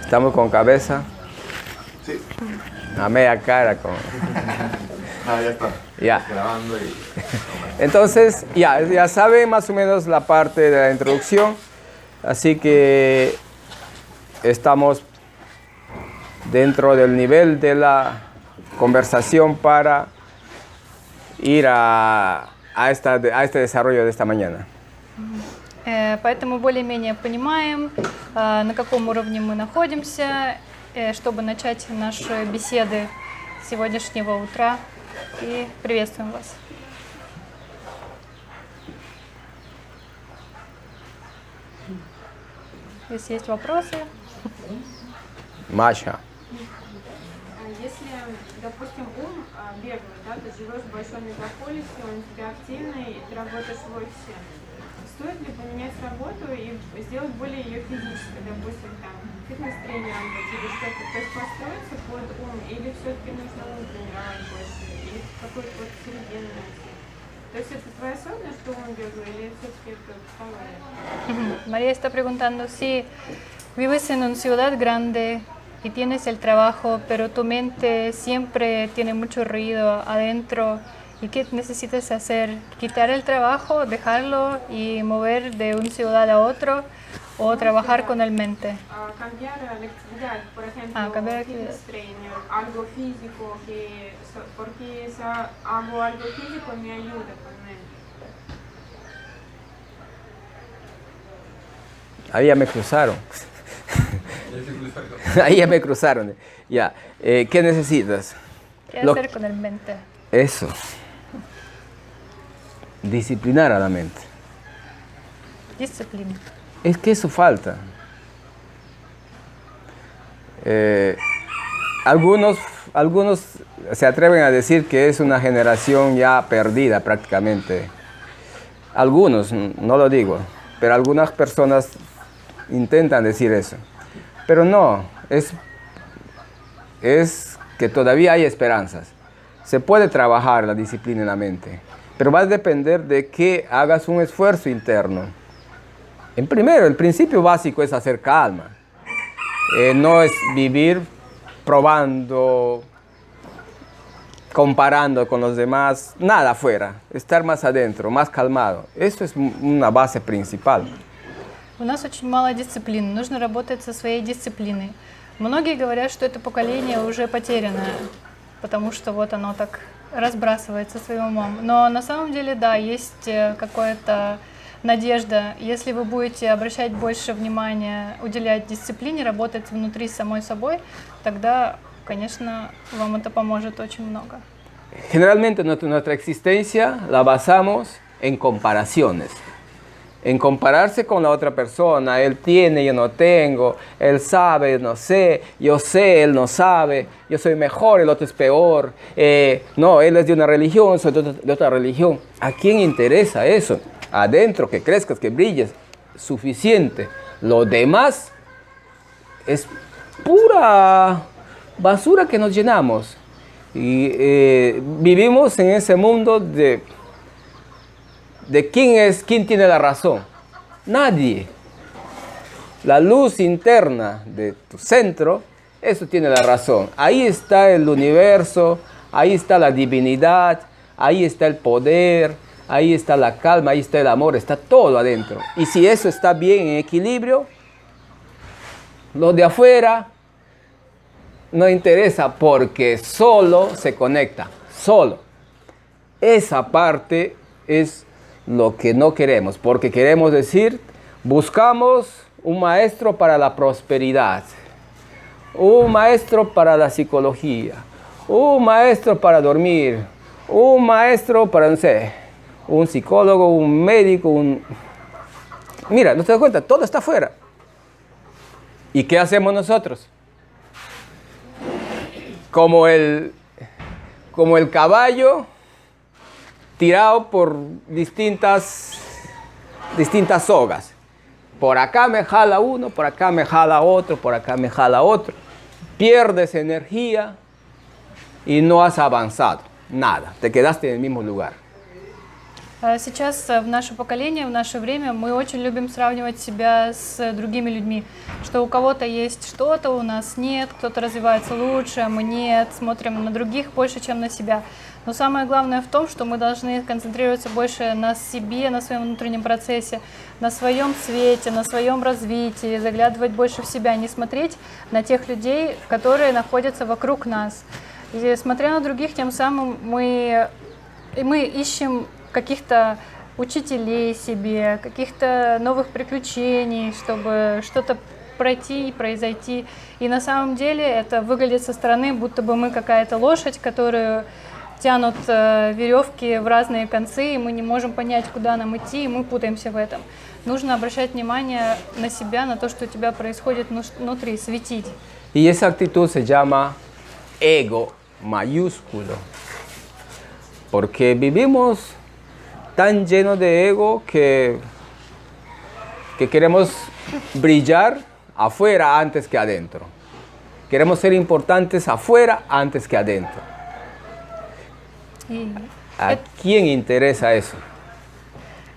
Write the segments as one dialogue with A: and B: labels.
A: Estamos con cabeza,
B: Sí.
A: a media cara, con...
B: Ah, ya está.
A: Ya.
B: Grabando y.
A: Entonces, ya, ya saben más o menos la parte de la introducción. Así que estamos dentro del nivel de la conversación para ir a, a esta- a este desarrollo de esta mañana.
C: Э, Поэтому более-менее понимаем, э, на каком уровне мы находимся, э, чтобы начать наши беседы с сегодняшнего утра. И приветствуем вас. Если есть вопросы,
A: Masha.
D: А Если, допустим, ум а, беглый, да, ты живешь в большом мегаполисе, он у тебя активный, и ты работаешь в офисе, стоит ли поменять работу и сделать более ее физической, допустим, там, фитнес-тренером быть или что-то, то есть построиться под ум, или все-таки нужно ум тренировать больше, или какую-то вот середину найти? То есть это твоя особенность, что ум беглый, или все-таки это второе?
C: María está preguntando si vives en una ciudad grande y tienes el trabajo, pero tu mente siempre tiene mucho ruido adentro. ¿Y qué necesitas hacer? ¿Quitar el trabajo, dejarlo y mover de una ciudad a otro o trabajar con el mente?
D: Ah, cambiar la actividad, por ejemplo,
C: Ah, cambiar la
D: fitness
C: actividad.
D: trainer, algo físico, que, so- porque si hago algo físico me ayuda con él.
A: Ahí ya me cruzaron. Ahí ya me cruzaron. Ya. Eh, ¿Qué necesitas?
C: ¿Qué
A: Lo-
C: hacer con el mente?
A: Eso. Disciplinar a la mente.
C: Disciplina.
A: Es que eso falta. Eh, algunos, algunos se atreven a decir que es una generación ya perdida prácticamente. Algunos, n- no lo digo, pero algunas personas intentan decir eso. Pero no, es, es que todavía hay esperanzas. Se puede trabajar la disciplina en la mente, pero va a depender de que hagas un esfuerzo interno. En primero, el principio básico es hacer calma. Eh, no es vivir probando, comparando con los demás, nada afuera. Estar más adentro, más calmado. Esto es un- una base principal.
C: У нас очень мало дисциплины, нужно работать со своей дисциплиной. Многие говорят, что это поколение уже потеряно, потому что вот оно так разбрасывается своим умом. Но на самом деле, да, есть э, какая-то надежда, если вы будете обращать больше внимания, уделять дисциплине, работать внутри самой собой, тогда, конечно, вам это поможет очень много.
A: Generalmente nuestra, nuestra existencia la basamos en comparaciones. En compararse con la otra persona, él tiene, yo no tengo, él sabe, yo no sé, yo sé, él no sabe, yo soy mejor, el otro es peor, eh, no, él es de una religión, soy de otra, de otra religión. ¿A quién interesa eso? Adentro, que crezcas, que brilles, suficiente. Lo demás es pura basura que nos llenamos. Y eh, vivimos en ese mundo de, de quién es, quién tiene la razón. Nadie. La luz interna de tu centro, eso tiene la razón. Ahí está el universo, ahí está la divinidad, ahí está el poder, ahí está la calma, ahí está el amor, está todo adentro. Y si eso está bien en equilibrio, los de afuera no interesa porque solo se conecta, solo. Esa parte es lo que no queremos, porque queremos decir, buscamos un maestro para la prosperidad, un maestro para la psicología, un maestro para dormir, un maestro para, no sé, un psicólogo, un médico, un... Mira, no te das cuenta, todo está afuera. ¿Y qué hacemos nosotros? Como el, como el caballo tirado por distintas, distintas sogas. Por acá me jala uno, por acá me jala otro, por acá me jala otro. Pierdes energía y no has avanzado. Nada, te quedaste en el mismo lugar.
C: Э, Сейчас э, в наше поколение, в наше время мы очень любим сравнивать себя с э, другими людьми, что у кого-то есть что-то, у нас нет, кто-то развивается лучше, а мы нет, смотрим на других больше, чем на себя. Но самое главное в том, что мы должны концентрироваться больше на себе, на своем внутреннем процессе, на своем свете, на своем развитии, заглядывать больше в себя, не смотреть на тех людей, которые находятся вокруг нас. И смотря на других, тем самым мы и мы ищем каких-то учителей себе, каких-то новых приключений, чтобы что-то пройти и произойти. И на самом деле это выглядит со стороны, будто бы мы какая-то лошадь, которую тянут э, веревки в разные концы, и мы не можем понять, куда нам идти, и мы путаемся в этом. Нужно обращать внимание на себя, на то, что у тебя происходит внуш- внутри, светить.
A: Y esa actitud se llama ego mayúsculo. Porque vivimos tan llenos de ego que, que queremos brillar afuera antes que adentro. Queremos ser importantes afuera antes que adentro.
C: И
A: ¿A quién interesa eso?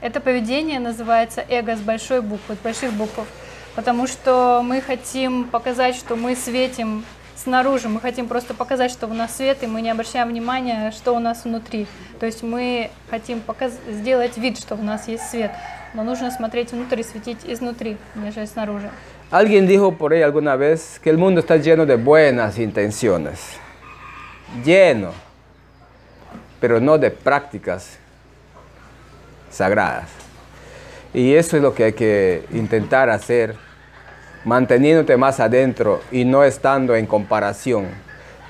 C: Это поведение называется эго с большой буквы, с больших букв, потому что мы хотим показать, что мы светим снаружи, мы хотим просто показать, что у нас свет, и мы не обращаем внимания, что у нас внутри. То есть мы хотим показ- сделать вид, что у нас есть свет, но нужно смотреть внутрь и светить изнутри, нежели снаружи.
A: Alguien dijo por ahí alguna vez que el mundo está lleno de buenas intenciones. Lleno. Pero no de prácticas sagradas. Y eso es lo que hay que intentar hacer, manteniéndote más adentro y no estando en comparación,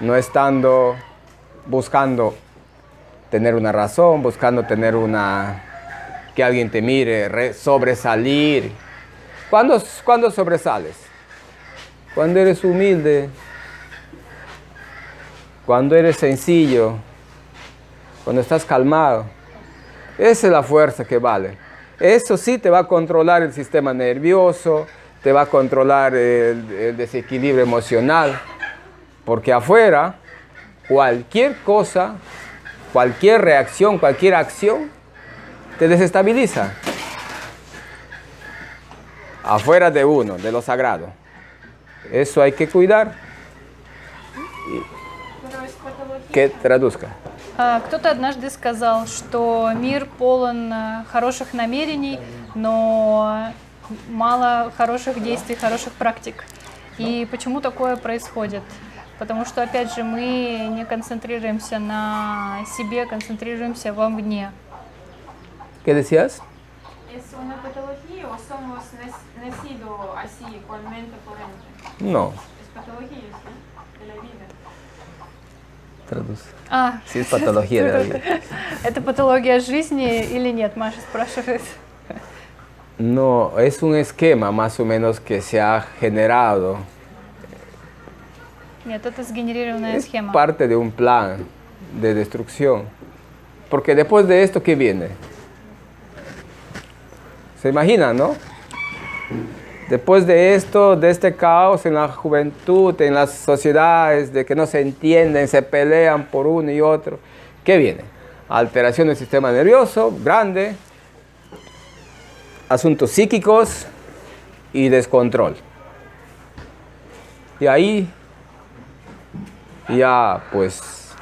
A: no estando buscando tener una razón, buscando tener una que alguien te mire, re- sobresalir. ¿Cuándo, cuándo sobresales? Cuando eres humilde, cuando eres sencillo, cuando estás calmado. Esa es la fuerza que vale. Eso sí te va a controlar el sistema nervioso, te va a controlar el, el desequilibrio emocional, porque afuera cualquier cosa, cualquier reacción, cualquier acción te desestabiliza. Afuera de uno, de lo sagrado. Eso hay que cuidar. Que traduzca.
C: А, Кто-то однажды сказал, что мир полон э, хороших намерений, но мало хороших действий, хороших практик. И почему такое происходит? Потому что, опять же, мы не концентрируемся на себе, концентрируемся вовне.
A: ¿Qué decías?
D: Es una patología o somos nas- nacido así, con mente potente.
A: No.
D: Es patología, ¿sí? De la vida.
A: Traduce.
C: А,
A: Sí, es patología de la vida.
C: это патология жизни или нет, Маша спрашивает.
A: No, es un esquema más o menos que se ha generado.
C: Нет, это сгенерированная
A: Es
C: схема.
A: parte de un plan de destrucción. Porque después de esto, ¿qué viene? ¿Se imaginan, no? Después de esto, de este caos en la juventud, en las sociedades, de que no se entienden, se pelean por uno y otro, ¿qué viene? Alteración del sistema nervioso, grande, asuntos psíquicos y descontrol. Y ahí ya pues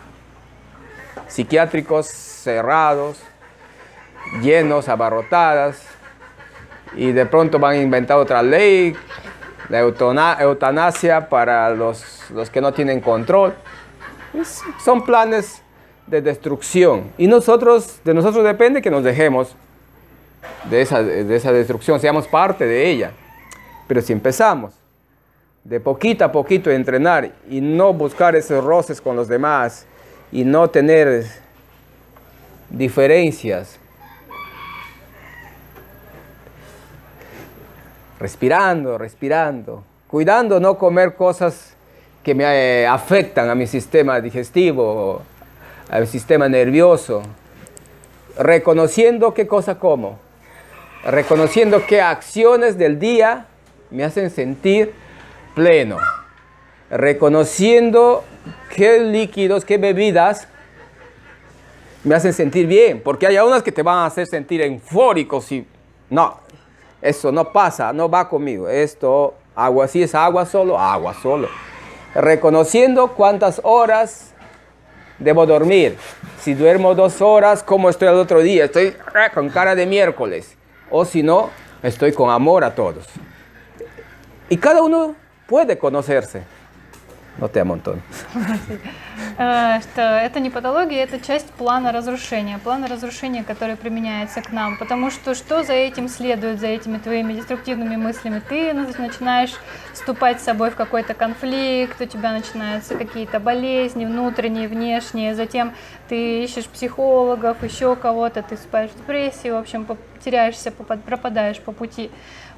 A: psiquiátricos cerrados, llenos, abarrotadas, y de pronto van a inventar otra ley, la eutana- eutanasia para los, los que no tienen control. Es- son planes de destrucción y nosotros, de nosotros depende que nos dejemos de esa, de esa destrucción, seamos parte de ella. Pero si empezamos de poquito a poquito entrenar y no buscar esos roces con los demás y no tener diferencias. Respirando, respirando, cuidando no comer cosas que me eh, afectan a mi sistema digestivo, a mi sistema nervioso, reconociendo qué cosa como, reconociendo qué acciones del día me hacen sentir pleno, reconociendo qué líquidos, qué bebidas me hacen sentir bien, porque hay unas que te van a hacer sentir eufórico si no, eso no pasa, no va conmigo. Esto, agua, si es agua solo, agua solo. Reconociendo cuántas horas debo dormir. Si duermo dos horas, ¿cómo estoy al otro día? Estoy ah, con cara de miércoles. O si no, estoy con amor a todos. Y cada uno puede conocerse. No te amontones.
C: Э, что это не патология, это часть плана разрушения, плана разрушения, который применяется к нам, потому что что за этим следует, за этими твоими деструктивными мыслями, ты на- начинаешь вступать с собой в какой-то конфликт, у тебя начинаются какие-то болезни внутренние, внешние, затем ты ищешь психологов, еще кого-то, ты вступаешь в депрессию, в общем, поп- теряешься, попад- пропадаешь по пути.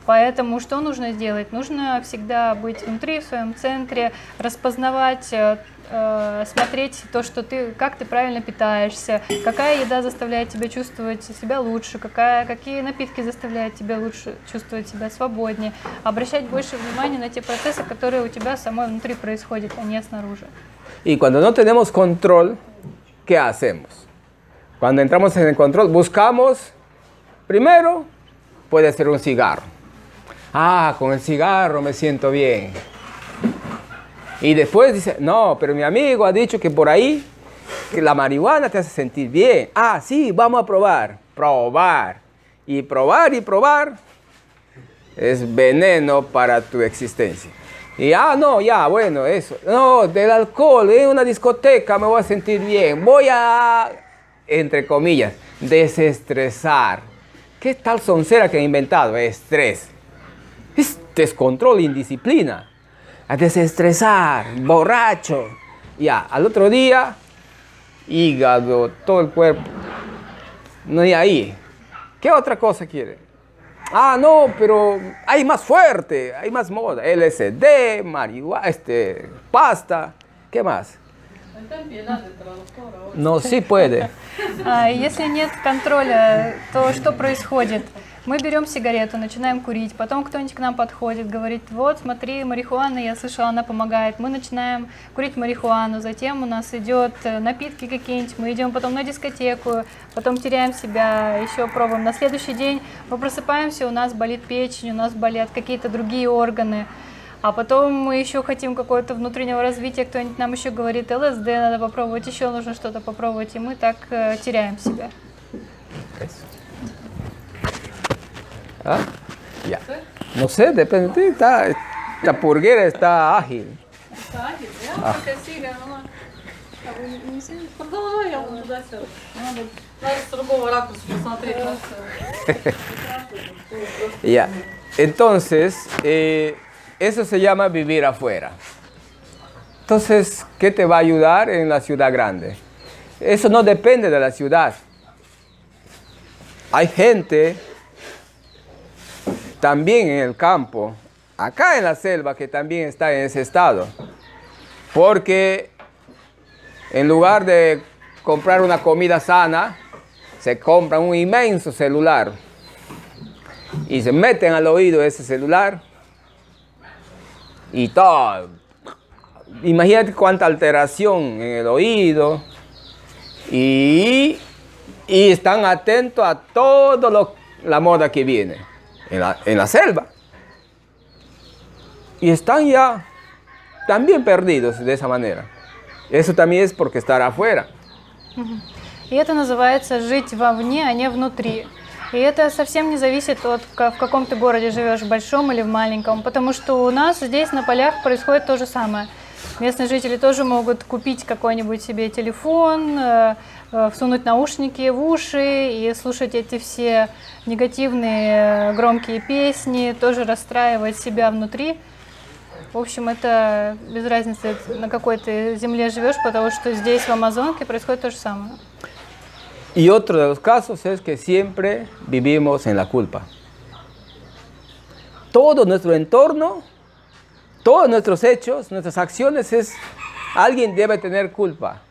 C: Поэтому что нужно сделать? Нужно всегда быть внутри, в своем центре, распознавать, э, э, смотреть то, что ты, как ты правильно питаешься, какая еда заставляет тебя чувствовать себя лучше, какая, какие напитки заставляют тебя лучше чувствовать себя свободнее, обращать больше внимания на те процессы, которые у тебя самой внутри происходят, а не снаружи.
A: Y cuando no tenemos control, ¿qué hacemos? Cuando entramos en el control, buscamos, primero, puede ser un cigarro. Ah, con el cigarro me siento bien. Y después dice, no, pero mi amigo ha dicho que por ahí, que la marihuana te hace sentir bien. Ah, sí, vamos a probar. Probar. Y probar y probar es veneno para tu existencia. Y ah, no, ya, bueno, eso. No, del alcohol, en una discoteca me voy a sentir bien. Voy a, entre comillas, desestresar. ¿Qué tal soncera que he inventado? Estrés. Es descontrol, indisciplina. A desestresar, borracho. Ya, al otro día, hígado, todo el cuerpo. No hay ahí. ¿Qué otra cosa quiere? Ah, no, pero hay más fuerte, hay más moda. LSD, marihuana, este, pasta. ¿Qué más? No, sí puede.
C: А, и если нет контроля, то что происходит? Мы берем сигарету, начинаем курить, потом кто-нибудь к нам подходит, говорит, вот, смотри, марихуана, я слышала, она помогает. Мы начинаем курить марихуану, затем у нас идет э, напитки какие-нибудь, мы идем потом на дискотеку, потом теряем себя, еще пробуем. На следующий день мы просыпаемся, у нас болит печень, у нас болят какие-то другие органы. А потом мы еще хотим какого-то внутреннего развития, кто-нибудь нам еще говорит, ЛСД надо попробовать, еще нужно что-то попробовать, и мы так э, теряем себя.
A: Ah, Ya. No sé, depende. de ti, Está, esta purguera está ágil. Ah.
E: Продолжай, он туда-сюда. Надо, надо с другого ракурса посмотреть на всё.
A: Ah. Ya. Entonces, eh, eso se llama vivir afuera. Entonces, ¿qué te va a ayudar en la ciudad grande? Eso no depende de la ciudad. Hay gente también en el campo, acá en la selva, que también está en ese estado. Porque en lugar de comprar una comida sana, se compra un inmenso celular y se meten al oído ese celular y todo. Imagínate cuánta alteración en el oído y, y están atentos a todo lo, la moda que viene en la, en la selva. Y están ya también perdidos de esa manera. Eso también es porque estar afuera.
C: И это называется жить вовне, а не внутри. И это совсем не зависит от, ка- в каком ты городе живешь, в большом или в маленьком, потому что у нас здесь на полях происходит то же самое. Местные жители тоже могут купить какой-нибудь себе телефон, э, э, всунуть наушники в уши и слушать эти все негативные э, громкие песни, тоже расстраивать себя внутри. В общем, это без разницы, на какой ты земле живешь, потому что здесь, в Амазонке, происходит то же самое.
A: Y otro de los casos es que siempre vivimos en la culpa. Todo nuestro entorno, todos nuestros hechos, nuestras acciones es alguien debe tener culpa.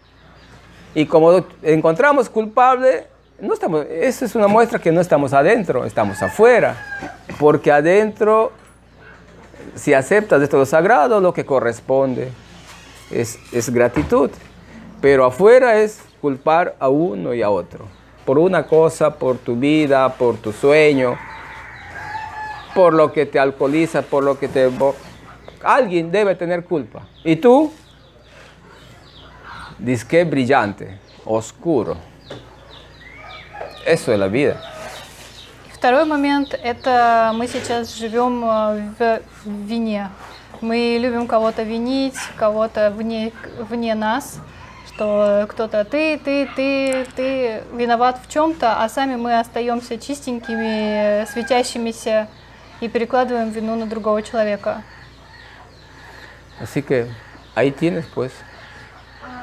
A: Y como encontramos culpable, no estamos, eso es una muestra que no estamos adentro, estamos afuera, porque adentro si aceptas esto lo sagrado, lo que corresponde es, es gratitud. Pero afuera es culpar a uno y a otro. Por una cosa, por tu vida, por tu sueño, por lo que te alcoholiza, por lo que te... bo- Alguien debe tener culpa. ¿Y tú? Disque brillante, oscuro. Eso es la vida.
C: Второй момент – это мы сейчас живем э, в в вине. Мы любим кого-то винить, кого-то вне, вне нас, что кто-то ты, ты, ты, ты виноват в чем-то, а сами мы остаемся чистенькими, э, светящимися и перекладываем вину на другого человека.
A: Así que ahí tienes pues.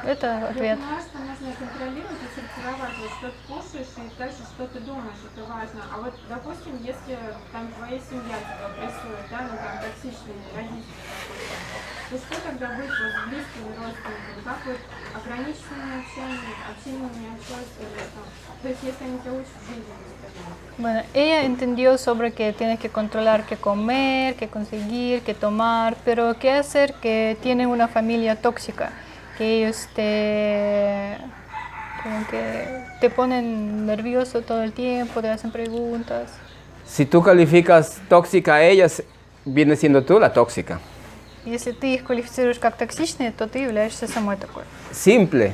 C: Это
D: Я
C: ответ.
D: поняла, что нужно контролировать и сортировать, вот что ты кушаешь и также что ты думаешь, это важно. А вот, допустим, если там твоя семья тебя прессует, да, ну там токсичные родители, допустим, то что тогда быть вот с близкими родственниками? Как вот ограниченное общение, общение не общаться или там? То есть если они тебя учат жизни, например.
C: Bueno, ella entendió sobre que tiene que controlar qué comer, qué conseguir, qué tomar, pero qué hacer que tiene una familia tóxica, que ellos te, como que te ponen nervioso todo el tiempo, te hacen preguntas.
A: Si tú calificas tóxica a ellas, viene siendo tú la tóxica.
C: Если ты их квалифицируешь как токсичные, то ты являешься самой такой.
A: Simple.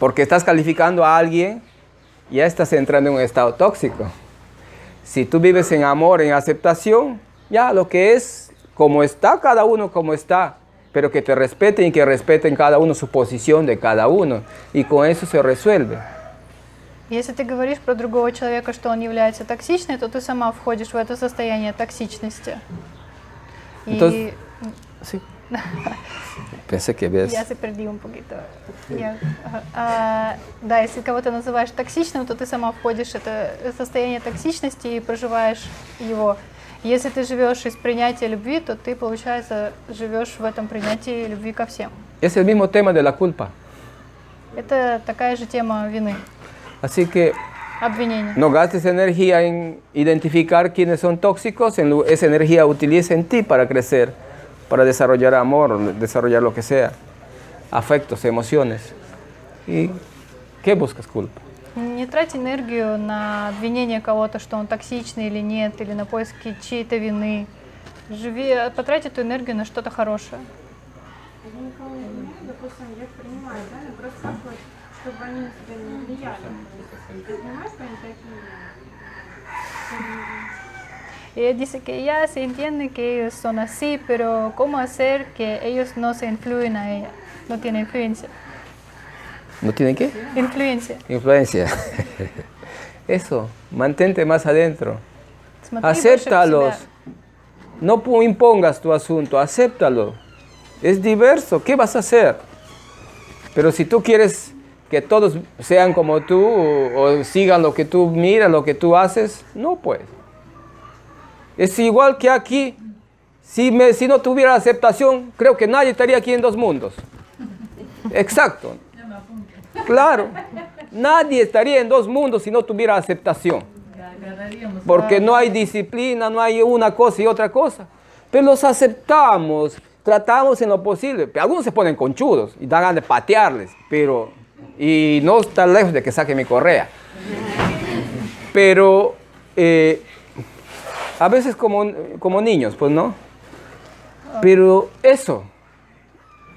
A: Porque estás calificando a alguien, ya estás entrando en un estado tóxico. Si tú vives en amor, en aceptación, ya lo que es, como está cada uno, como está. Pero que te respeten y que respeten cada uno su posición de cada uno. Y con eso se resuelve.
C: Если ты говоришь про другого человека, что он является токсичным, то ты сама входишь в это состояние токсичности. И
A: Entonces- Sí. Pensé que ves.
C: Я запердила un poquito. Я, ага. А, да, если кого-то называешь токсичным, то ты сама входишь в это состояние токсичности и проживаешь его. Если ты живешь из принятия любви, то ты, получается, живешь в этом принятии любви ко всем.
A: Es el mismo tema de la culpa.
C: Это такая же тема вины,
A: Así que
C: обвинения.
A: No gastes energía en identificar quiénes son tóxicos, en lu- esa energía utiliza en ti para crecer, para desarrollar amor, desarrollar lo que sea, afectos, emociones. ¿Y qué buscas culpa?
C: Не трать энергию на обвинение кого-то, что он токсичный или нет, или на поиски чьей-то вины. Живи, потрать эту энергию на что-то хорошее.
D: Я никого не меняю, ну, допустим, я их принимаю, да, но просто как вот, чтобы они на тебя не влияли. ну, Ты понимаешь, что они такие?
C: Ella dice que ella se entiende que ellos son así, pero ¿cómo hacer que ellos no se influyen a ella? No tiene influencia.
A: ¿No tienen qué?
C: Influencia.
A: Influencia. Eso, mantente más adentro.
C: Смотри больше в себя.
A: Acéptalos. No pu- impongas tu asunto, acéptalo. Es diverso, ¿qué vas a hacer? Pero si tú quieres que todos sean como tú o, o sigan lo que tú miras, lo que tú haces, no pues. Es igual que aquí. Si, me- si no tuviera aceptación, creo que nadie estaría aquí en dos mundos. Exacto. Claro. Nadie estaría en dos mundos si no tuviera aceptación.
E: Ga- Ganaríamos.
A: Porque no hay disciplina, no hay una cosa y otra cosa. Pero los aceptamos, tratamos en lo posible. Algunos se ponen conchudos y dan ganas de patearles, pero. Y no está lejos de que saque mi correa. Pero eh, a veces como, como niños, pues no. Pero eso,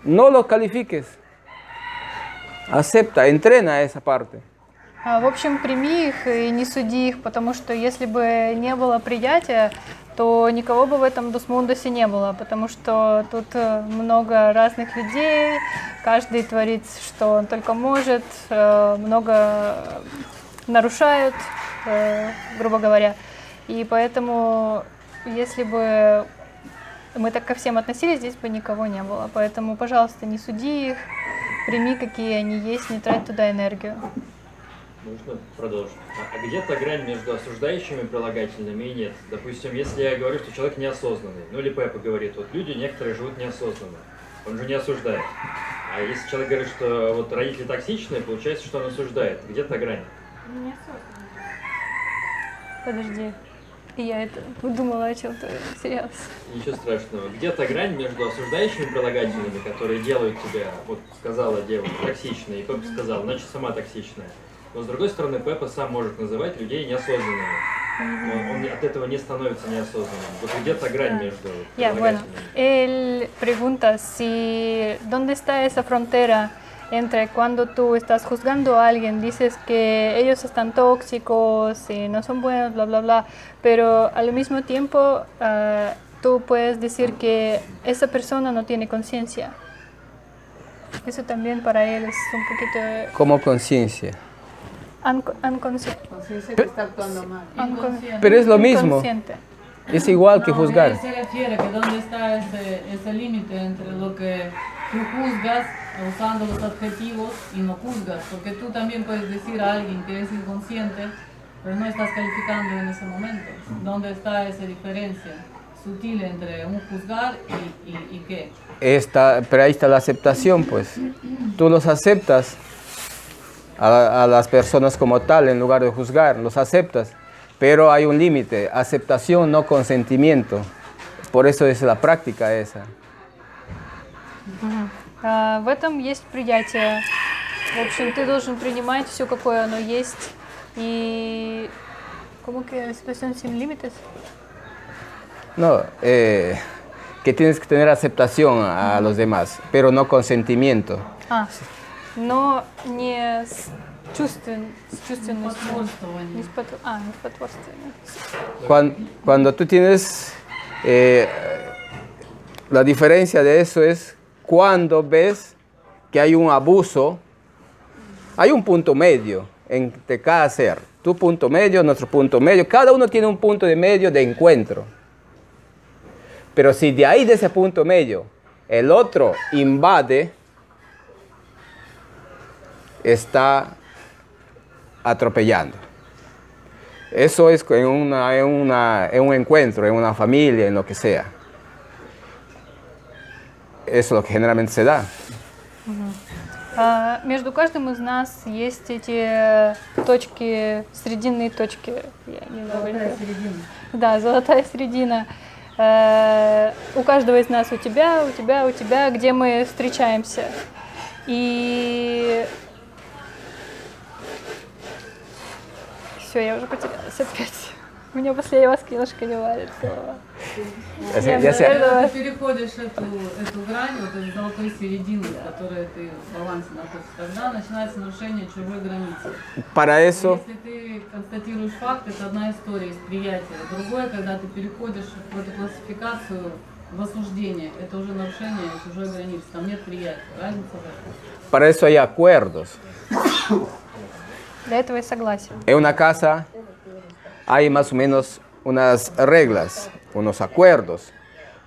A: no los califiques. Acepta, entrena esa parte.
C: А, В общем, прими их и не суди их, потому что если бы не было приятия, то никого бы в этом Дусмундусе не было, потому что тут э, много разных людей, каждый творит, что он только может, э, много нарушают, э, грубо говоря. И поэтому, если бы мы так ко всем относились, здесь бы никого не было. Поэтому, пожалуйста, не суди их, прими, какие они есть, не трать туда энергию.
F: Можно продолжить. А а где то грань между осуждающими прилагательными и нет? Допустим, если я говорю, что человек неосознанный, ну или Пеппа говорит, вот люди некоторые живут неосознанно, он же не осуждает. А если человек говорит, что вот родители токсичные, получается, что он осуждает. Где то грань?
D: Не осознанно.
C: Подожди. И я это думала о чем-то, терялась.
F: Ничего страшного. Где-то грань между осуждающими прилагательными, которые делают тебя, вот сказала девушка, токсичной, и Пеппа сказал, значит сама токсичная. Но с другой стороны, Пеппа сам может называть людей неосознанными. Но он от этого не становится неосознанным. Вот где-то грань между
C: Ya, bueno.
F: прилагательными.
C: Él pregunta si dónde está esa frontera entre cuando tú estás juzgando a alguien, dices que ellos están tóxicos y no son buenos, bla, bla, bla, pero al mismo tiempo ah, tú puedes decir que esa persona no tiene conciencia. Eso también para él es un poquito
A: como conciencia.
C: unco- unconse-
G: Conciencia que está actuando mal.
C: а? uncon-
A: Pero es lo mismo,
C: inconsciente.
A: es igual que
E: No,
A: juzgar.
E: él se refiere que dónde está ese, ese límite entre lo que tú juzgas usando los adjetivos y no juzgas, porque tú también puedes decir a alguien que es inconsciente, pero no estás calificando en ese momento. ¿Dónde está esa diferencia sutil entre un juzgar y, y, y qué?
A: Esta, pero ahí está la aceptación, pues. Tú los aceptas a, a las personas como tal, en lugar de juzgar, los aceptas. Pero hay un límite, aceptación, no consentimiento. Por eso es la práctica esa.
C: А, В этом есть приятие. В общем, ты должен принимать все, какое оно есть. И... ¿Cómo que expresión sin límites?
A: No, eh, que tienes que tener aceptación a los demás, pero no consentimiento.
C: А, но не с чувствен, с чувственностью.
E: Потворствование.
C: Не с потво- А, не с потворствованием.
A: Cuan- Cuando, tú tienes eh, la diferencia de eso es cuando ves que hay un abuso, hay un punto medio entre cada ser. Tu punto medio, nuestro punto medio. Cada uno tiene un punto de medio de encuentro. Pero si de ahí, de ese punto medio, el otro invade, está atropellando. Eso es en, una, en, una- en un encuentro, en una familia, en lo que sea. Eso es lo que generalmente se da.
C: А, между каждым из нас есть эти точки, срединные точки. Я не говорю. Да, золотая середина. Э, У каждого из нас, у тебя, у тебя, у тебя, где мы встречаемся. И... Все, я уже потерялась опять. У меня после Яваскинушка не варится.
A: Ya se-
C: Я,
A: ya se-
C: наверное,
E: Ты переходишь эту, эту грань, вот эту золотую середину, в которой ты в балансе находишься, тогда начинается нарушение чужой границы.
A: para eso,
E: Если ты констатируешь факт, это одна история из приятия. Другое, когда ты переходишь в эту классификацию в осуждение, это уже нарушение чужой границы, там нет приятия. Разница в этом.
A: para eso hay acuerdos.
C: для этого и согласен.
A: En una casa hay más o menos unas reglas, unos acuerdos,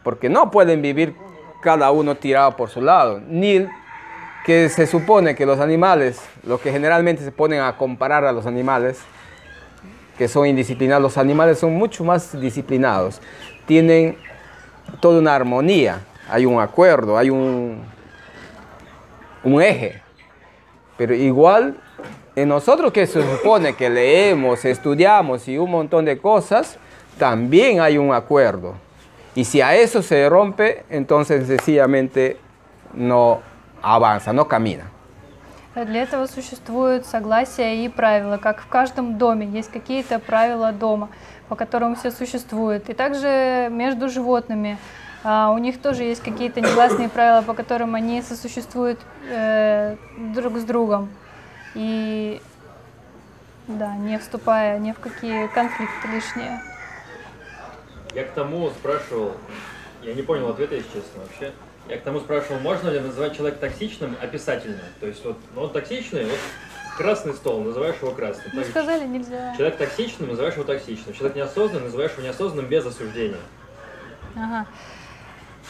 A: porque no pueden vivir cada uno tirado por su lado, ni que se supone que los animales, lo que generalmente se ponen a comparar a los animales, que son indisciplinados, los animales son mucho más disciplinados, tienen toda una armonía, hay un acuerdo, hay un, un eje. Pero igual, en nosotros que se supone que leemos, estudiamos y un montón de cosas, también hay un acuerdo. Y si a eso se rompe, entonces sencillamente no avanza, no camina.
C: А Для этого существуют согласия и правила, как в каждом доме есть какие-то правила дома, по которым все существует. И также между животными А, у них тоже есть какие-то негласные правила, по которым они сосуществуют э, друг с другом. И да, не вступая ни в какие конфликты лишние.
F: Я к тому спрашивал, я не понял ответа, если честно, вообще. Я к тому спрашивал, можно ли называть человека токсичным описательно? То есть вот ну, он токсичный, вот красный стол, называешь его красным.
C: Мы
F: Так,
C: сказали, нельзя.
F: Человек токсичный, называешь его токсичным. Человек неосознанный, называешь его неосознанным без осуждения.
C: Ajá.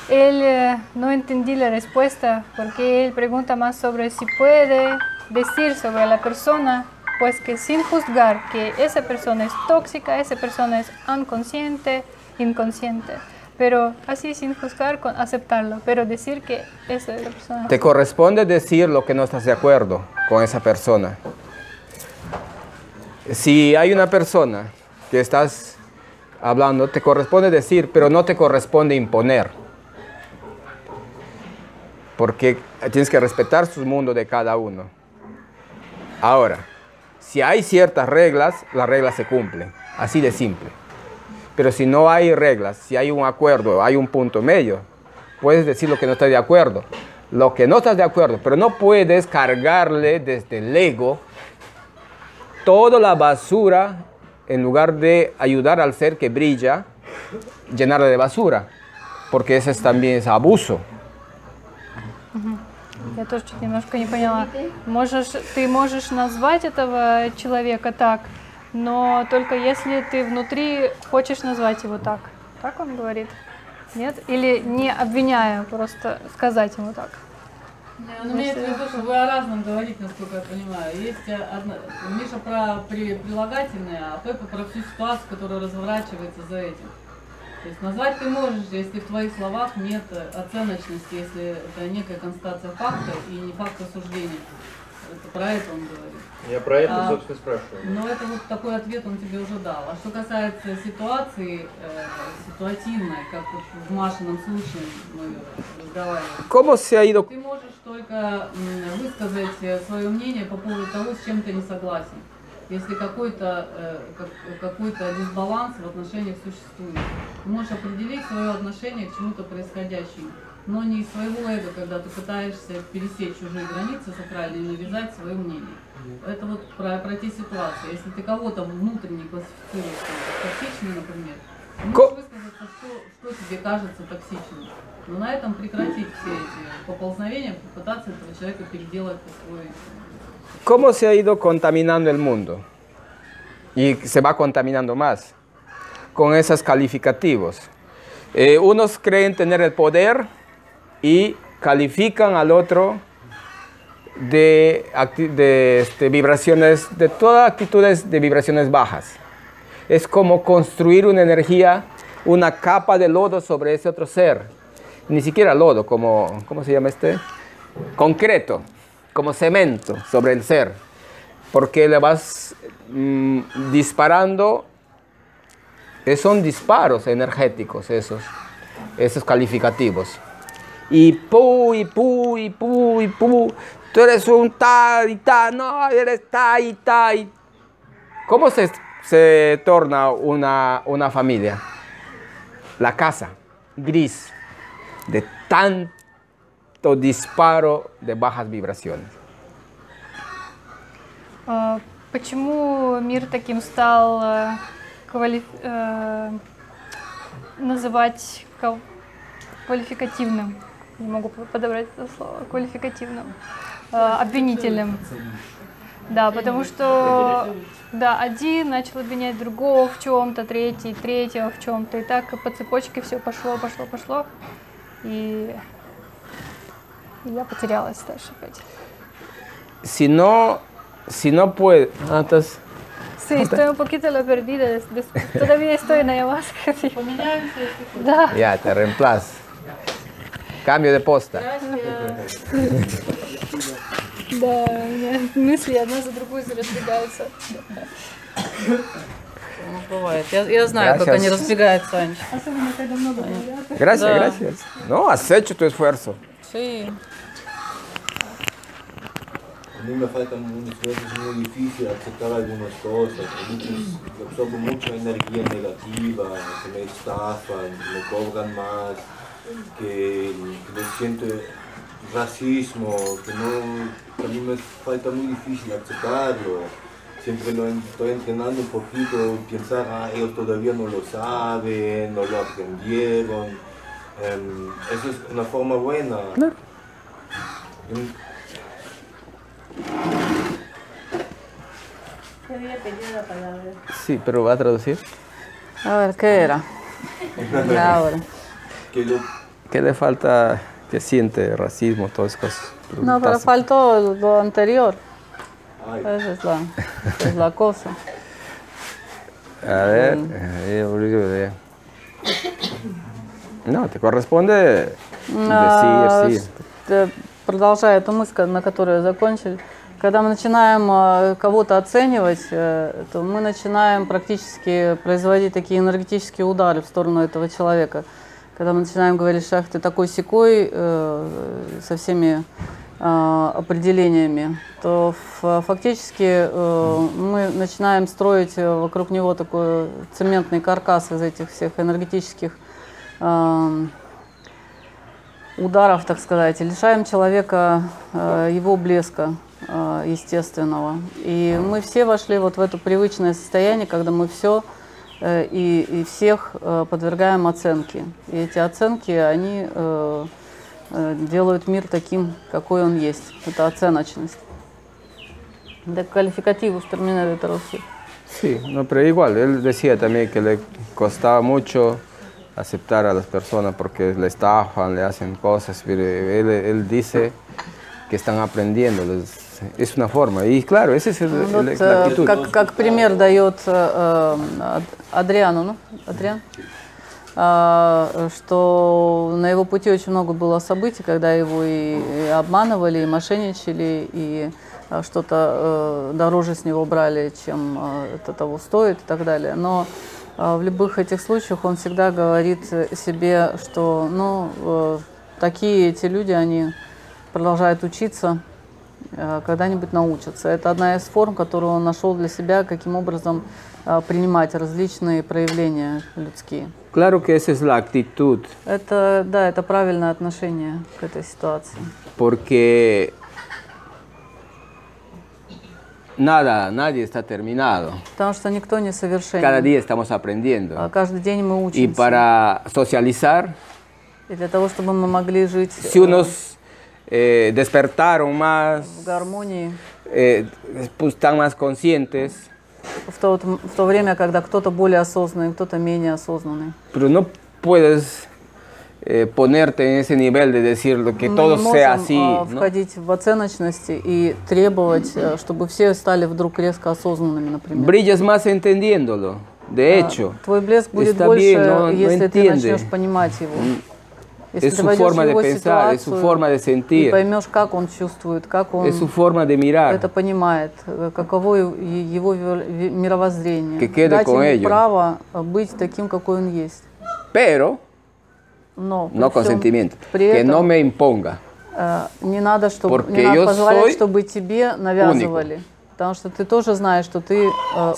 C: Él eh, no entendí la respuesta porque él pregunta más sobre si puede decir sobre la persona, pues que sin juzgar que esa persona es tóxica, esa persona es inconsciente, inconsciente, pero así sin juzgar, con aceptarlo, pero decir que esa es la persona.
A: Te corresponde decir lo que no estás de acuerdo con esa persona. Si hay una persona que estás hablando, te corresponde decir, pero no te corresponde imponer. Porque tienes que respetar sus mundos de cada uno. Ahora, si hay ciertas reglas, las reglas se cumplen. Así de simple. Pero si no hay reglas, si hay un acuerdo, hay un punto medio, puedes decir lo que no estás de acuerdo. Lo que no estás de acuerdo, pero no puedes cargarle desde el ego toda la basura en lugar de ayudar al ser que brilla, llenarle de basura, porque ese es también es abuso.
C: Я тоже чуть немножко не поняла. Можешь, ты можешь назвать этого человека так, но только если ты внутри хочешь назвать его так. Так он говорит? Нет? Или не обвиняя, просто сказать ему так.
H: Ну, мне это то, что вы о разном говорите, насколько я понимаю. Есть э, одна... Миша про при- прилагательное, а Пеппа про всю ситуацию, которая разворачивается за этим. То есть назвать ты можешь, если в твоих словах нет э, оценочности, если это некая констатация факта и не факт осуждения. Это про это он говорит.
F: Я про это,
H: А.
F: собственно, и спрашиваю.
H: Но это вот такой ответ он тебе уже дал. А что касается ситуации, э, ситуативной, как вот в Машином случае мы разговаривали,
A: ¿Cómo se ha ido?
H: ты можешь только м, высказать свое мнение по поводу того, с чем ты не согласен. Если какой-то э, как- какой-то дисбаланс в отношениях существует, ты можешь определить свое отношение к чему-то происходящему, но не из своего эго, когда ты пытаешься пересечь чужие границы сакральные и навязать свое мнение. Это вот про, про те ситуации. Если ты кого-то внутренне классифицируешь как токсичным, например, ты можешь
A: Ко-
H: высказаться, что, что тебе кажется токсичным. Но на этом прекратить все эти поползновения, попытаться этого человека переделать по свой...
A: ¿Cómo se ha ido contaminando el mundo? Y se va contaminando más con esos calificativos. Eh, unos creen tener el poder y califican al otro de, acti- de, este, vibraciones, de todas actitudes de vibraciones bajas. Es como construir una energía, una capa de lodo sobre ese otro ser. Ni siquiera lodo, como, ¿cómo se llama este? Concreto, como cemento sobre el ser. Porque le vas mm, disparando, eh, son disparos energéticos esos, esos calificativos. Y pu, y pu, y pu, y pu, tú eres un tal y tal, no, eres tal y tal. y- ¿Cómo se, se torna una, una familia? La casa, gris, de tanto disparo de bajas vibraciones.
C: А, Почему мир таким стал э, квали- э, называть кав- квалификативным? Не могу по- подобрать это слово. Квалификативным. Э, Обвинительным. Да, потому что да, один начал обвинять другого в чем-то, третий, третьего в чем-то. И так по цепочке все пошло, пошло, пошло. И я потерялась дальше опять.
A: Si no, si no puede... Ah, estás-
C: Sí, estoy un poquito la perdida. des- des- Todavía estoy en Ayahuasca. sí.
H: Поменяемся, если хочешь.
C: Да.
A: Ya, te reemplazo. Cambio de posta.
H: Здрасте.
C: Да, у меня мысли одна за другой разбегаются.
H: Ну, бывает. Я, я знаю, как
A: Gracias.
H: они разбегаются, Анечка.
A: Gracias,
H: Da.
A: gracias. No, has hecho tu esfuerzo.
H: Sí.
I: A mí me faltan muchas veces es muy difícil aceptar algunas cosas, muchos, absorbo mucha energía negativa, que me estafan, me cobran más, que, que me siento racismo, que no, a mí me falta muy difícil aceptarlo. Siempre lo en- estoy entrenando un poquito, pensar, ah, ellos todavía no lo saben, no lo aprendieron. Em, eso es una forma buena. Em,
A: Sí, pero va a traducir.
J: A ver, ¿qué era? La ahora.
I: que lo
A: ¿Qué le falta? ¿Qué siente? Racismo, todas esas cosas.
J: No, pero
A: Preguntaste.
J: faltó lo anterior.
I: Ay.
J: Esa es la, es la cosa.
A: A ver. eh, Rodrigo, de- No, te corresponde decir,
J: А,
A: sí.
J: pues, ш- э, Продолжая эту мысль, на которую закончили,
H: Когда мы начинаем э, кого-то оценивать, э, то мы начинаем практически производить такие энергетические удары в сторону этого человека. Когда мы начинаем говорить, шах, ты такой секой со всеми э, определениями, то ф- фактически э, мы начинаем строить э, вокруг него такой цементный каркас из этих всех энергетических эм, ударов, так сказать, и лишаем человека э, его блеска э, естественного. И мы все вошли вот в это привычное состояние, когда мы все и, и всех э, подвергаем оценке. И эти оценки, они э, э, делают мир таким, какой он есть. Это оценочность. De calificativos termina de traducir.
A: Sí, no, pero igual, él decía también que le costaba mucho aceptar a las personas porque le estafan, le hacen cosas, pero él, él dice que están aprendiendo, les- es una forma. Y claro, esa es el-
H: Ну,
A: el-
H: вот,
A: la
H: э,
A: actitud.
H: как, как пример дает э, э, Ад- Адриану, ну, Адриан, э, что на его пути очень много было событий, когда его и, и обманывали, и мошенничали, и э, что-то э, дороже с него брали, чем э, это того стоит и так далее. Но э, в любых этих случаях он всегда говорит себе, что ну, э, такие эти люди, они продолжают учиться, э, когда-нибудь научатся. Это одна из форм, которую он нашел для себя, каким образом э, принимать различные проявления людские.
A: Claro que esa es la actitud,
H: Это, да, это правильное отношение к этой ситуации.
A: porque nada, nadie está terminado.
H: Потому что никто не совершенен.
A: Cada día estamos aprendiendo.
H: А Каждый день мы
A: Y
H: учимся.
A: para socializar,
H: И для того, чтобы мы могли жить
A: si
H: э,
A: unos eh, despertaron
H: в
A: más,
H: гармонии,
A: eh, pues, están más conscientes,
H: в то, вот м- в то время, когда кто-то более осознанный, кто-то менее осознанный.
A: pero no puedes eh, ponerte en ese nivel de decir lo que
H: Мы
A: todo
H: не можем,
A: sea así.
H: а,
A: ¿no?
H: входить в оценочности и требовать, э, чтобы все стали вдруг резко осознанными, например.
A: Brillas más entendiéndolo, de hecho.
H: Твой блеск будет
A: Está
H: больше,
A: bien, no- no
H: если ты
A: entiende.
H: начнешь понимать его. Если
A: es
H: ты
A: su pues,
H: войдешь
A: forma
H: в
A: de
H: его
A: pensar, es su
H: ситуацию
A: forma de
H: и
A: sentir,
H: поймешь, как он чувствует, как он
A: es su forma de mirar.
H: это понимает, э, каково е- е- его вер- ве- мировоззрение.
A: Que quede
H: Дать
A: con
H: ему
A: ello.
H: право э, быть таким, какой он есть.
A: Pero,
H: Но при
A: no
H: всем-
A: con sentimiento,
H: при
A: que
H: этом
A: no me imponga.
H: э, не надо, чтобы,
A: Porque
H: не надо
A: yo
H: позволять,
A: soy
H: чтобы тебе навязывали. Потому что ты тоже знаешь, что ты э,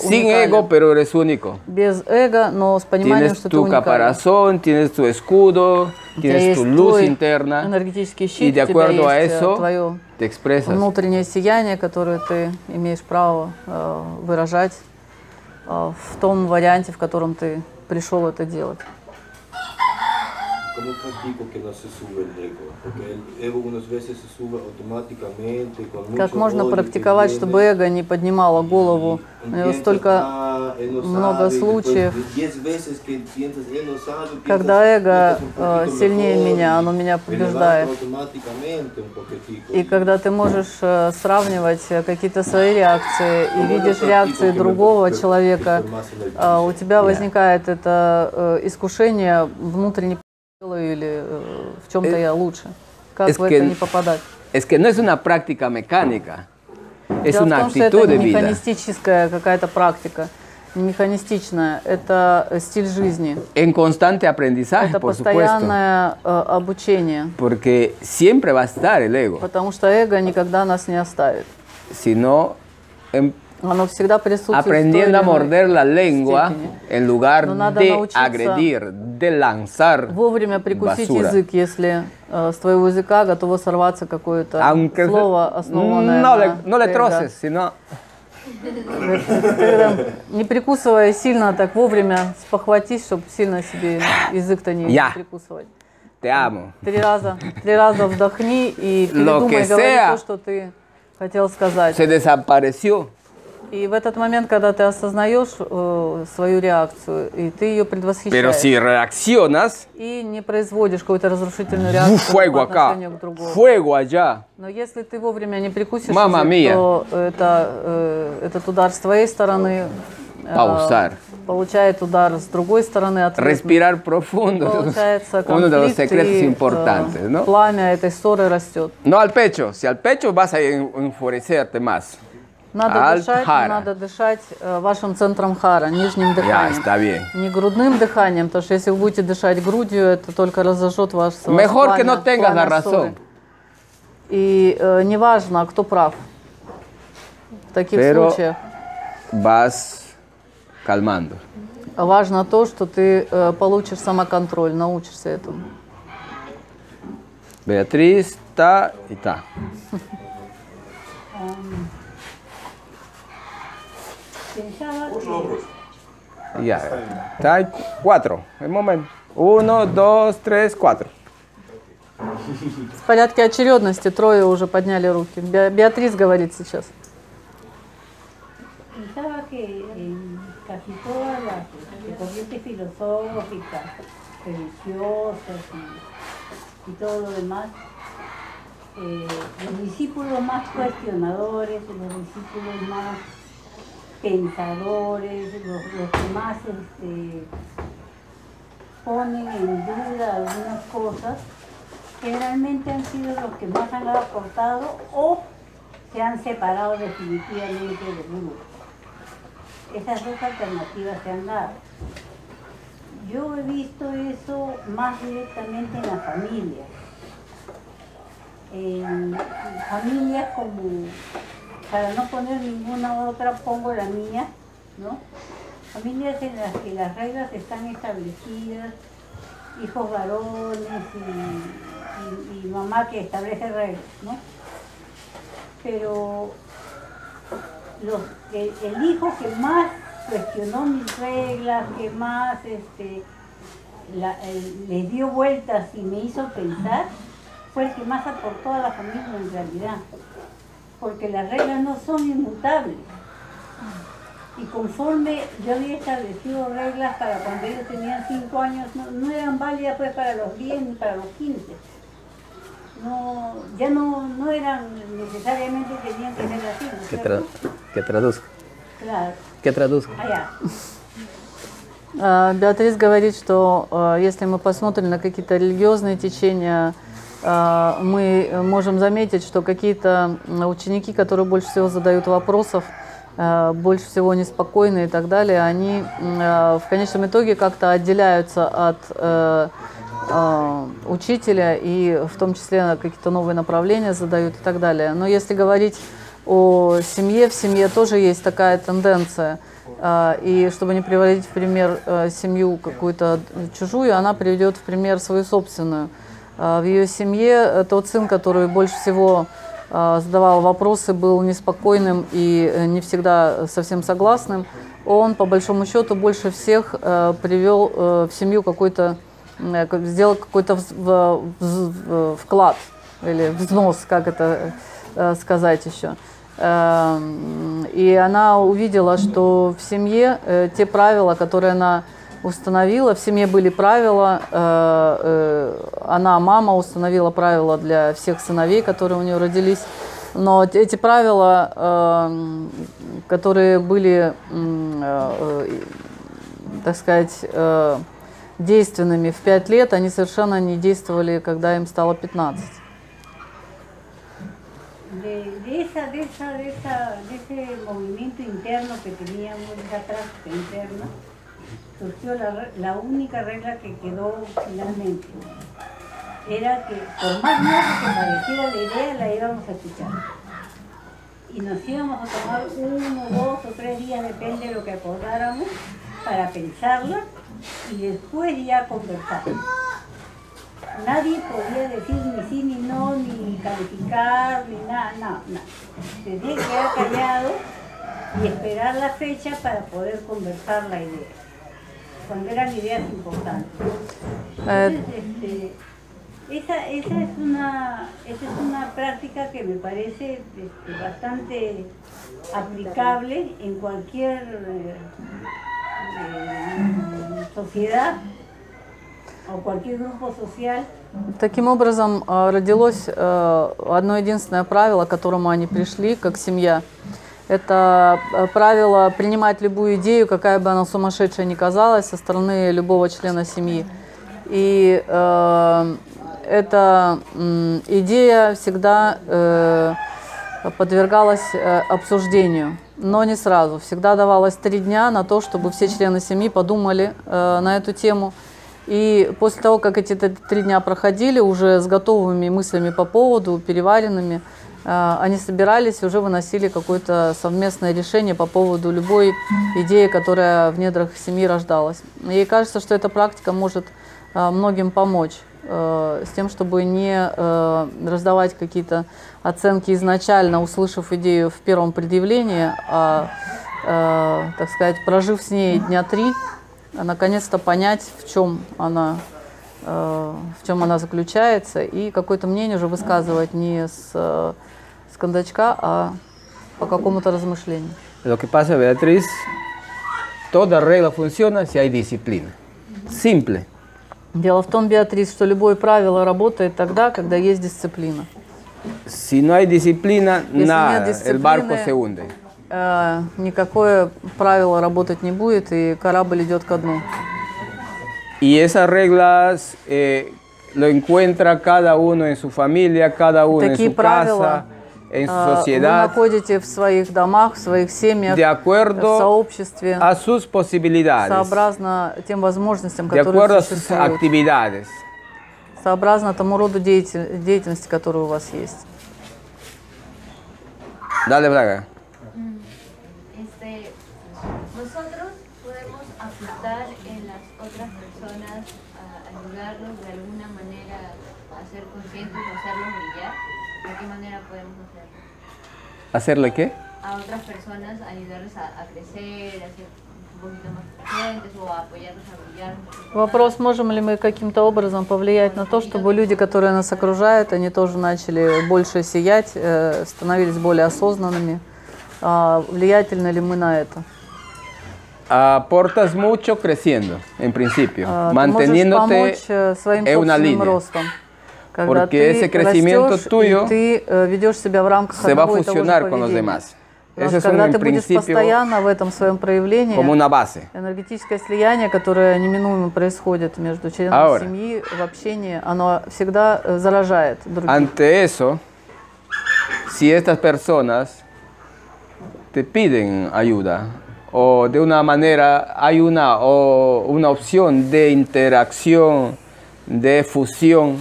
A: Sin
H: уникален.
A: ego, pero eres único.
H: Без эго, но с пониманием,
A: Tienes
H: что ты
A: tu
H: уникален.
A: caparazón, tienes tu escudo,
H: У тебя
A: ¿eh? tienes
H: есть
A: tu e- luz
H: твой
A: interna
H: энергетический щит,
A: y este de
H: у тебя
A: acuerdo a
H: есть, э,
A: eso
H: твое
A: te expresas.
H: внутреннее сияние, которое ты имеешь право э, выражать э, в том варианте, в котором ты пришел это делать.
I: Como un tipo que no se sube el ego, porque el ego unas veces se sube automáticamente, con mucho
H: Как можно
I: odio que
H: практиковать,
I: viene.
H: чтобы эго не поднимало голову? У него
I: Piensas,
H: столько
I: «Ah, él no
H: много
I: sabe», y después
H: случаев.
I: 10 veces que piensas, «Él no sabe», piensas,
H: Когда
I: «Este
H: эго
I: es un
H: э,
I: poquito
H: сильнее
I: mejor»,
H: меня,
I: y
H: оно меня
I: me levanto
H: побеждает.
I: automáticamente un poquitico.
H: И когда ты можешь э, сравнивать э, какие-то свои реакции и
I: Ну,
H: видишь
I: это
H: реакции
I: типа,
H: другого
I: например,
H: человека,
I: информация
H: э, у тебя возникает это э, искушение внутренне или э, в чем-то я лучше. Как
A: es
H: в
A: que-
H: это не попадать?
A: Es que no es una práctica mecánica, es
H: Дело в
A: una
H: том, что это
A: actitud de
H: не
A: vida.
H: механистическая какая-то практика, не механистичная, это э, стиль жизни,
A: En constante aprendizaje,
H: это
A: por supuesto.
H: постоянное э, обучение,
A: Porque siempre va a estar el ego.
H: потому что эго никогда нас не оставит.
A: Si no, em-
H: Оно всегда присутствует. в той или
A: aprendiendo a
H: иной
A: morder la lengua
H: степени.
A: en
H: No
A: lugar
H: nada
A: de
H: naučиться.
A: agredir, de lanzar
H: Вовремя прикусить
A: Basura.
H: язык, если э, с твоего языка готово сорваться какое-то
A: aunque
H: слово, основанное
A: no le,
H: на
A: no le
H: эго.
A: troces, sino
H: Не прикусывая сильно, так вовремя спохватись, чтобы сильно себе язык-то не
A: Я.
H: прикусывать.
A: te amo.
H: Три раза, три раза вдохни и
A: Lo que
H: передумай говори
A: sea.
H: то, что ты хотел сказать.
A: Se desapareció.
H: И в этот момент, когда ты осознаешь э, свою реакцию, и ты ее
A: Pero
H: предвосхищаешь,
A: si reaccionas,
H: и не производишь какую-то разрушительную
A: ¡fu-
H: реакцию
A: fuego
H: по
A: acá,
H: отношению к другому.
A: fuego allá.
H: Но если ты вовремя не прикусишь,
A: Мама
H: язык,
A: мия.
H: то это, э, этот удар с твоей стороны э,
A: Pausar.
H: получает удар с другой стороны ответный.
A: Respirar profundo.
H: Получается
A: Uno de los
H: конфликт,
A: secretos
H: и,
A: importantes,
H: э,
A: ¿no?
H: пламя этой ссоры растет.
A: No al pecho. Si al pecho vas a en- enfurecerte más.
H: Надо
A: Аль
H: дышать,
A: Хара.
H: надо дышать э, вашим центром хара, нижним
A: Ya,
H: дыханием.
A: está bien.
H: Не грудным дыханием, потому что если вы будете дышать грудью, это только разожжет ваш
A: Mejor que no tengas la razón.
H: И э, неважно, кто прав. В таких
A: Pero-
H: случаях
A: Vas calmando.
H: А важно то, что ты э, получишь самоконтроль, научишься этому.
A: Beatriz, ta y ta. Ya. Ta y cuatro. El momento. Uno, dos, tres, cuatro.
H: В порядке очередности трое уже подняли руки. Бе- Беатрис говорит сейчас.
K: Pensaba que en casi todas las eh, corrientes filosóficas, religiosas y, y todo lo demás, eh, los discípulos más cuestionadores, los discípulos más pensadores, los, los que más este, ponen en duda algunas cosas, generalmente han sido los que más han aportado o se han separado definitivamente del grupo. Esas dos alternativas se han dado. Yo he visto eso más directamente en la familia. En familias como, para no poner ninguna otra, pongo la mía, ¿no? Familias en las que las reglas están establecidas, hijos varones y, y- y mamá que establece reglas, ¿no? Pero los- el, el hijo que más cuestionó mis reglas, que más este, la- el- les dio vueltas y me hizo pensar, fue el que más aportó a la familia en realidad. Porque las reglas no son inmutables. Y conforme yo había establecido reglas para cuando ellos tenían 5 años, no, no eran válidas pues para los 10 ni para los 15 no, ya no, no eran necesariamente tenían que ser así, ¿no es
A: Que, tra
K: cierto?
A: que traduzco.
K: Claro,
A: Que traduzco.
K: allá.
H: Э, Беатрис говорит, что э, если мы посмотрим на какие-то религиозные течения, э, мы можем заметить, что какие-то м, ученики, которые больше всего задают вопросов, э, больше всего неспокойны и так далее, они м, э, в конечном итоге как-то отделяются от э, э, учителя и в том числе на какие-то новые направления задают и так далее. Но если говорить о семье, в семье тоже есть такая тенденция. А, И чтобы не приводить в пример э, семью какую-то чужую, она приведет в пример свою собственную. А, В ее семье э, тот сын, который больше всего э, задавал вопросы, был неспокойным и э, не всегда совсем согласным, он по большому счету больше всех э, привел э, в семью какой-то э, как- сделал какой-то вз- в- вз- в- вклад или взнос, как это э, сказать еще. Эм, И она увидела, что в семье э, те правила, которые она установила, в семье были правила, э, э, она, мама, установила правила для всех сыновей, которые у нее родились. Но т- эти правила, эм, которые были м, э, э, так сказать, э, действенными в 5 лет, они совершенно не действовали, когда им стало 15.
K: De, de esa, de esa, de esa, de ese movimiento interno que teníamos, esa práctica interna, surgió la, re- la única regla que quedó finalmente. Era que por más nueva que pareciera la idea, la íbamos a escuchar. Y nos íbamos a tomar uno, dos o tres días, depende de lo que acordáramos, para pensarla y después ya conversar. Nadie podía decir ni sí ni no, ni calificar, ni nada, nada, nada. Se tenía que quedar callado y esperar la fecha para poder conversar la idea, cuando eran ideas importantes.
H: Eh.
K: Entonces, este, esa, esa es una, esa es una práctica que me parece este, bastante aplicable en cualquier eh, eh, sociedad o cualquier grupo social.
H: Таким образом, э, родилось э, одно единственное правило, к которому они пришли, как семья. Это э, правило принимать любую идею, какая бы она сумасшедшая ни казалась, со стороны любого члена семьи. И э, эта м, идея всегда э, подвергалась э, обсуждению, но не сразу. Всегда давалось три дня на то, чтобы все члены семьи подумали э, на эту тему. И после того, как эти т- три дня проходили, уже с готовыми мыслями по поводу, переваренными, э, они собирались и уже выносили какое-то совместное решение по поводу любой идеи, которая в недрах семьи рождалась. И кажется, что эта практика может э, многим помочь э, с тем, чтобы не э, раздавать какие-то оценки изначально, услышав идею в первом предъявлении, а, э, так сказать, прожив с ней дня три, а наконец-то понять, в чем она э, в чем она заключается, и какое-то мнение уже высказывать не с, э, с кондачка, а по какому-то размышлению.
A: Lo que pasa, Beatriz, toda regla funciona si hay disciplina. Simple.
H: Дело в том, Беатрис, что любое правило работает тогда, когда есть дисциплина.
A: Si no hay disciplina,
H: Если
A: nada,
H: нет
A: el barco
H: дисциплины,
A: se hunde.
H: э, никакое правило работать не будет, и корабль идет ко дну.
A: Y esas reglas eh, lo encuentra cada uno en su familia, cada uno en
H: Такие
A: su casa,
H: правила
A: en su
H: э, вы
A: sociedad,
H: находите в своих домах, в своих семьях,
A: de
H: в
A: acuerdo
H: сообществе,
A: a sus posibilidades,
H: сообразно тем возможностям,
A: de acuerdo
H: которые
A: a sus
H: существуют,
A: actividades.
H: сообразно тому роду деяти- деятельности, которая у вас есть.
A: Dale, Braga.
J: Este, nosotros podemos aportar en las otras personas a ayudarlos de alguna manera a ser conscientes y hacerlos brillar. ¿De qué manera podemos hacerlo?
A: ¿Hacerle qué?
J: A otras personas ayudarles a, a crecer, a ser un poquito más presentes o a apoyarlos a brillar.
H: Вопрос, можем ли мы каким-то образом повлиять на то, чтобы люди, которые нас окружают, они тоже начали больше сиять, э, становились более осознанными. А влиятельны ли мы на это?
A: Aportas mucho creciendo, en principio,
H: А, Ты можешь
A: manteniéndote
H: помочь э, своим
A: en una
H: собственным
A: línea.
H: ростом. Когда
A: Porque ese
H: ты
A: crecimiento
H: растешь,
A: tuyo
H: и ты э, ведешь себя в рамках
A: se va a
H: одного и того же
A: fusionar con los
H: поведения.
A: demás.
H: Потому
A: Ese
H: что
A: es un
H: когда
A: en
H: ты будешь
A: principio
H: постоянно в этом своем проявлении,
A: como una base.
H: энергетическое слияние, которое неминуемо происходит между членами
A: Ahora.
H: семьи, в общении, оно всегда э, заражает других.
A: Ante eso, si estas personas te piden ayuda o de una manera hay una, o una opción de interacción, de fusión,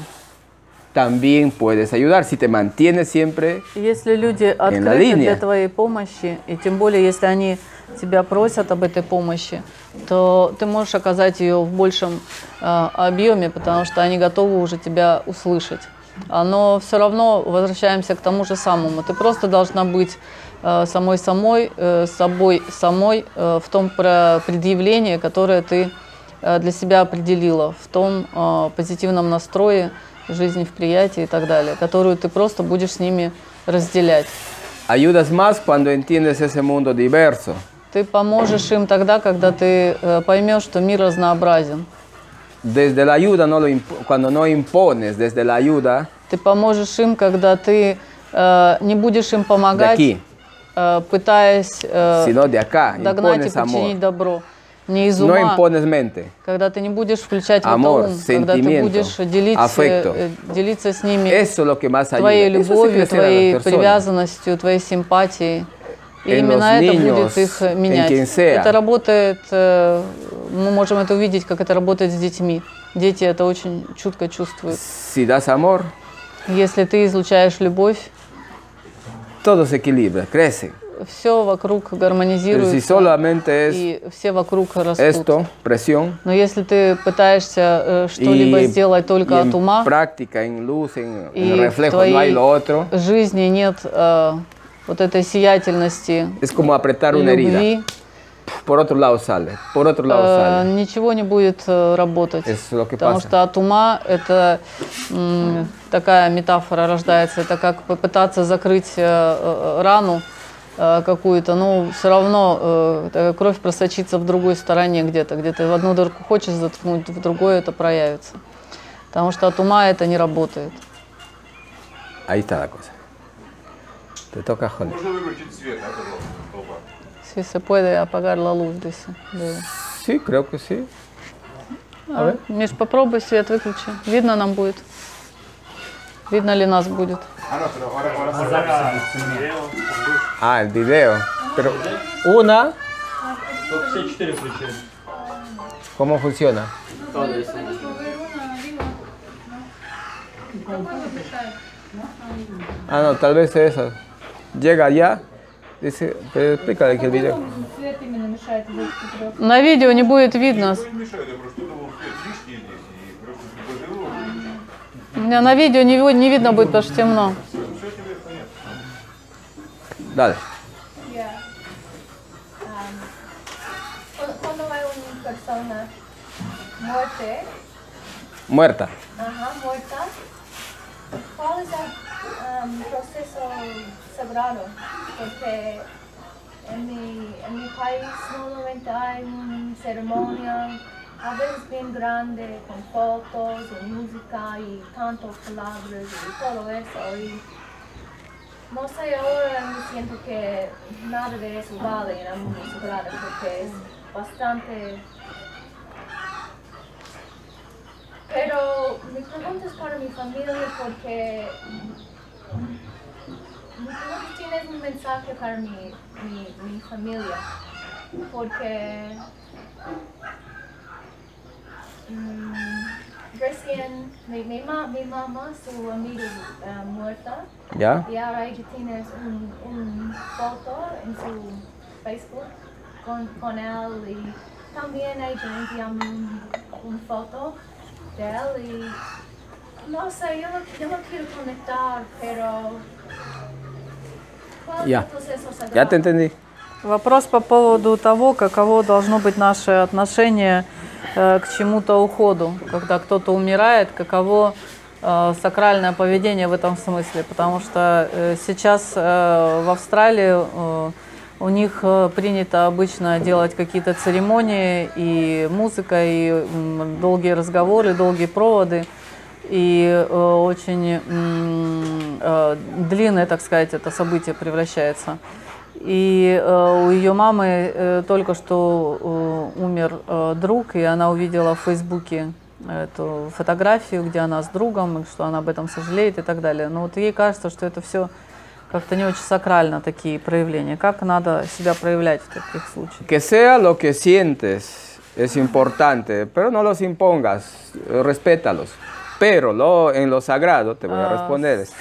A: también puedes ayudar si te mantienes siempre
H: Если люди
A: на
H: открыты
A: линии.
H: для твоей помощи, и тем более, если они тебя просят об этой помощи, то ты можешь оказать ее в большем э, объеме, потому что они готовы уже тебя услышать. А, Но все равно возвращаемся к тому же самому. Ты просто должна быть э, самой самой, э, собой самой э, в том про- предъявлении, которое ты э, для себя определила, в том э, позитивном настрое, жизни в приятии и так далее, которую ты просто будешь с ними разделять.
A: Ayudas más cuando entiendes ese mundo diverso.
H: Ты поможешь им тогда, когда ты э, поймешь, что мир разнообразен.
A: Desde la ayuda, no lo imp- cuando no impones, desde la ayuda
H: Ты поможешь им, когда ты э, не будешь им
A: de
H: помогать,
A: aquí,
H: э, пытаясь э,
A: sino de acá,
H: догнать и
A: impones
H: подчинить
A: amor.
H: добро. Не из
A: No
H: ума,
A: impones mente.
H: когда ты не будешь включать в это
A: Amor,
H: ум, когда ты
A: sentimiento,
H: будешь делить,
A: afecto.
H: э, делиться с ними
A: Eso es lo que más ayuda.
H: твоей
A: Eso hace
H: любовью,
A: crecer a las
H: твоей
A: personas.
H: привязанностью, твоей симпатией. И
A: En
H: именно
A: los
H: это
A: niños,
H: будет их
A: en
H: менять.
A: quien sea.
H: Это работает, э, мы можем это увидеть, как это работает с детьми. Дети это очень чутко чувствуют.
A: Si das amor,
H: Если ты излучаешь любовь,
A: todo se equilibra, crece.
H: все вокруг
A: Pero si
H: гармонизируется,
A: solamente es
H: и все вокруг растут.
A: esto, presión,
H: Но если ты пытаешься э, что-либо
A: y,
H: сделать
A: y
H: только
A: en
H: от ума,
A: práctica, en luz, en, en
H: y
A: reflejo,
H: твоей
A: no hay lo otro,
H: жизни нет э, вот этой сиятельности,
A: es como apretar una herida.
H: любви,
A: Por otro lado sale, por otro lado
H: э,
A: sale.
H: ничего не будет э, работать.
A: Eso es lo que
H: Потому
A: pasa.
H: что от ума это м, такая метафора рождается. Это как попытаться закрыть э, э, рану э, какую-то, но все равно э, такая кровь просочится в другой стороне где-то. Где-то в одну дырку хочешь заткнуть, в другую это проявится. Потому что от ума это не работает.
A: Ahí está la cosa. Te toca, Holly.
B: Можно выключить свет, да, пожалуйста, оба.
H: Si se puede apagar la luz, dice. De-
A: Sí, creo que sí.
H: А, Миш, попробуй свет выключи. Видно нам будет. Видно ли нас будет?
B: Ah, no, pero ahora, ahora por
A: Ah, el video. Pero una,
F: Тут все четыре включили.
A: ¿cómo funciona? Ah, no, tal vez eso. Llega allá, dice, pero explícale que el video.
C: Свет именно мешает из этих трех.
H: На видео не будет видно.
B: Не мешает, я просто думал, свет лишний здесь, и просто предложил его.
H: У меня на видео не, ви- не видно будет, потому что темно.
A: Dale.
J: Yeah. Um, cu- cuando hay una persona muerte,
A: Muerta.
J: ajá, muerta, ¿cuál es el um, proceso sagrado? Porque en mi, en mi país normalmente hay una ceremonia, a veces bien grande, con fotos y música y tantos palabras y todo eso. Y, no sé, ahora siento que nada de eso vale en la música sagrada porque es bastante... Pero mi pregunta es para mi familia porque... Mi pregunta tiene un mensaje para mi, mi, mi familia porque... mm, recién mi, mi, ma- mi mamá, su amiga eh, muerta,
A: ¿Ya?
J: y ahora ella tiene un, un foto en su Facebook con, con él y también ella envía un, un foto de él y no sé, yo no, yo no quiero conectar, pero... ¿Cuál
H: Ya.
J: es el proceso sagrado?
A: Ya te entendí.
H: Вопрос по поводу того, каково должно быть наше отношение э, к чему-то уходу, когда кто-то умирает, каково э, сакральное поведение в этом смысле, потому что э, сейчас э, в Австралии э, у них э, принято обычно делать какие-то церемонии и музыка, и м, долгие разговоры, долгие проводы и э, очень м, э, длинное, так сказать, это событие превращается. И э, у ее мамы э, только что э, умер э, друг, и она увидела в Фейсбуке э, эту фотографию, где она с другом, и что она об этом сожалеет и так далее. Но вот ей кажется, что это все как-то не очень сакрально, такие проявления. Как надо себя проявлять в таких случаях?
A: Que sea lo que sientes es importante, pero no los impongas, eh, respétalos. Pero lo, en lo sagrado, te voy a
H: Ah,
A: responder. es-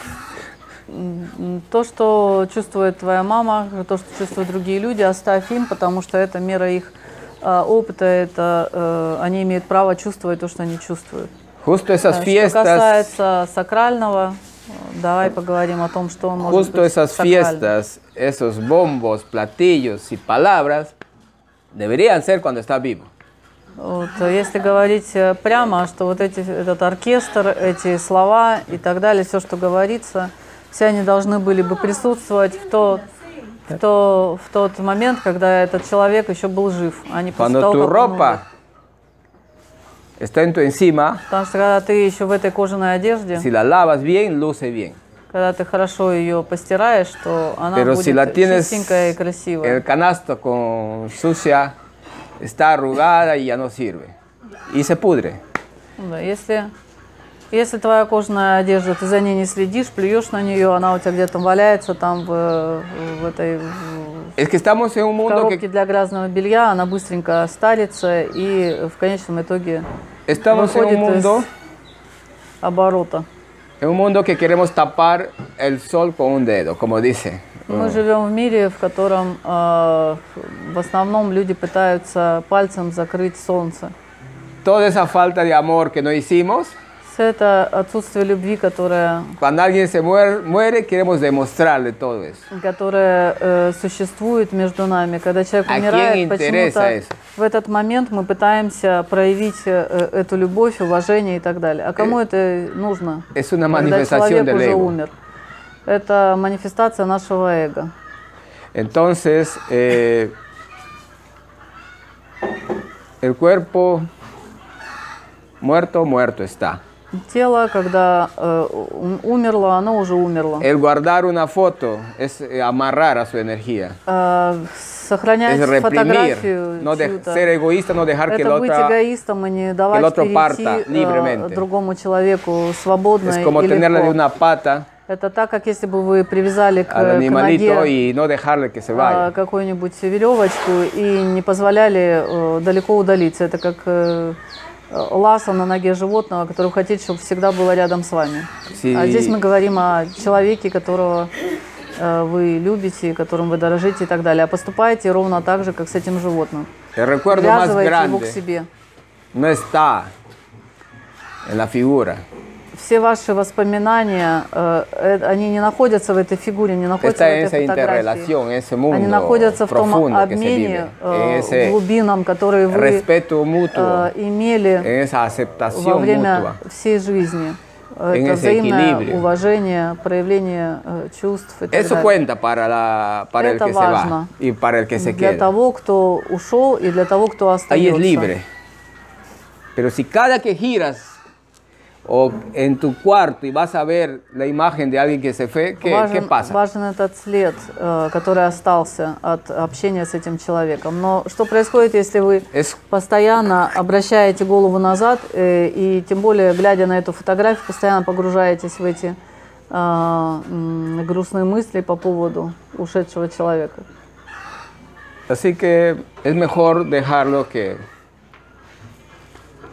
H: М, То, что чувствует твоя мама, то, что чувствуют другие люди, оставь им, потому что это мера их э, опыта, это э, они имеют право чувствовать то, что они чувствуют.
A: Justo esas
H: Э, Что
A: fiestas,
H: касается сакрального, э, давай поговорим о том, что может
A: justo
H: быть
A: esas
H: сакральным.
A: fiestas, esos bombos, platillos y palabras deberían ser cuando estás vivo.
H: Вот, э, если говорить э, прямо, что вот эти, этот оркестр, эти слова и так далее, все, что говорится, все они должны были бы присутствовать в тот, в то- в тот момент, когда этот человек еще был жив, а не после
A: Cuando
H: того,
A: tu
H: как он умер.
A: ropa está en tu encima,
H: Потому что когда ты еще в этой кожаной одежде,
A: si la lavas bien, luce bien.
H: когда ты хорошо ее постираешь, то она
A: Pero
H: будет
A: si la tienes
H: чистенькая и красивая.
A: El canasto con sucia está arrugada y ya no sirve. Y se pudre.
H: Да, если, если твоя кожаная одежда, ты за ней не следишь, плюешь на нее, она у тебя где-то валяется там в, в этой в
A: Es que estamos en un mundo
H: коробке
A: que
H: для грязного белья, она быстренько старится и в конечном итоге
A: estamos en
H: выходит
A: un mundo,
H: из оборота.
A: en un mundo que queremos tapar el sol con un dedo, como dice.
H: Мы живем в мире, в котором э, в основном люди пытаются пальцем закрыть солнце.
A: Toda esa falta de amor que no hicimos,
H: Это отсутствие любви, которое
A: cuando alguien se muer- muere, queremos demostrarle todo eso.
H: которая э, существует между нами. Когда человек
A: А
H: умирает,
A: кем
H: почему-то
A: интересно?
H: в этот момент мы пытаемся проявить э, э, эту любовь, уважение и так далее. А кому это нужно?
A: Es Э, una
H: Когда
A: manifestación
H: человек
A: del
H: уже
A: ego.
H: умер. Это манифестация нашего эго.
A: Entonces, eh, el cuerpo muerto, muerto está.
H: тело, когда э, ум- умерло, оно уже умерло.
A: El guardar una foto es eh, amarrar a su energía.
H: Э, сохранять
A: es reprimir,
H: фотографию
A: no de-
H: чью-то.
A: ser egoísta, no dejar que el
H: Это быть
A: otra
H: эгоистом и не давать
A: otro
H: перейти
A: parta
H: э,
A: libremente.
H: другому человеку свободно
A: es como
H: и
A: tenerle de
H: легко.
A: una pata
H: Это так, как если бы вы привязали к,
A: al
H: к
A: animalito
H: ноге
A: y no dejarle que se vaya.
H: а, какую-нибудь веревочку и не позволяли э, далеко удалиться. Это как э, э, ласа на ноге животного, который вы хотите, чтобы всегда было рядом с вами.
A: Sí.
H: А здесь мы говорим о человеке, которого э, вы любите, которым вы дорожите и так далее. А поступаете ровно так же, как с этим животным.
A: El recuerdo más
H: Привязываете его к
A: grande
H: себе.
A: no está en la figura,
H: Все ваши воспоминания, э, э, они не находятся в этой фигуре, не
A: está
H: находятся в
A: en esa
H: этой фотографии.
A: interrelación, en ese
H: Они
A: mundo
H: находятся в том
A: profundo que se vive,
H: обмене,
A: en
H: э,
A: ese
H: глубинам, которые вы
A: respeto mutuo,
H: э, имели
A: en esa
H: во
A: aceptación
H: время
A: mutua.
H: всей жизни. Э,
A: En
H: Это
A: ese equilibrio.
H: взаимное уважение, проявление э, чувств и так
A: Eso
H: далее.
A: cuenta para, la, para el
H: Это
A: que se va
H: важно.
A: y para el que se
H: Для
A: queda.
H: того, кто ушел и для того, кто
A: Ahí
H: остается.
A: es libre. Pero si cada que giras o en tu cuarto y vas a ver la imagen de alguien que se fue, ¿qué, qué
H: важен,
A: pasa?
H: важен этот след, э, который остался от общения с этим человеком. Но что происходит, если вы постоянно обращаете голову назад э, и тем более, глядя на эту фотографию, постоянно погружаетесь в эти э, м, грустные мысли по поводу ушедшего человека?
A: Así que es mejor dejarlo que,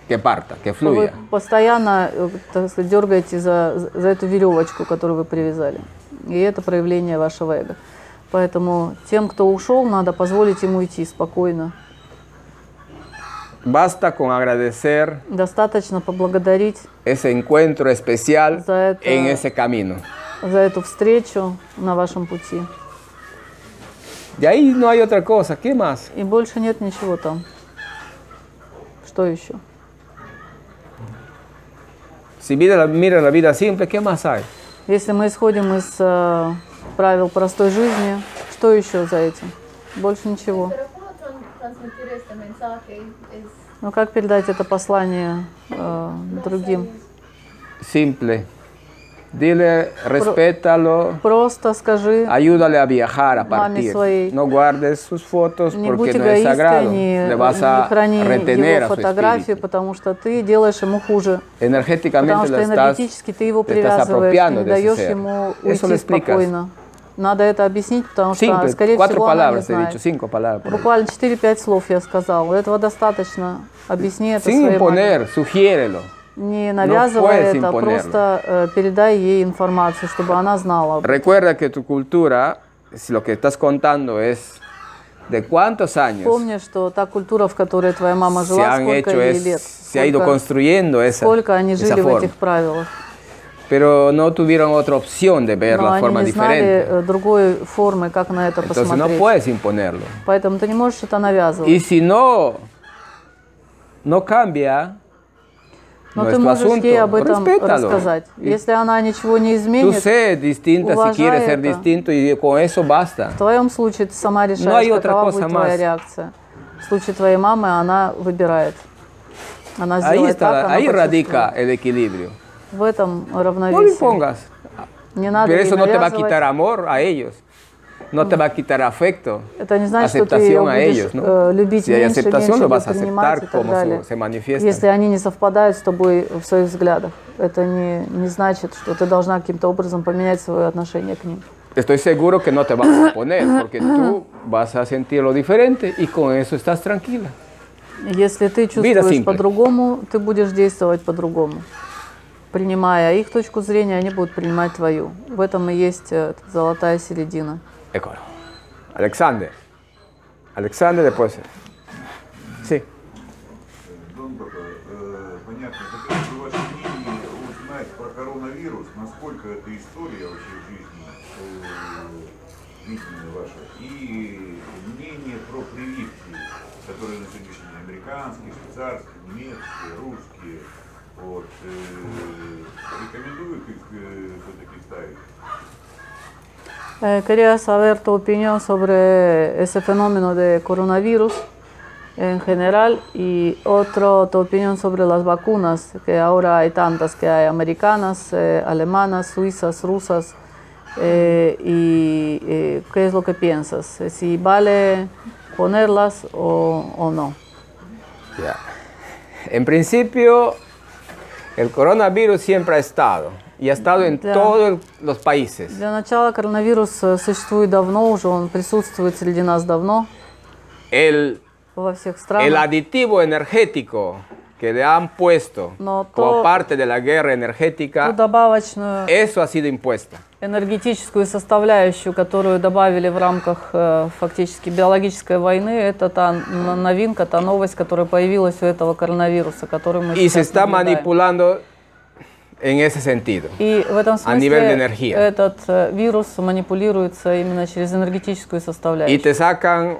A: que parta, que
H: Что Вы
A: fluya.
H: постоянно, э, так сказать, дергаете за, за эту веревочку, которую вы привязали. И это проявление вашего эго. Поэтому тем, кто ушел, надо позволить ему идти спокойно.
A: Basta con agradecer
H: Достаточно поблагодарить
A: ese encuentro especial
H: За это-
A: en ese camino.
H: за эту встречу на вашем пути.
A: De ahí no hay otra cosa. ¿Qué más?
H: И больше нет ничего там. Что еще?
A: Si mira la, mira la vida simple, ¿qué más hay?
H: Если мы исходим из э, правил простой жизни, что еще за этим? Больше ничего.
J: Pero ¿cómo tran- transmitir este mensaje? Es
H: Но Ну, как передать это послание э, другим?
A: Simple. Dile, respétalo,
H: Просто скажи,
A: А ayúdale a viajar, a partir.
H: своей.
A: No guardes sus fotos
H: не будь
A: porque no es
H: эгоисткой,
A: sagrado.
H: не,
A: Le vas
H: не
A: a
H: храни
A: retener a
H: его
A: su espíritu.
H: фотографию, потому что ты делаешь ему хуже. Потому
A: Energéticamente
H: что
A: le estás,
H: энергетически ты его
A: te estás
H: привязываешь,
A: apropiando
H: не
A: de ese
H: даешь
A: ser.
H: ему
A: Eso lo
H: уйти
A: explicas.
H: спокойно. Надо это объяснить, потому что,
A: Simple,
H: скорее
A: cuatro
H: всего, она не
A: palabras he dicho,
H: знает.
A: cinco palabras. por ahí.
H: Буквально 4-5 слов я сказала. Этого достаточно. Объясни это
A: Sin
H: своей маме.
A: imponer, sugiérelo.
H: Не
A: No
H: навязывай
A: puedes
H: это,
A: imponerlo.
H: просто э, передай ей информацию, чтобы она знала.
A: Recuerda que tu cultura, si lo que estás contando es de cuántos años
H: Помни, что та культура, в которой твоя мама
A: se
H: жила,
A: han
H: сколько
A: hecho,
H: ей
A: es-
H: лет,
A: se ha ido
H: сколько-
A: construyendo esa,
H: сколько они
A: esa
H: жили в
A: forma.
H: этих правилах.
A: Pero no tuvieron otra opción de ver
H: Но
A: la
H: они
A: forma
H: не знали
A: diferente.
H: э, другой формы, как на это
A: Entonces no
H: посмотреть.
A: puedes imponerlo.
H: Поэтому ты не можешь это навязывать.
A: Y si no, no cambia
H: Но ты
A: nuestro
H: можешь ей об
A: asunto,
H: этом
A: respétalo.
H: рассказать.
A: Y
H: Если она ничего
A: Tú
H: не изменит,
A: sé distinta si quieres
H: уважай
A: ser
H: это.
A: distinto y con eso basta.
H: В твоем случае ты сама решаешь,
A: hay otra
H: какова будет
A: cosa
H: твоя
A: más.
H: реакция. В случае твоей мамы она выбирает. Она
A: Ahí,
H: сделает так,
A: está,
H: она
A: ahí
H: почувствует.
A: radica el equilibrio.
H: В этом
A: No le
H: равновесие.
A: pongas.
H: Не надо
A: Pero
H: ей
A: eso no te va a
H: навязывать.
A: quitar amor a ellos. No te va a quitar afecto,
H: Это не значит, что ты ее
A: aceptación a
H: будешь
A: ellos. ¿no?
H: э, любить
A: Si hay
H: меньше,
A: aceptación,
H: меньше
A: lo vas a
H: принимать и
A: aceptar
H: так
A: como
H: далее.
A: su- se
H: Если
A: manifiesta.
H: они не совпадают с тобой в своих взглядах, это не, не значит, что ты должна каким-то образом поменять свое отношение к ним.
A: Estoy seguro que no te vas a oponer, porque tú vas a sentirlo diferente y con eso estás tranquila.
H: Если ты
A: simple.
H: чувствуешь по-другому, ты будешь действовать по-другому. Принимая их точку зрения, они будут принимать твою. В этом и есть э, золотая середина.
A: Écolo. Alexander. Alexander después. Sí.
B: Дон Баба, ну, э, понятно, так вот, по вашему мнению, узнать про коронавирус, насколько эта история вообще в жизни э, виденная ваша, и мнение про прививки, которые на сегодняшний день американские, швейцарские, немецкие, русские, вот, э, рекомендуют их э, все-таки ставить?
H: Eh, quería saber tu opinión sobre ese fenómeno de coronavirus en general. Y otro, tu opinión sobre las vacunas, que ahora hay tantas, que hay americanas, eh, alemanas, suizas, rusas. eh, y eh, qué es lo que piensas, eh, si vale ponerlas o, o no.
A: Ya. En principio, el coronavirus siempre ha estado y ha estado en
H: Ya.
A: todos el- los países.
H: Для начала коронавирус э, существует давно уже, он присутствует среди нас давно
A: El,
H: во всех
A: el
H: странах.
A: aditivo energético que le han puesto
H: Но
A: como
H: то-
A: parte de la guerra
H: Ту
A: energética,
H: добавочную
A: eso ha sido impuesto.
H: энергетическую составляющую, которую добавили в рамках э, фактически биологической войны, это та н- новинка, та новость, которая появилась у этого коронавируса, который мы
A: Y se
H: сейчас
A: está
H: наблюдаем.
A: manipulando en ese sentido.
H: И в этом
A: А nivel de
H: смысле
A: energía.
H: этот э, вирус манипулируется именно через энергетическую
A: Y
H: составляющую.
A: te sacan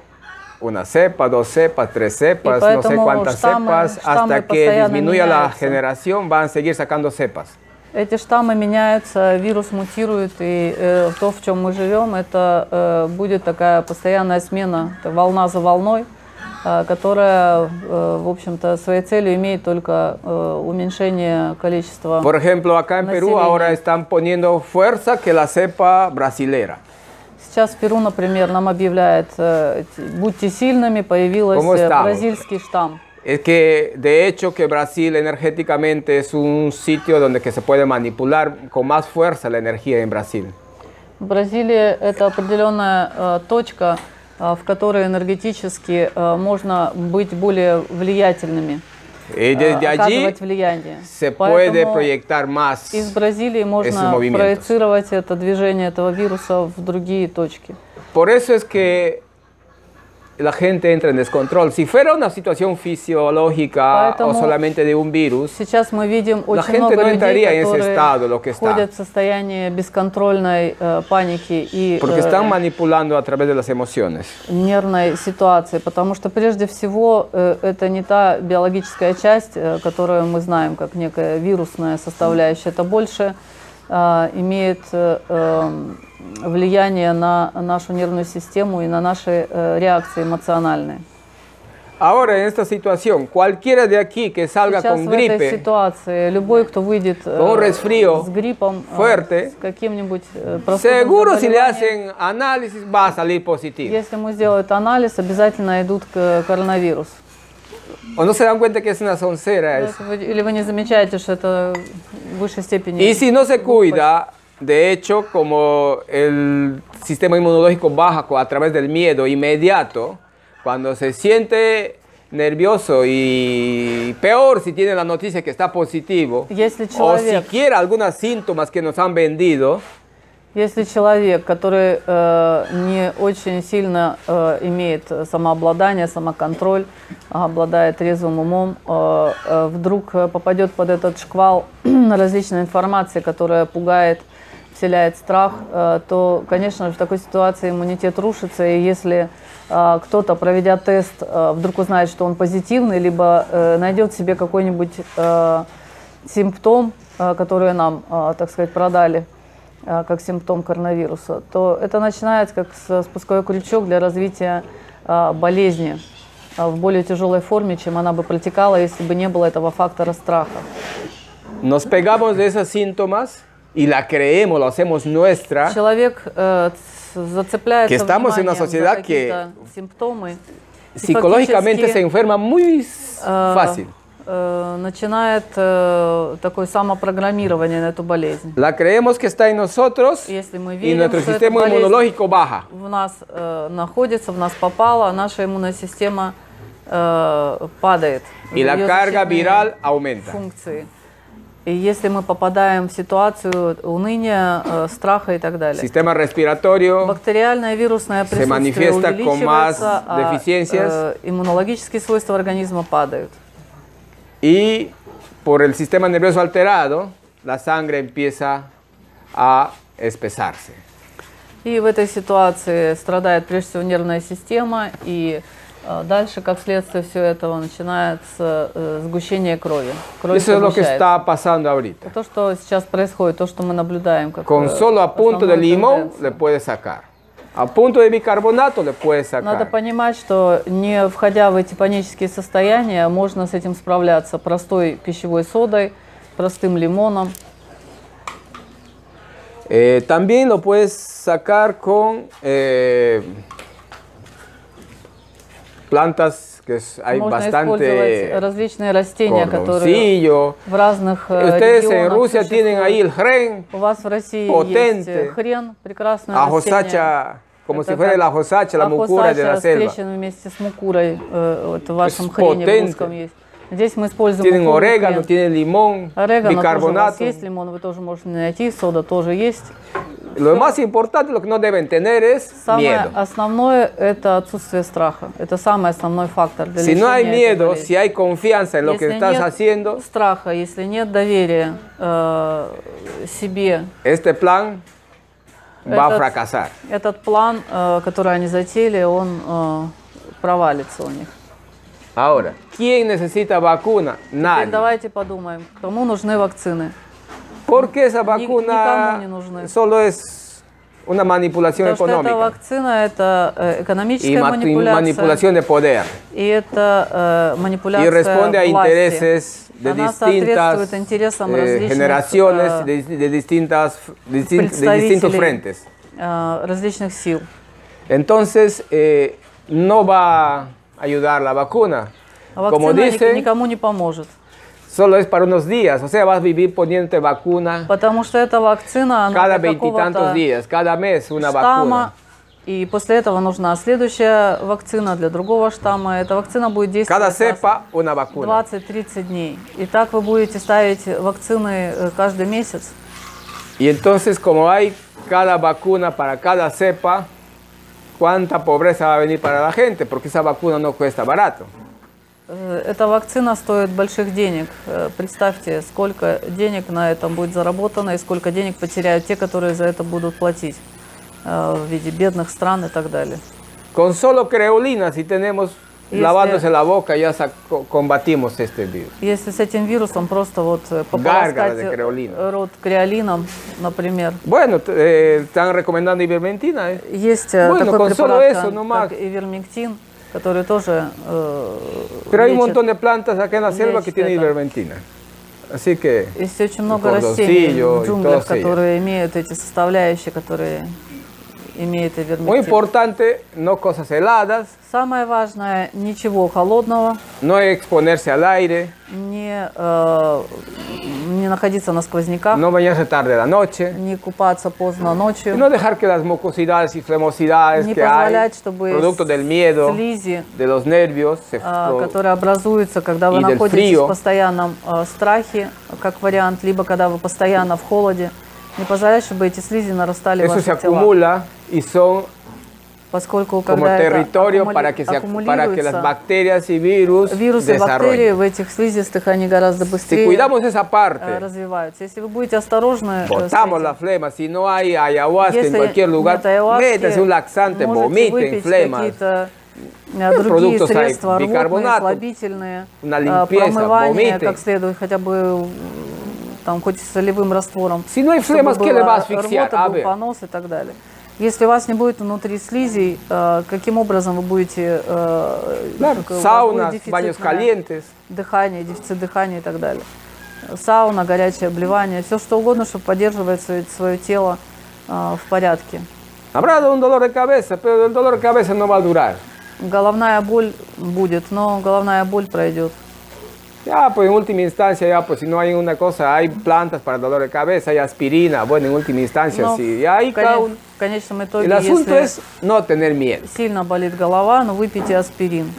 A: una cepa, dos cepas, tres cepas, no sé
H: поэтому
A: cuántas
H: штаммы-
A: cepas,
H: штаммы
A: hasta que
H: постоянно
A: disminuya la
H: меняются.
A: generación, van a seguir sacando cepas.
H: Эти штаммы меняются, вирус мутирует, и э, то, в чем мы живем, это э, будет такая постоянная смена, это волна за волной, э, которая, э, в общем-то, своей целью имеет только э, уменьшение количества.
A: Por ejemplo, acá en Perú
H: Население.
A: ahora están poniendo fuerza que la cepa brasilera.
H: Сейчас в Перу, например, нам объявляет, э, т- будьте сильными,
A: ¿Cómo
H: появился
A: estamos?
H: бразильский штамм.
A: Es que de hecho que Brasil energéticamente es un sitio donde que se puede manipular con más fuerza la energía en Brasil.
H: Бразилия – это определенная э, точка, э, в которой энергетически э, можно быть более влиятельными,
A: Y
H: э,
A: desde allí
H: оказывать влияние.
A: se puede
H: Поэтому
A: proyectar más.
H: из Бразилии
A: esos
H: можно
A: movimientos.
H: проецировать это движение этого вируса в другие точки.
A: Por eso es que la gente entra en descontrol. Si fuera una situación fisiológica o
H: Поэтому
A: solamente de un virus,
H: Сейчас мы видим
A: La
H: очень
A: gente
H: много
A: no
H: людей,
A: entraría en ese
H: которые
A: estado, lo que está.
H: входят в состояние бесконтрольной э, паники и
A: porque
H: э,
A: están manipulando a través de las emociones.
H: нервной ситуации, потому что прежде всего э, это не та биологическая часть, э, которую мы знаем как некая вирусная составляющая, это больше э, имеет э, эм, влияние на нашу нервную систему и на наши э, реакции эмоциональные.
A: Ahora, en esta situación, cualquiera de aquí que salga
H: Сейчас
A: con
H: в этой
A: gripe
H: ситуации любой, кто выйдет э,
A: Con un resfrío
H: с гриппом, э,
A: fuerte,
H: с каким-нибудь э, простудным
A: seguro si le hacen
H: заболеванием,
A: análisis va a salir positivo.
H: если ему сделают анализ, обязательно идут к коронавирусу.
A: ¿O no se dan cuenta que es una soncera eso?
H: Если вы- Или вы не замечаете, что это в высшей степени...
A: Y si no se
H: глупость?
A: cuida, de hecho, como el sistema inmunológico baja co- a través del miedo inmediato, cuando se siente nervioso y peor si tiene la noticia que está positivo,
H: Если
A: o
H: человек,
A: siquiera algunos síntomas que nos han vendido,
H: если человек, который э, не очень сильно э, имеет э, самообладание, самоконтроль, а обладает трезвым умом, э, э, вдруг э, попадет под этот шквал различной информации, которая пугает, вселяет страх, э, то, конечно, в такой ситуации иммунитет рушится, и если э, кто-то, проведя тест, э, вдруг узнает, что он позитивный, либо э, найдет себе какой-нибудь э, симптом, э, который нам, э, так сказать, продали э, как симптом коронавируса, то это начинается как с- спусковой крючок для развития э, болезни э, в более тяжелой форме, чем она бы протекала, если бы не было этого фактора страха.
A: nos pegamos de esos síntomas y la creemos, lo hacemos nuestra.
H: Человек э, ц- зацепляется
A: А? Que estamos en una
H: вниманием за
A: sociedad
H: какие-то симптомы. и
A: Psicológicamente se
H: фактически,
A: enferma muy
H: э,
A: fácil.
H: э, начинает э, такое самопрограммирование на эту болезнь.
A: La creemos que está en nosotros
H: Если мы
A: y
H: видим,
A: nuestro
H: что эта
A: sistema
H: болезнь
A: inmunológico baja.
H: в нас э, находится, в нас попала, наша иммунная система э, падает.
A: y la
H: Её
A: carga
H: защитные
A: viral aumenta.
H: функции. И если мы попадаем в ситуацию уныния, э, страха и так далее.
A: Sistema respiratorio,
H: Бактериальное вирусное присутствие
A: manifiesta con más
H: увеличивается, а,
A: deficiencias.
H: э, иммунологические свойства организма падают.
A: y por el sistema nervioso alterado, la sangre empieza a espesarse.
H: И в этой ситуации страдает прежде всего нервная система, и э, дальше, как следствие всего этого, начинается э, сгущение крови. Кровь
A: Eso es lo que
H: сгущается.
A: está pasando ahorita.
H: То, что сейчас происходит, то, что мы наблюдаем, как
A: Con
H: э,
A: solo a punto de
H: основную
A: limón
H: тенденцию.
A: le puede sacar. A punto de bicarbonato le puedes sacar.
H: Надо понимать, что не входя в эти панические состояния, можно с этим справляться простой пищевой содой, простым лимоном.
A: Eh, también lo puedes sacar con eh, plantas que es- hay
H: Можно
A: bastante.
H: использовать различные растения, которые
A: Cordoncillo.
H: в разных э,
A: Ustedes en
H: регионах
A: Rusia tienen ahí el
H: существуют.
A: хрен
H: У вас в России есть
A: potente.
H: э, хрен,
A: Ah,
H: прекрасное растение.
A: Ajosacha, como si fuera la josacha, la mucura de la
H: Ахосача
A: selva.
H: встречен вместе с мукурой, э, вот в вашем
A: Es
H: хрене в
A: potente.
H: русском есть. Здесь мы используем
A: Tienen
H: мукуру и
A: orégano,
H: хрен.
A: tienen limón,
H: Орегано тоже у вас
A: bicarbonato.
H: есть, лимон вы тоже можете найти, сода тоже есть.
A: Lo más importante, lo que no deben tener es
H: Самое
A: miedo.
H: основное – это отсутствие страха. Это самый основной фактор для
A: Si no hay
H: лечения этой
A: miedo,
H: болезни.
A: si hay confianza en lo que
H: Если
A: estás
H: нет
A: haciendo,
H: страха, если нет доверия э, себе,
A: este plan va a
H: Этот-
A: fracasar.
H: этот план, э, который они затеяли, он э, провалится у них.
A: Ahora, ¿quién necesita vacuna?
H: Теперь
A: Nadie.
H: давайте подумаем, кому нужны вакцины.
A: Porque esa
H: никому
A: vacuna
H: не нужны.
A: solo es una manipulación
H: Потому что эта
A: económica
H: вакцина – это э, экономическая
A: y ma- y
H: манипуляция.
A: manipulación de poder.
H: И это э,
A: Y
H: манипуляция
A: responde a
H: власти.
A: intereses de
H: Она
A: distintas
H: соответствует интересам
A: eh,
H: различных,
A: generaciones,
H: э,
A: de, de distintas, de distin- de distintos
H: представителей,
A: frentes.
H: э, различных сил.
A: Entonces, eh, no va a ayudar la vacuna.
H: А вакцина
A: Como
H: ни-
A: dicen,
H: никому не поможет.
A: solo es para unos días. O sea, vas a vivir poniéndote vacuna
H: Потому что эта вакцина, она
A: cada
H: для
A: veintitantos
H: какого-то
A: días, cada mes una vacuna.
H: штамма, и после этого нужна следующая вакцина для другого штамма. Эта вакцина будет
A: Cada
H: действовать раз
A: cepa, una vacuna.
H: 20-30 дней. И так вы будете ставить вакцины э, каждый месяц.
A: Y entonces, como hay cada vacuna para cada cepa, ¿cuánta pobreza va a venir para la gente? Porque esa vacuna no cuesta barato.
H: Э, Эта вакцина стоит больших денег. Э, Представьте, сколько денег на этом будет заработано и сколько денег потеряют те, которые за это будут платить э, в виде бедных стран и так далее.
A: Con solo creolina, si tenemos
H: Este-
A: lavándose la boca, ya saco- combatimos este virus.
H: Если с этим вирусом просто вот э,
A: Гárгара
H: пополоскать
A: de creolina.
H: э, рот креолином, например,
A: Bueno, t- eh, están recomendando ivermectina. ¿eh?
H: есть э,
A: Bueno,
H: такой
A: con solo
H: препарат,
A: eso
H: как-
A: nomás.
H: как ивермектин, который тоже э,
A: Pero hay un
H: лечит.
A: montón de plantas acá en la selva que
H: лечит
A: tienen
H: это.
A: ivermectina. Así que
H: Есть очень много
A: Кордонсилио
H: растений
A: Типа, и
H: в джунглях,
A: тосия.
H: которые имеют эти составляющие, которые имеют
A: muy
H: ивермектин.
A: importante no cosas heladas,
H: Самое важное, ничего холодного,
A: no exponerse al aire,
H: не, э, не находиться на сквозняках,
A: no bañarse tarde de la noche.
H: не купаться поздно
A: Y
H: ночью,
A: no dejar que las mucosidades y flemosidades
H: не
A: que hay,
H: позволять, чтобы
A: producto del miedo,
H: слизи,
A: de los nervios, se
H: э,
A: pro-
H: которые образуются, когда
A: И
H: вы
A: del
H: находитесь
A: frío.
H: в постоянном э, страхе, как вариант, либо когда вы постоянно в холоде, не позволять, чтобы эти слизи нарастали в
A: eso se
H: ваши тела.
A: acumula y son
H: Поскольку
A: como
H: когда это
A: territorio
H: аккумули-
A: para que, se, ac- para que
H: аккумулируется,
A: las bacterias y virus
H: вирусы и бактерии
A: desarrollen.
H: в этих слизистых, они гораздо
A: Si
H: быстрее
A: cuidamos esa
H: э,
A: parte,
H: развиваются. Если вы будете осторожны, э, с
A: botamos la flema, si no hay ayahuasca en
H: Если
A: cualquier lugar,
H: нет ayahuasca,
A: métase un laxante,
H: можете
A: vomiten
H: выпить
A: flemas,
H: какие-то э,
A: Ну,
H: другие
A: продуктов,
H: средства, рвотные,
A: бикарбонату,
H: слабительные,
A: на
H: э,
A: лимпеса,
H: промывание
A: вомиты.
H: как следует, хотя бы м, там хоть с солевым раствором.
A: Si no hay
H: чтобы
A: flemas, ¿qué le
H: была
A: va a asfixiar?
H: рвота,
A: A
H: был
A: ver.
H: понос и так далее. Если у вас не будет внутри слизей, э, каким образом вы будете... э,
A: Claro,
H: как у вас
A: saunas,
H: будет
A: baños
H: дефицитное
A: calientes.
H: Дыхание, дефицит дыхания и так далее. Сауна, горячее обливание, все что угодно, чтобы поддерживать свое, свое тело э, в порядке.
A: Habrá un dolor de cabeza, pero el dolor de cabeza no va a durar.
H: Головная боль будет, но головная боль пройдет.
A: Ya, pues en última instancia, ya, pues si no hay una cosa, hay plantas para dolor de cabeza, hay aspirina, bueno, en última instancia,
H: Но
A: sí, ya
H: в
A: hay cada
H: коне-
A: uno.
H: в конечном итоге,
A: El asunto es
H: если
A: no tener miedo.
H: сильно болит голова, но выпейте аспирин.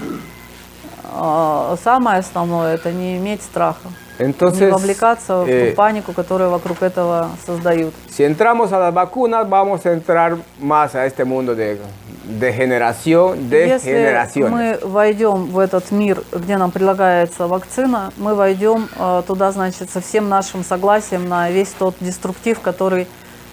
H: А, Самое основное это не иметь страха, не
A: Entonces,
H: вовлекаться в
A: eh,
H: ту панику, которую вокруг этого создают.
A: si entramos a las vacunas, vamos a entrar más a este mundo de, de generación, de
H: Если
A: generaciones.
H: мы войдем в этот мир, где нам предлагается вакцина, мы войдем э, туда, значит, со всем нашим согласием на весь тот деструктив, который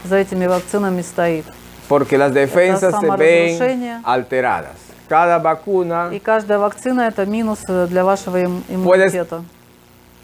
H: за этими вакцинами стоит.
A: Porque las defensas se ven
H: саморазрушение.
A: alteradas. Cada vacuna
H: И каждая вакцина это минус э, для вашего им-
A: puedes
H: иммунитета.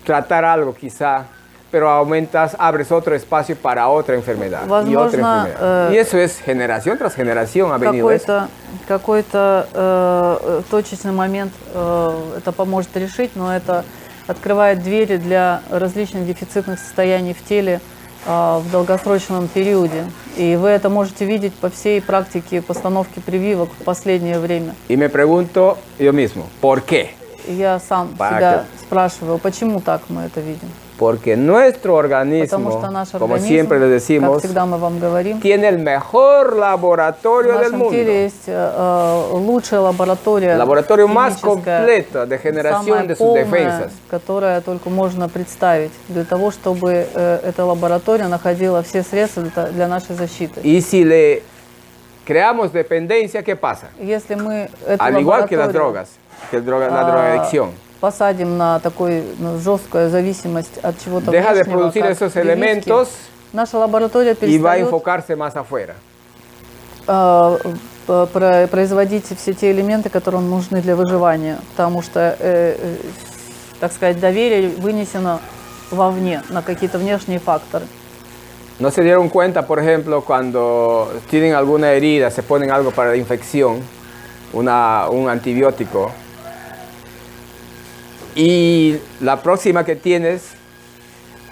A: tratar algo quizá, pero aumentas, abres otro espacio para otra enfermedad y otra
H: Возможно,
A: enfermedad.
H: э,
A: y eso es generación tras generación ha venido esto.
H: Какой-то какой-то э, э, точечный момент э, это поможет решить, но это открывает двери для различных дефицитных состояний в теле э, в долгосрочном периоде. И вы это можете видеть по всей практике постановки прививок в последнее время.
A: Y me pregunto yo mismo, ¿por qué?
H: И Я сам
A: Бакер.
H: себя спрашиваю, почему так мы это видим?
A: Porque nuestro
H: Потому
A: organismo,
H: что наш
A: como
H: организм,
A: siempre le
H: как
A: decimos,
H: всегда мы вам говорим,
A: tiene el mejor
H: в
A: laboratorio del
H: нашем
A: mundo.
H: теле есть э, э, лучшая лаборатория,
A: El laboratorio más
H: химическая,
A: completo de
H: самая
A: generación de sus
H: полная,
A: defensas.
H: которая только можно представить, для того, чтобы э, эта лаборатория находила все средства для, для нашей защиты.
A: Y si le creamos dependencia, ¿qué pasa?
H: Если мы эту
A: Al igual que las
H: лабораторию
A: drogas, que el droga- la
H: а,
A: drogadicción.
H: посадим на такую ну, жесткую зависимость от чего-то
A: Deja de
H: внешнего,
A: producir
H: как
A: esos
H: прививки,
A: elementos
H: наша лаборатория
A: y va a
H: перестает
A: enfocarse más afuera.
H: а, п- про- производить все те элементы, которые нужны для выживания, потому что, э, э, так сказать, доверие вынесено вовне, на какие-то внешние факторы.
A: No se dieron cuenta, por ejemplo, cuando tienen alguna herida, se ponen algo para la infección, una- un antibiótico, y la próxima que tienes,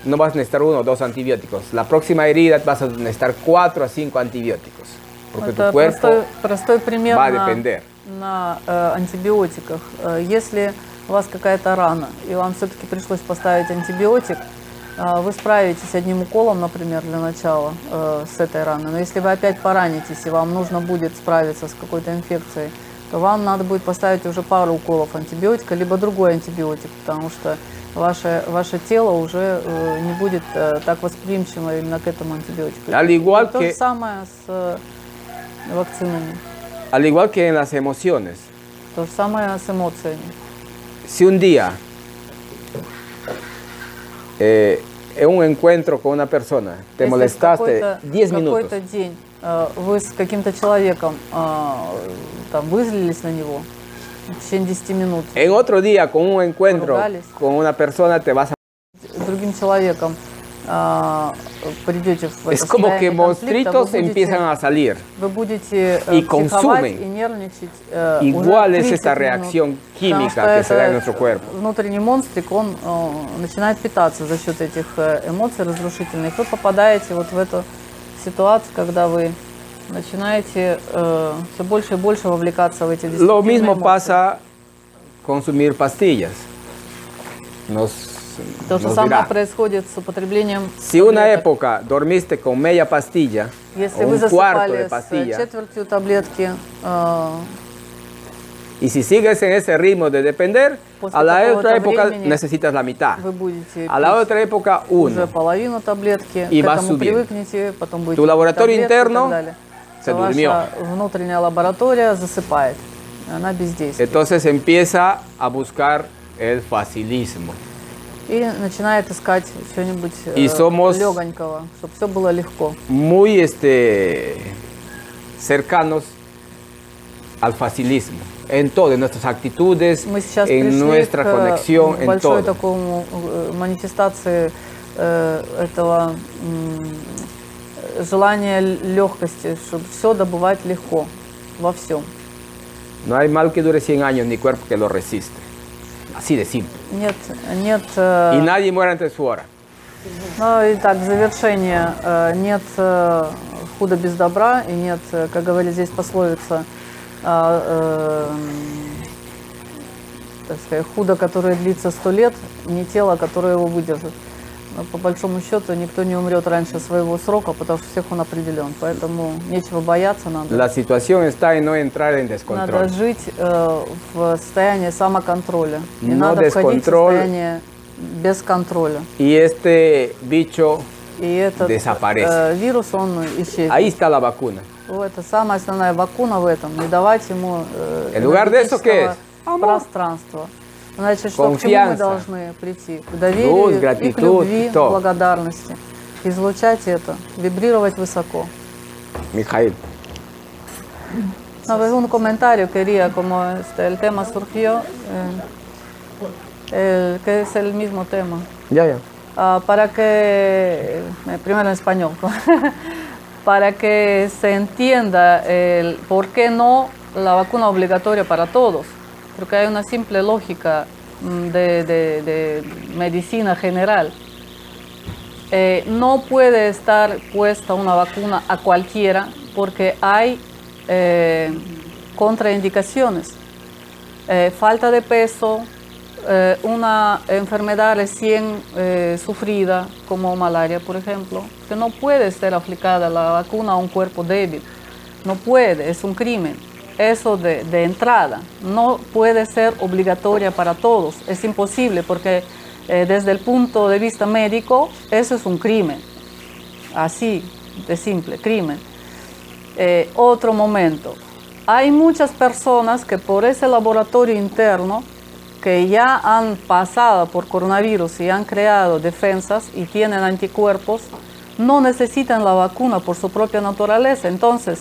A: no vas a necesitar uno o dos antibióticos. La próxima herida vas a necesitar cuatro a cinco antibióticos, porque
H: Это
A: tu cuerpo
H: простой, простой пример
A: va a
H: на-
A: depender.
H: на э, антибиотиках. Э, Если у вас какая-то рана, и вам все-таки пришлось поставить антибиотик, э, вы справитесь одним уколом, например, для начала э, с этой раной. Но если вы опять поранитесь, и вам нужно будет справиться с какой-то инфекцией, то вам надо будет поставить уже пару уколов антибиотика, либо другой антибиотик, потому что ваше, ваше тело уже э, не будет э, так восприимчиво именно к этому антибиотику.
A: Al igual
H: То же
A: que-
H: самое с э, вакцинами.
A: Al igual que en las emociones,
H: То же самое с эмоциями.
A: si un día eh, en un encuentro con una persona te
H: Если в
A: molestaste
H: какой-то-
A: 10
H: в
A: minutos,
H: какой-то день э, вы с каким-то человеком э, там вызлились на него в течение 10 минут
A: En otro día, con un encuentro
H: Portugales.
A: con una persona, te vas a...
H: с другим человеком э, придете в это
A: Es como que
H: состояние конфликта, вы
A: monstruitos
H: будете,
A: empiezan a salir.
H: вы будете э,
A: y
H: психовать
A: consumen.
H: и нервничать э, уже
A: Igual es
H: 30
A: esta
H: минут,
A: reacción
H: потому
A: química
H: что
A: que se da en
H: это
A: nuestro cuerpo.
H: внутренний монстрик, он э, начинает питаться за счет этих э, эмоций разрушительных. Вы попадаете вот в эту ситуацию, когда вы начинаете все больше и больше вовлекаться в эти
A: Lo
H: деструктивные
A: mismo
H: эмоции.
A: pasa consumir pastillas. Nos,
H: То же
A: nos
H: самое
A: dirá.
H: происходит с употреблением.
A: Si una época dormiste con media pastilla, o
H: Если вы
A: un cuarto de
H: засыпали с э,
A: pastilla,
H: четвертью таблетки, э,
A: y si sigues en ese ritmo de depender,
H: После
A: a la
H: какого-то
A: otra época
H: времени
A: necesitas la mitad,
H: вы будете
A: a А la
H: пить
A: otra época
H: уже
A: uno.
H: половину таблетки,
A: И
H: к
A: вас
H: этому
A: убили.
H: привыкнете, потом будете
A: Tu laboratorio
H: пить таблетки и так
A: interno
H: далее.
A: se
H: Ваша
A: durmió.
H: внутренняя лаборатория засыпает, она бездействует.
A: Entonces empieza a buscar el facilismo.
H: И начинает искать что-нибудь
A: И somos-
H: легонького, чтобы все было легко.
A: muy este, cercanos al facilismo, en todo, en nuestras actitudes,
H: Мы сейчас
A: en
H: пришли
A: nuestra
H: к э,
A: conexión, en
H: большой
A: todo.
H: такому э, манифестации э, этого м, желания легкости, чтобы все добывать легко во всем.
A: No hay mal que dure 100 años ni cuerpo que lo resiste. Así de simple.
H: Нет, нет. э,
A: Y nadie muere antes de su hora.
H: Ну и так, в завершение. э, Нет э, худа без добра и нет, э, как говорили здесь пословица, а, эм, так сказать, худо, которое длится сто лет, не тело, которое его выдержит. Но по большому счету никто не умрет раньше своего срока, потому что всех он определен. Поэтому нечего бояться, надо,
A: La situación está en no entrar en
H: надо
A: descontrol.
H: жить э, в состоянии самоконтроля. Не
A: Но
H: надо входить в
A: десконтроль-
H: состояние без контроля.
A: Y este bicho,
H: И этот
A: Desaparece.
H: э, вирус, он исчезнет.
A: ahí está la vacuna.
H: Ну, Это самая основная вакуна в этом, не давать ему э,
A: El lugar de eso, ¿qué es?
H: энергетического пространства. Значит, что к чему мы
A: Confianza.
H: должны прийти? К
A: Luz,
H: доверию и к
A: gratitud,
H: любви,
A: todo.
H: благодарности. Излучать это, вибрировать высоко.
A: Mijail.
H: No, pues, un comentario quería, como este, el tema э, surgió, eh, el- que es el mismo tema.
A: Ya, ya.
H: Ah, ah, para que, eh, primero en español, para que se entienda el por qué no la vacuna obligatoria para todos, porque hay una simple lógica mm, de, de- de medicina general. Eh, no puede estar puesta una vacuna a cualquiera porque hay eh, contraindicaciones. Eh, falta de peso, eh, una enfermedad recién eh, sufrida como malaria, por ejemplo, que no puede ser aplicada la vacuna a un cuerpo débil. No puede, es un crimen. Eso de, de entrada no puede ser obligatoria para todos. Es imposible porque eh, desde el punto de vista médico eso es un crimen. Así de simple, crimen. Eh, otro momento. Hay muchas personas que por ese laboratorio interno que ya han pasado por coronavirus y han creado defensas y tienen anticuerpos, no necesitan la vacuna por su propia naturaleza. Entonces,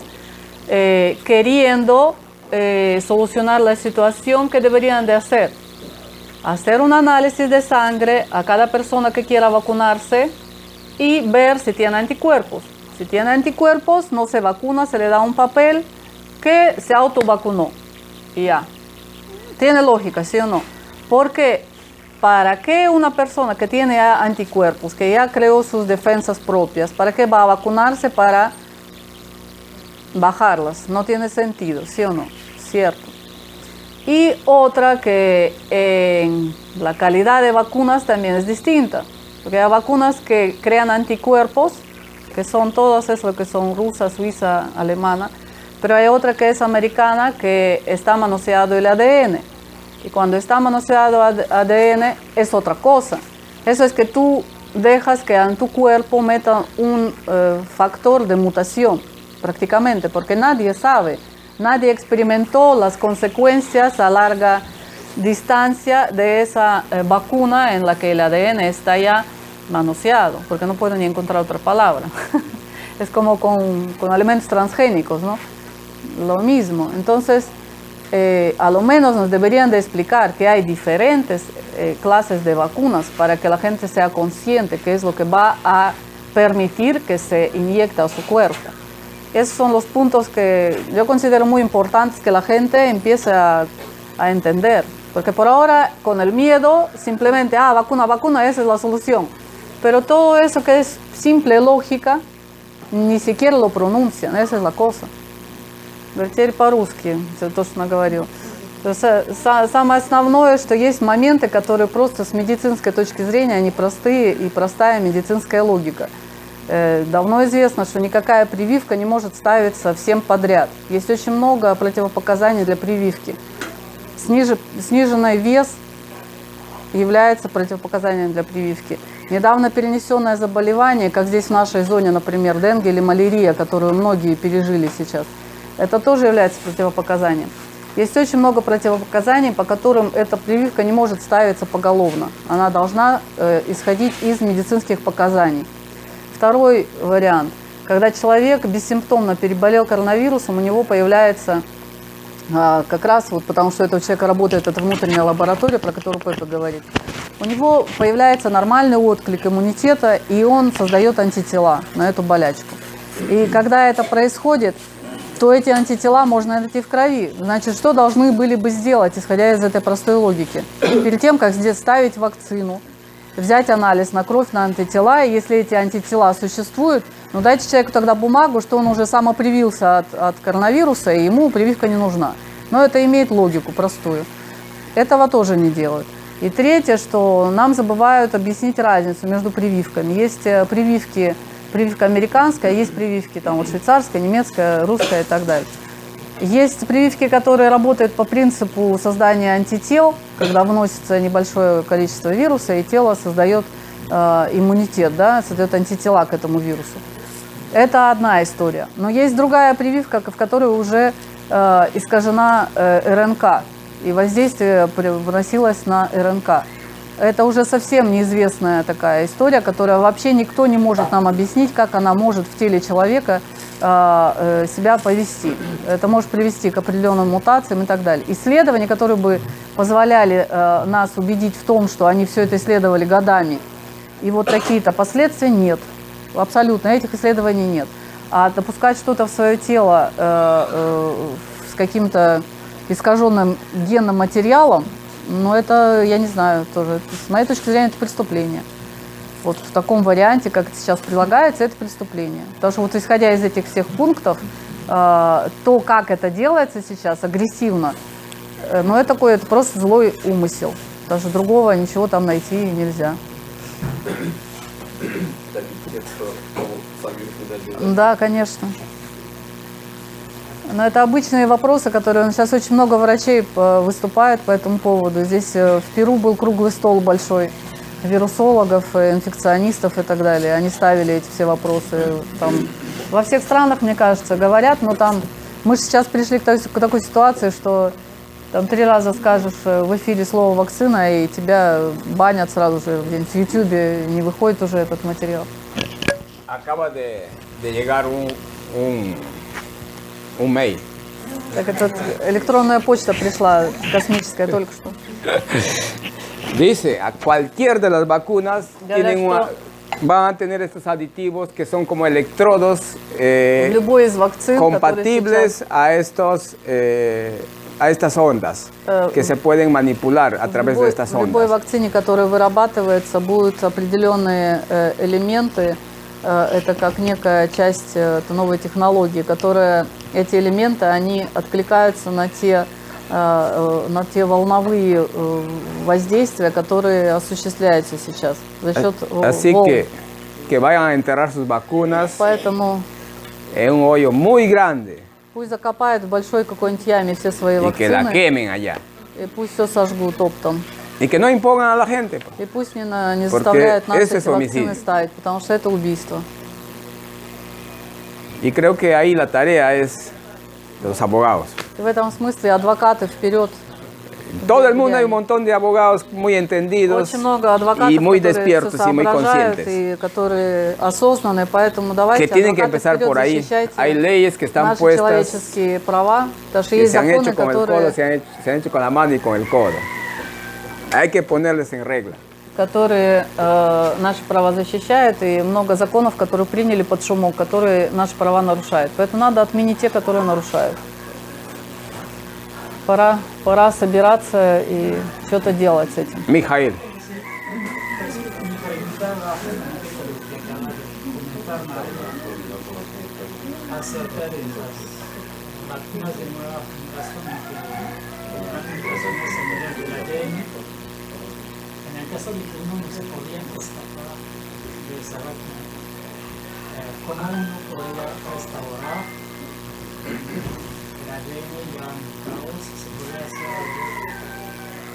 H: eh, queriendo eh, solucionar la situación, ¿qué deberían de hacer? Hacer un análisis de sangre a cada persona que quiera vacunarse y ver si tiene anticuerpos. Si tiene anticuerpos, no se vacuna, se le da un papel que se autovacunó. Y ya. Tiene lógica, ¿sí o no? Porque ¿para qué una persona que tiene ya anticuerpos, que ya creó sus defensas propias, para qué va a vacunarse para bajarlas? No tiene sentido, ¿sí o no? Cierto. Y otra que eh, la calidad de vacunas también es distinta, porque hay vacunas que crean anticuerpos, que son todas eso que son rusa, suiza, alemana, pero hay otra que es americana que está manoseado el ADN. Y cuando está manoseado ad- ADN es otra cosa. Eso es que tú dejas que en tu cuerpo meta un eh, factor de mutación, prácticamente, porque nadie sabe, nadie experimentó las consecuencias a larga distancia de esa eh, vacuna en la que el ADN está ya manoseado, porque no puedo ni encontrar otra palabra. es como con, con alimentos transgénicos, ¿no? Lo mismo. Entonces, eh, a lo menos nos deberían de explicar que hay diferentes eh, clases de vacunas para que la gente sea consciente qué es lo que va a permitir que se inyecta a su cuerpo. Esos son los puntos que yo considero muy importantes que la gente empiece a, a entender. Porque por ahora, con el miedo, simplemente, ah, vacuna, vacuna, esa es la solución. Pero todo eso que es simple lógica, ни siquiera lo pronuncian, esa es la cosa. Говорит, Теперь по-русски, это то, что она говорила. То есть, э, са- Самое основное, что есть моменты, которые просто с медицинской точки зрения, они простые и простая медицинская логика. Э, Давно известно, что никакая прививка не может ставиться всем подряд. Есть очень много противопоказаний для прививки. Снижи- сниженный вес является противопоказанием для прививки. Недавно перенесенное заболевание, как здесь в нашей зоне, например, денге или малярия, которую многие пережили сейчас, это тоже является противопоказанием. Есть очень много противопоказаний, по которым эта прививка не может ставиться поголовно. Она должна э, исходить из медицинских показаний. Второй вариант. Когда человек бессимптомно переболел коронавирусом, у него появляется а, как раз вот потому, что это у человека работает эта внутренняя лаборатория, про которую Пеппа говорит, у него появляется нормальный отклик иммунитета, и он создает антитела на эту болячку. И когда это происходит, то эти антитела можно найти в крови. Значит, что должны были бы сделать, исходя из этой простой логики? Перед тем, как здесь ставить вакцину, взять анализ на кровь, на антитела, и если эти антитела существуют, ну дайте человеку тогда бумагу, что он уже самопривился от, от коронавируса, и ему прививка не нужна. Но это имеет логику простую. Этого тоже не делают. И третье, что нам забывают объяснить разницу между прививками. Есть э, прививки, прививка американская, есть прививки там вот швейцарская, немецкая, русская и так далее. Есть прививки, которые работают по принципу создания антител, когда вносится небольшое количество вируса, и тело создает э, иммунитет, да, создает антитела к этому вирусу. Это одна история. Но есть другая прививка, к- в которой уже э, искажена э, РНК, и воздействие превратилось на РНК. Это уже совсем неизвестная такая история, которая вообще никто не может нам объяснить, как она может в теле человека э, э, себя повести. Это может привести к определенным мутациям и так далее. Исследования, которые бы позволяли э, нас убедить в том, что они все это исследовали годами, и вот такие-то последствия нет. Абсолютно этих исследований нет. А допускать что-то в свое тело э, э, с каким-то искаженным генным материалом, ну это, я не знаю, тоже, с моей точки зрения, это преступление. Вот в таком варианте, как это сейчас прилагается, это преступление. Потому что вот исходя из этих всех пунктов, э, то, как это делается сейчас, агрессивно, э, ну это такой, это просто злой умысел. Даже другого ничего там найти нельзя. Да, конечно. Но это обычные вопросы, которые... ну, Сейчас очень много врачей э, выступает по этому поводу. Здесь э, в Перу был круглый стол большой вирусологов, э, инфекционистов и так далее. Они ставили эти все вопросы. Там. Во всех странах, мне кажется, говорят, но там... Мы же сейчас пришли к той- к такой ситуации, что там три раза скажешь э, в эфире слово «вакцина», и тебя банят сразу же где-нибудь в Ютьюбе, не выходит уже этот материал.
A: Acaba de, de llegar un, un, un mail.
H: Так это вот электронная почта пришла космическая только что.
A: Dice, a cualquier de las vacunas
H: Ya
A: tienen
H: las
A: una- van a tener estos aditivos que son como electrodos eh,
H: Любой из вакцин, который сейчас-
A: compatibles a, estos, eh, a estas ondas
H: Eh,
A: que se pueden manipular a través de
H: любой,
A: estas
H: в любой
A: ondas.
H: вакцине, которая вырабатывается, будут определенные э, элементы. Э, это как некая часть э, это новой технологии, которые эти элементы, они откликаются на те э, э, на те волновые э, воздействия, которые осуществляются сейчас
A: А
H: за счет
A: A- Así
H: волн.
A: que, que vayan a enterrar sus vacunas
H: Pues, Поэтому
A: en un hoyo muy grande
H: пусть закопают в большой какой-нибудь яме все свои
A: y que la
H: вакцины.
A: quemen allá.
H: И пусть все сожгут оптом.
A: Y que no impongan a la gente. pues.
H: И пусть не, на- не
A: Porque
H: заставляют нас
A: ese es
H: эти вакцины
A: homicidio.
H: ставить, потому что это убийство.
A: Y creo que ahí la tarea es de los abogados.
H: И в этом смысле адвокаты вперед.
A: En todo el mundo hay un montón de abogados muy entendidos
H: Очень много адвокатов,
A: y muy
H: которые
A: despiertos
H: всё
A: y muy
H: соображают
A: conscientes.
H: и которые осознаны, поэтому давайте
A: Que tienen que
H: адвокаты
A: empezar
H: вперед,
A: por ahí.
H: защищайте
A: Hay leyes que están
H: наши
A: puestas,
H: человеческие права, потому что
A: que
H: есть
A: se han
H: законы,
A: hecho con el codo,
H: которые,
A: se han hecho, se han hecho con la mano y con el codo. Hay que ponerles en regla.
H: которые э, наши права защищают, и много законов, которые приняли под шумок, которые наши права нарушают. Поэтому надо отменить те, которые нарушают. Пора, пора собираться и что-то делать с этим.
A: Mijail.
L: acerca de las vacunas de nueva generación que una generación no se podía cuidar de ello. En el caso de que uno no se podía escapar de esa vacuna, eh, ¿cómo uno podría restaurar la ley ya en caos? ¿Se podría hacer algo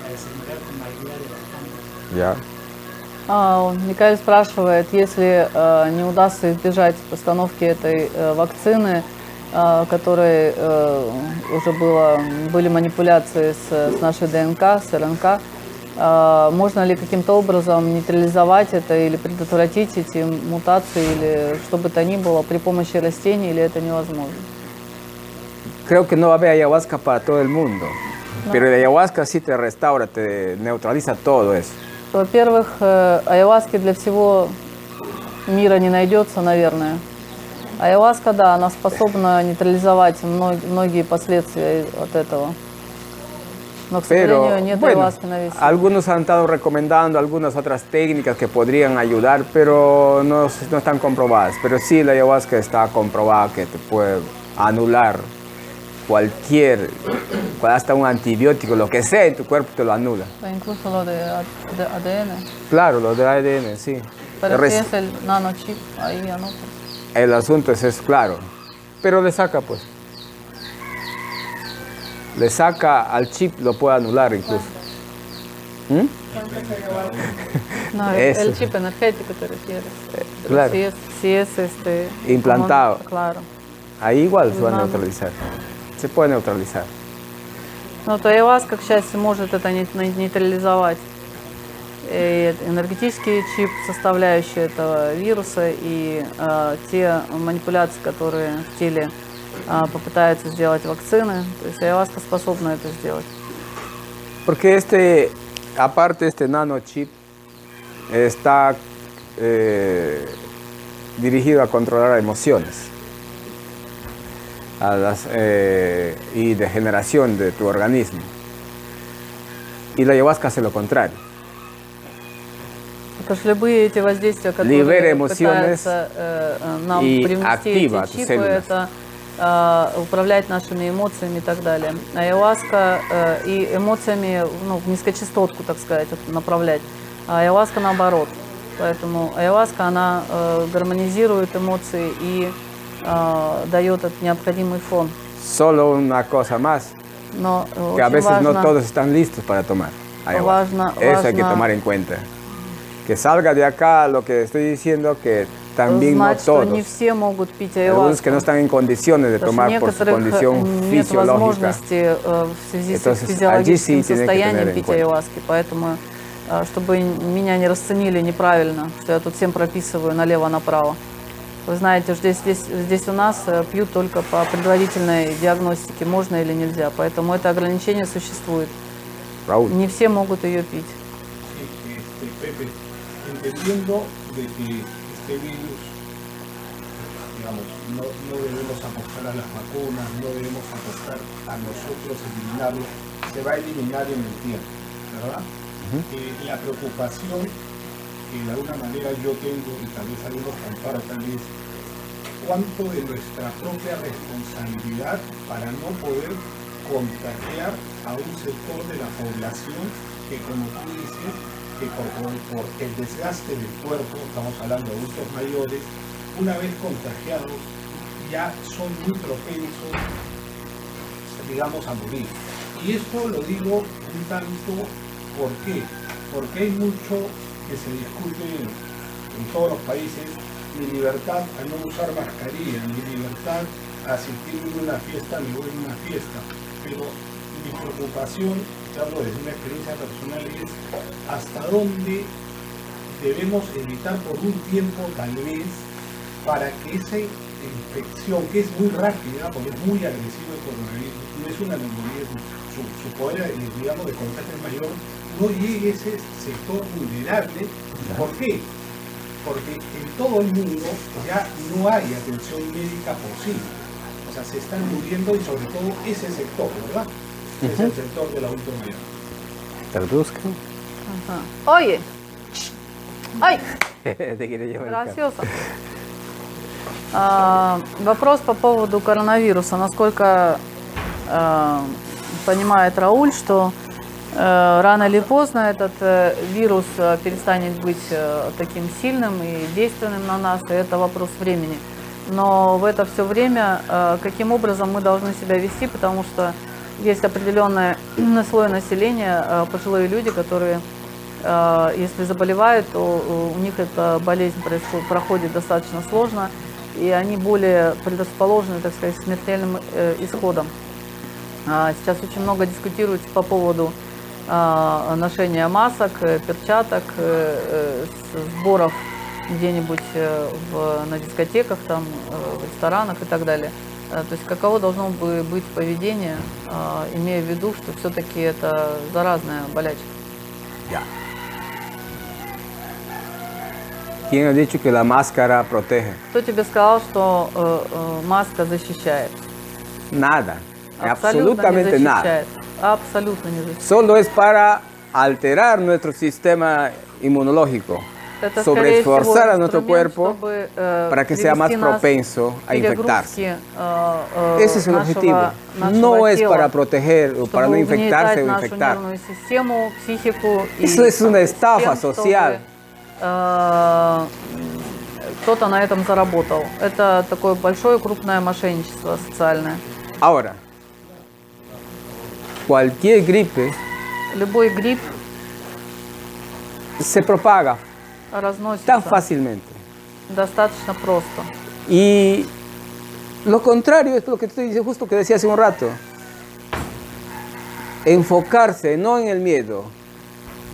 L: eh, similar con la idea de vacunas?
A: Ya.
H: А, Микаэль спрашивает, если э, не удастся избежать постановки этой э, вакцины, э, которой э, уже было, были манипуляции с, с нашей ДНК, с РНК, э, можно ли каким-то образом нейтрализовать это или предотвратить эти мутации или что бы то ни было при помощи растений, или это невозможно?
A: Creo que no va a haber ayahuasca para todo el mundo. Pero la ayahuasca sí te restaura, te neutraliza todo eso.
H: Во-первых, э, айваски для всего мира не найдется, наверное. Айваска, да, она способна нейтрализовать мног- многие последствия от этого. Но, к
A: Pero
H: сожалению, нет
A: bueno,
H: айваски на весь мир.
A: algunos han estado recomendando algunas otras técnicas que podrían ayudar, pero no, s- no están comprobadas. Pero sí, la ayahuasca está comprobada que te puede anular cualquier, hasta un antibiótico, lo que sea en tu cuerpo te lo anula.
H: А Incluso lo de A- de ADN.
A: Claro, lo del ADN, sí.
H: Pero si
A: Res-
H: es el nanochip, ahí оно pues.
A: El asunto es, es claro, pero le saca pues. Le saca al chip, lo puede anular incluso. ¿Mm?
H: No,
A: Eso.
H: el chip energético te refieres.
A: Eh, claro.
H: Si es, si es, este...
A: Implantado.
H: como- Claro.
A: Ahí igual se va a
H: Nano.
A: neutralizar. Se puede neutralizar.
H: Ну, то айваска, к счастью, может это не- не- нейтрализовать. И энергетический чип, составляющий этого вируса, и э, те манипуляции, которые в теле э, попытаются сделать вакцины. То есть айваска способна это сделать.
A: Porque este, aparte este nanochip, está eh, dirigido a controlar emociones a las, eh, y degeneración de tu organismo. Y la ayahuasca hace lo contrario.
H: Потому что любые эти воздействия,
A: Libera
H: которые
A: emociones
H: пытаются э, э, нам
A: y
H: привнести
A: activa
H: эти
A: tus
H: чипы,
A: células.
H: это э, управлять нашими эмоциями и так далее. Ayahuasca э, и эмоциями ну, в низкочастотку, так сказать, вот направлять. А ayahuasca наоборот. Поэтому ayahuasca, она э, гармонизирует эмоции и э, дает этот необходимый фон.
A: Solo una cosa más,
H: Но э,
A: que a
H: очень
A: veces no
H: важно,
A: todos están listos para tomar ayahuasca.
H: Важно-
A: Eso hay que
H: важно-
A: tomar en cuenta. Que salga de acá lo que estoy diciendo, que también no
H: знать, что
A: todos.
H: не все могут пить
A: Algunos que
H: ayahuasca.
A: no están en condiciones de
H: Потому
A: tomar
H: что
A: por su
H: некоторых
A: condición
H: э, нет
A: fisiológica.
H: возможности э, в связи с их
A: Entonces, allí sí
H: физиологическим
A: tienen que tener
H: состоянием
A: en
H: пить
A: cuenta.
H: айваски. Поэтому, э, чтобы меня не расценили неправильно, что я тут всем прописываю налево-направо. Вы знаете, здесь, здесь, здесь у нас э, пьют только по предварительной диагностике, можно или нельзя. Поэтому это ограничение существует.
A: Raúl.
H: Не все могут ее пить.
M: Este, Pepe, entendiendo de que este virus, digamos, no, no debemos apostar a las vacunas, no debemos apostar a nosotros eliminarlo, se va a eliminar en el tiempo, ¿verdad? Eh, la preocupación que de alguna manera yo tengo, y tal vez algunos compartan, es cuánto de nuestra propia responsabilidad para no poder contagiar a un sector de la población que, como tú dices, que por, por- por el desgaste del cuerpo, estamos hablando de adultos mayores, una vez contagiados, ya son muy propensos, digamos, a morir. Y esto lo digo un tanto, ¿por qué? Porque hay mucho que se discute en, en todos los países, mi libertad a no usar mascarilla, mi libertad a asistir a una fiesta, me voy a una fiesta. Pero mi preocupación, te hablo desde una experiencia personal, es hasta dónde debemos evitar por un tiempo tal vez para que esa infección, que es muy rápida, porque es muy agresivo el coronavirus, no es una neumonía, es un- su, su poder, eh, digamos, de contagio es mayor, no llegue a ese sector vulnerable. ¿Por qué? Porque en todo el mundo ya no hay atención médica posible. O sea, se están muriendo y sobre todo ese sector, ¿verdad? Es el sector del adulto mayor.
A: Traduzcan.
H: Ой! Ой!
A: Te quiero llevar el carro.
H: Gracioso. А, Вопрос по поводу коронавируса. Насколько э, понимает Рауль, что э, рано или поздно этот э, вирус э, перестанет быть э, таким сильным и действенным на нас, и это вопрос времени. Но в это все время э, каким образом мы должны себя вести, потому что есть определенный слой населения, э, пожилые люди, которые Э, если заболевают, то э, у них эта болезнь происход- проходит достаточно сложно, и они более предрасположены, так сказать, к смертельным э, исходам. А, Сейчас очень много дискутируется по поводу а, ношения масок, э, перчаток, э, э, с- сборов где-нибудь э, в- на дискотеках, там, э, в ресторанах и так далее. Э, То есть каково должно бы быть поведение, а, имея в виду, что все-таки это заразная болячка?
A: ¿Quién ha dicho que la máscara protege?
H: Кто тебе сказал, что э, э, маска защищает?
A: Nada,
H: не
A: absolutamente nada.
H: защищает. Абсолютно не защищает.
A: Solo es para alterar nuestro sistema inmunológico,
H: Это скорее всего,
A: sobreesforzar a nuestro
H: инструмент,
A: cuerpo
H: чтобы, э,
A: para que sea más
H: привести нас
A: propenso a infectarse.
H: перегрузки, э, э,
A: Ese es el
H: нашего-
A: objetivo.
H: нашего
A: No es
H: тела,
A: para proteger o
H: чтобы
A: para no infectarse
H: угнетать
A: o
H: нашу
A: infectar.
H: нервную систему, психику. и
A: Eso es una estafa
H: тем, чтобы,
A: social.
H: э, кто-то на этом заработал. Это такое большое крупное мошенничество социальное.
A: Ahora, cualquier gripe
H: Любой грипп
A: se propaga
H: разносится
A: tan fácilmente.
H: достаточно просто.
A: Y lo contrario es lo que tú dices, justo que decía hace un rato. Enfocarse no en el miedo,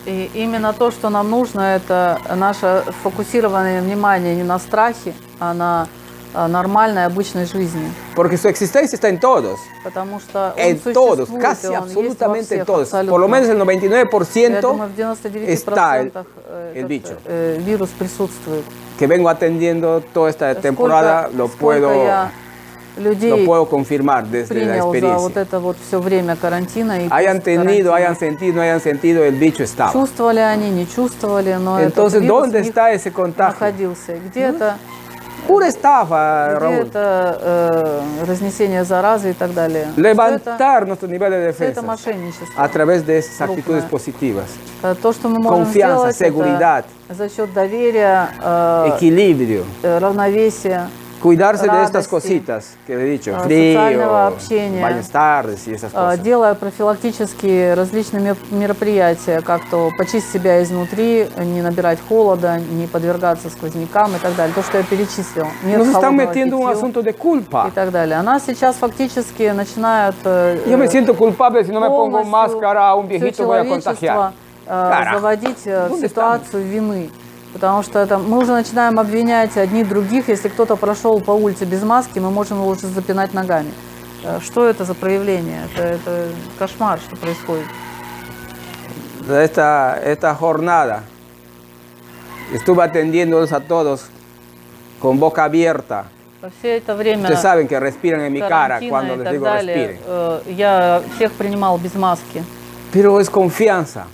H: И именно то, что нам нужно, это наше сфокусированное внимание не на страхе, а на э, нормальной, обычной жизни.
A: Porque su existencia está en todos.
H: Потому что он
A: En todos,
H: существует,
A: casi
H: и он есть во
A: absolutamente en
H: всех
A: todos.
H: абсолютно.
A: Por lo menos el 99%
H: Я думаю, в 99%
A: está el,
H: э,
A: el bicho.
H: вирус присутствует. Э,
A: Que vengo atendiendo toda esta
H: Сколько-
A: temporada, lo
H: сколько
A: puedo,
H: я
A: lo
H: людей
A: puedo confirmar desde la
H: принял за вот
A: experiencia.
H: это вот все время карантина. И
A: Hayan
H: после
A: tenido,
H: карантина.
A: hayan sentido, no hayan sentido, el bicho estaba.
H: Чувствовали они, не чувствовали, но
A: Entonces,
H: этот вирус
A: ¿dónde
H: в них
A: está ese contagio?
H: находился. Где это,
A: Pura estafa,
H: где
A: Raúl.
H: это э, разнесение заразы и так далее? Всё это-
A: Levantar nuestro nivel de
H: всё это
A: defensa
H: мошенничество.
A: a través de esas actitudes
H: Крупное.
A: positivas.
H: Э, То, что мы можем
A: Confianza,
H: сделать,
A: seguridad.
H: это за счет доверия, э,
A: Equilibrio.
H: э, равновесия. э,
A: Cuidarse de estas
H: Радости.
A: cositas que he dicho,
H: А, социального
A: frío,
H: общения.
A: baños tardes y esas
H: Э,
A: cosas.
H: делая профилактические различные мер- мероприятия, как то почистить себя изнутри, не набирать холода, не подвергаться сквознякам и так далее. То, что я перечислил. Нет
A: Nos están
H: холодного
A: metiendo un
H: питья
A: asunto de culpa.
H: и так далее. Она сейчас фактически начинает... э,
A: Yo me
H: э,
A: siento culpable si no me pongo
H: полностью
A: máscara a un
H: все
A: viejito voy a contagiar.
H: человечество э,
A: Carajo.
H: заводить э, в ситуацию вины. Потому что это, мы уже начинаем обвинять одни других. Если кто-то прошел по улице без маски, мы можем его уже запинать ногами. Э, Что это за проявление? Это, это кошмар, что происходит.
A: de esta, esta jornada. Estuve atendiéndolos a todos con boca abierta.
H: Во Все это время
A: Ustedes saben que respiran en mi cara
H: карантина
A: cuando
H: и
A: les
H: так
A: digo
H: далее,
A: respiren.
H: э, я всех принимал без маски.
A: Pero es confianza.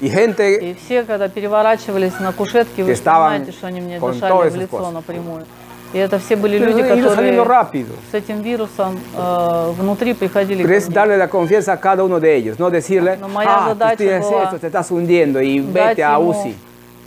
A: Y gente
H: И все, когда переворачивались на кушетке, вы
A: Que
H: же
A: estaban
H: понимаете, что они мне
A: con
H: дышали
A: todas esas
H: в лицо
A: cosas.
H: напрямую. И это все были
A: Pero
H: люди,
A: ellos saliendo
H: которые
A: rápido.
H: с этим вирусом э, внутри приходили
A: Pero
H: ко
A: es
H: мне.
A: darle la confianza a cada uno de ellos, no decirle,
H: моя
A: ah, tú
H: задача
A: tienes
H: была
A: esto, te estás hundiendo y
H: дать
A: vete a
H: ему,
A: UCI.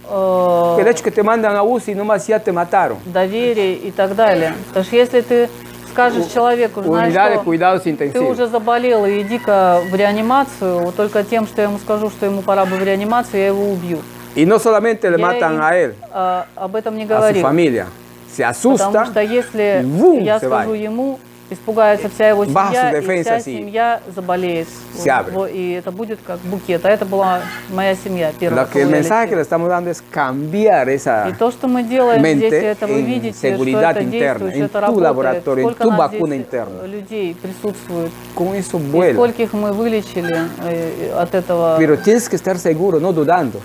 H: э,
A: El hecho que te mandan a UCI nomás ya te mataron.
H: доверие и так далее. Потому что если ты скажешь человеку, знаешь,
A: Unidad de
H: что
A: cuidados
H: ты
A: intensivos.
H: уже заболел, и иди-ка в реанимацию, вот только тем, что я ему скажу, что ему пора бы в реанимацию, я его убью.
A: Y no solamente le
H: Я
A: matan
H: им,
A: a él,
H: э, об этом не
A: a su
H: говорил.
A: familia. Se
H: Потому
A: asusta
H: что если
A: и вум
H: я
A: se
H: скажу
A: va.
H: ему, испугается вся его
A: Baja su
H: семья, и вся
A: defensa, sí.
H: семья заболеет.
A: Se abre.
H: Вот, И это будет как букет. А это была моя семья первая.
A: Lo que el
H: кого я
A: mensaje que
H: лечила.
A: le estamos dando es cambiar esa
H: И то, что мы делаем
A: mente
H: здесь, и это вы
A: en
H: видите, что
A: seguridad
H: это
A: interna,
H: действует, что
A: en tu
H: это работает,
A: laboratorio, en
H: сколько
A: tu
H: нас здесь,
A: vacuna
H: э,
A: interna.
H: людей присутствует,
A: Con eso
H: и
A: vuela.
H: скольких мы вылечили э, от этого.
A: Pero tienes que estar seguro, no dudando.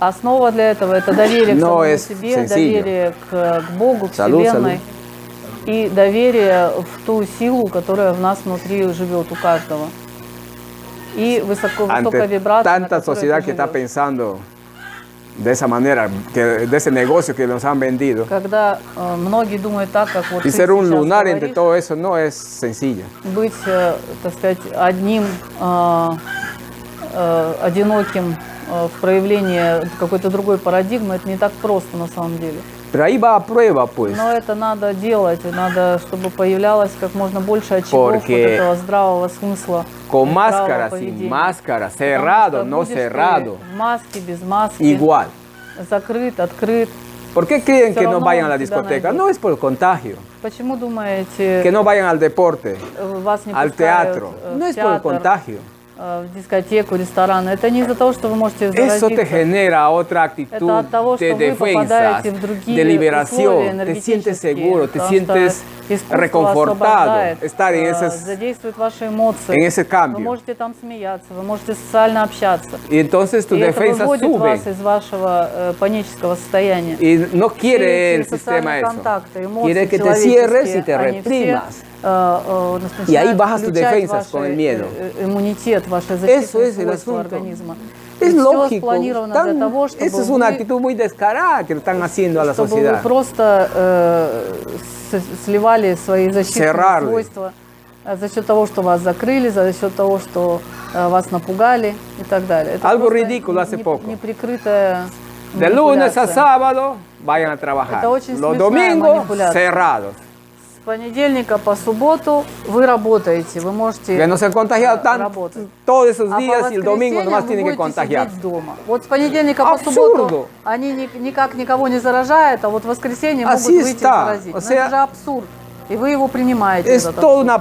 H: Основа для этого – это доверие к
A: No
H: самому
A: es
H: себе,
A: sencillo.
H: доверие к, к Богу, к
A: Salud,
H: Вселенной. И доверие в ту силу, которая в нас внутри живет у каждого. И высоко, высокая
A: Ante
H: вибрация, на
A: tanta
H: которой
A: sociedad
H: ты
A: que está
H: живешь.
A: pensando de esa manera, que, de ese negocio que nos han vendido.
H: Когда э, многие думают так, как
A: Y
H: вот ты
A: ser un
H: сейчас
A: lunar entre
H: говоришь,
A: todo eso no es sencillo.
H: быть, э, так сказать, одним э, э, одиноким э, в проявлении какой-то другой парадигмы, это не так просто на самом деле.
A: Pero ahí va a prueba, pues.
H: Но это надо делать, и надо, чтобы появлялось как можно больше очагов вот
A: Porque
H: этого здравого смысла.
A: Con
H: здравого
A: máscara, sin
H: поведения.
A: máscara,
H: Потому
A: cerrado,
H: что
A: no
H: будешь ты
A: cerrado,
H: В маске, без маски.
A: igual.
H: Закрыт, открыт.
A: ¿Por qué creen
H: Все
A: que no
H: равно
A: vayan
H: он
A: a la
H: тебя
A: discoteca?
H: найдет.
A: No es por el contagio.
H: Почему думаете,
A: Que no vayan al deporte,
H: э, вас не
A: al
H: пускают,
A: teatro.
H: э, в
A: No es por el
H: театр,
A: contagio.
H: э, в дискотеку, ресторан? Это не из-за того, что вы можете
A: Eso te
H: заразиться.
A: genera otra actitud
H: Это от того, что
A: de
H: вы
A: defensa,
H: попадаете в
A: de
H: другие условия
A: liberación. Te
H: энергетические,
A: sientes seguro, te
H: потому
A: sientes
H: что искусство
A: reconfortado.
H: освобождает,
A: Estar en
H: э,
A: esas.
H: задействует ваши эмоции.
A: en ese cambio.
H: Вы можете там смеяться, вы можете социально общаться.
A: Y entonces tus
H: и это
A: defensas
H: выводит
A: suben.
H: вас из вашего э, панического состояния.
A: Y no quiere
H: Через
A: el sistema
H: социальные
A: eso.
H: контакты, эмоции
A: Quiere que te
H: человеческие,
A: cierres y te
H: они все,
A: reprimas.
H: э, э, нас
A: Y ahí
H: начинают
A: bajas tus
H: включать
A: defensas
H: ваши,
A: con el miedo.
H: э, э, Иммунитет, ваше
A: Eso
H: защитное
A: es el
H: свойство
A: asunto.
H: организма.
A: Es
H: Всё
A: lógico.
H: спланировано
A: tan-
H: для того, чтобы
A: esa es una
H: вы
A: actitud muy descarada que le están haciendo a la
H: чтобы вы
A: sociedad.
H: просто э, с- сливали свои защитные
A: Cerrarle.
H: свойства э, за счет того, что вас закрыли, за счет того, что э, вас напугали и так далее. Это
A: Algo
H: просто
A: ridículo hace
H: не-
A: poco.
H: неприкрытая
A: De lunes a
H: манипуляция.
A: sábado vayan a trabajar.
H: Это очень
A: Los
H: смешная
A: domingos
H: манипуляция.
A: cerrados.
H: С понедельника по субботу вы работаете, вы можете
A: Que nos han contagiado
H: э,
A: tan-
H: работать.
A: todos esos
H: А по
A: días y el domingo
H: воскресеньям
A: nomás
H: вы
A: tienen que
H: будете
A: contagiar.
H: сидеть дома. Вот с понедельника по
A: Абсурду.
H: субботу они ни- никак никого не заразят, а вот в воскресенье могут
A: Así
H: выйти и
A: está.
H: заразить.
A: O
H: Ну,
A: sea,
H: это же абсурд. И вы его принимаете.
A: Es
H: этот
A: toda una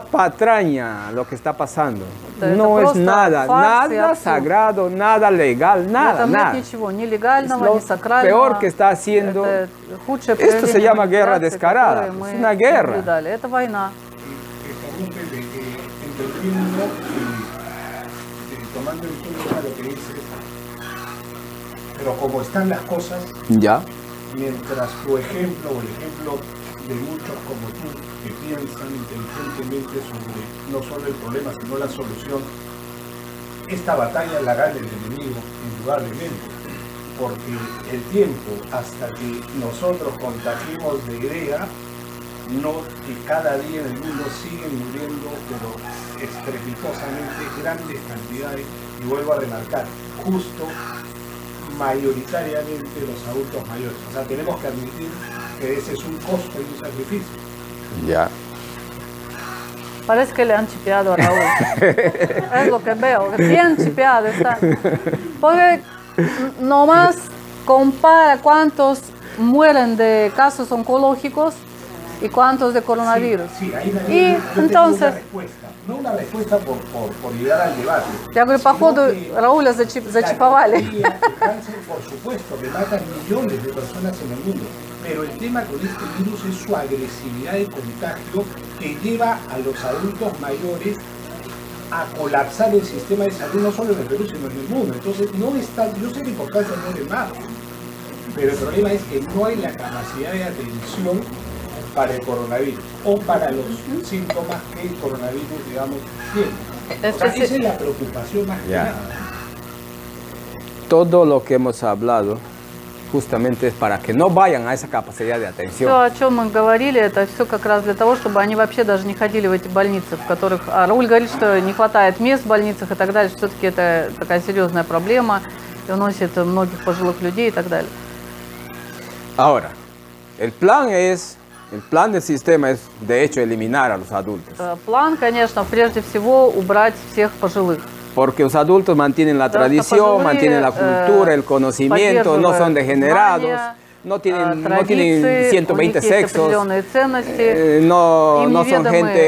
A: patraña lo que está pasando.
H: Это-
A: No es
H: это просто
A: nada,
H: фарс и
A: nada
H: абсурд.
A: sagrado, nada legal,
H: В
A: nada,
H: этом нет
A: nada.
H: ничего ни
A: Es
H: легального,
A: lo
H: ни сакрального.
A: peor que está haciendo.
H: Худшее
A: Esto se
H: проявление
A: llama guerra
H: манипуляции,
A: descarada.
H: которые мы
A: Es una guerra.
H: наблюдали. Это война.
M: Interrumpe de que entre el himno y, y tomando en cuenta lo que dice. Pero como están las cosas,
A: Ya.
M: mientras tu ejemplo o el ejemplo de muchos como tú que piensan inteligentemente sobre no solo el problema sino la solución, esta batalla la gana el enemigo indudablemente, porque el tiempo hasta que nosotros contagiemos de idea, no que cada día en el mundo siguen muriendo, pero estrepitosamente grandes cantidades, y vuelvo a remarcar, justo mayoritariamente los adultos mayores. O sea, tenemos que admitir que ese es un costo y un sacrificio.
A: Ya.
H: Parece que le han chipeado a Raúl. es lo que veo. Bien chipeado está. Porque nomás compara cuántos mueren de casos oncológicos y cuántos de coronavirus.
M: Sí, ahí Daniel,
H: y
M: yo tengo
H: entonces,
M: una respuesta, no una respuesta por, por, por llegar al debate.
H: я говорю, походу Рауля зачип- зачиповали.
M: El cáncer, por supuesto, que matan millones de personas en el mundo. Pero el tema con este virus es su agresividad de contagio que lleva a los adultos mayores a colapsar el sistema de salud, no solo en el Perú, sino en el mundo. Entonces, no está, yo sé que por cáncer mueren más, pero el problema es que no hay la capacidad de atención para el coronavirus o para los síntomas que el coronavirus, digamos, tiene. O sea,
H: Entonces-
M: esa es la preocupación más que
A: Ya.
M: nada.
A: Todo lo que hemos hablado justamente es para que no vayan a esa capacidad de
H: Все,
A: atención.
H: о чем мы говорили, это все как раз для того, чтобы они вообще даже не ходили в эти больницы, в которых... А Рауль говорит, что не хватает мест в больницах и так далее. Все-таки это такая серьезная проблема и уносит многих пожилых людей и так далее.
A: Ahora, el plan es, el plan del sistema es de hecho eliminar a los adultos.
H: Э, План, конечно, прежде всего убрать всех пожилых.
A: Porque los adultos mantienen la
H: Потому что
A: tradición,
H: пожилые,
A: mantienen la cultura,
H: э,
A: el conocimiento, no son
H: поддерживают
A: degenerados,
H: знания,
A: no
H: э,
A: tienen, no tienen
H: традиции, у них
A: 120
H: есть
A: sexos,
H: определенные
A: eh,
H: ценности,
A: no,
H: им
A: no son
H: неведомы
A: gente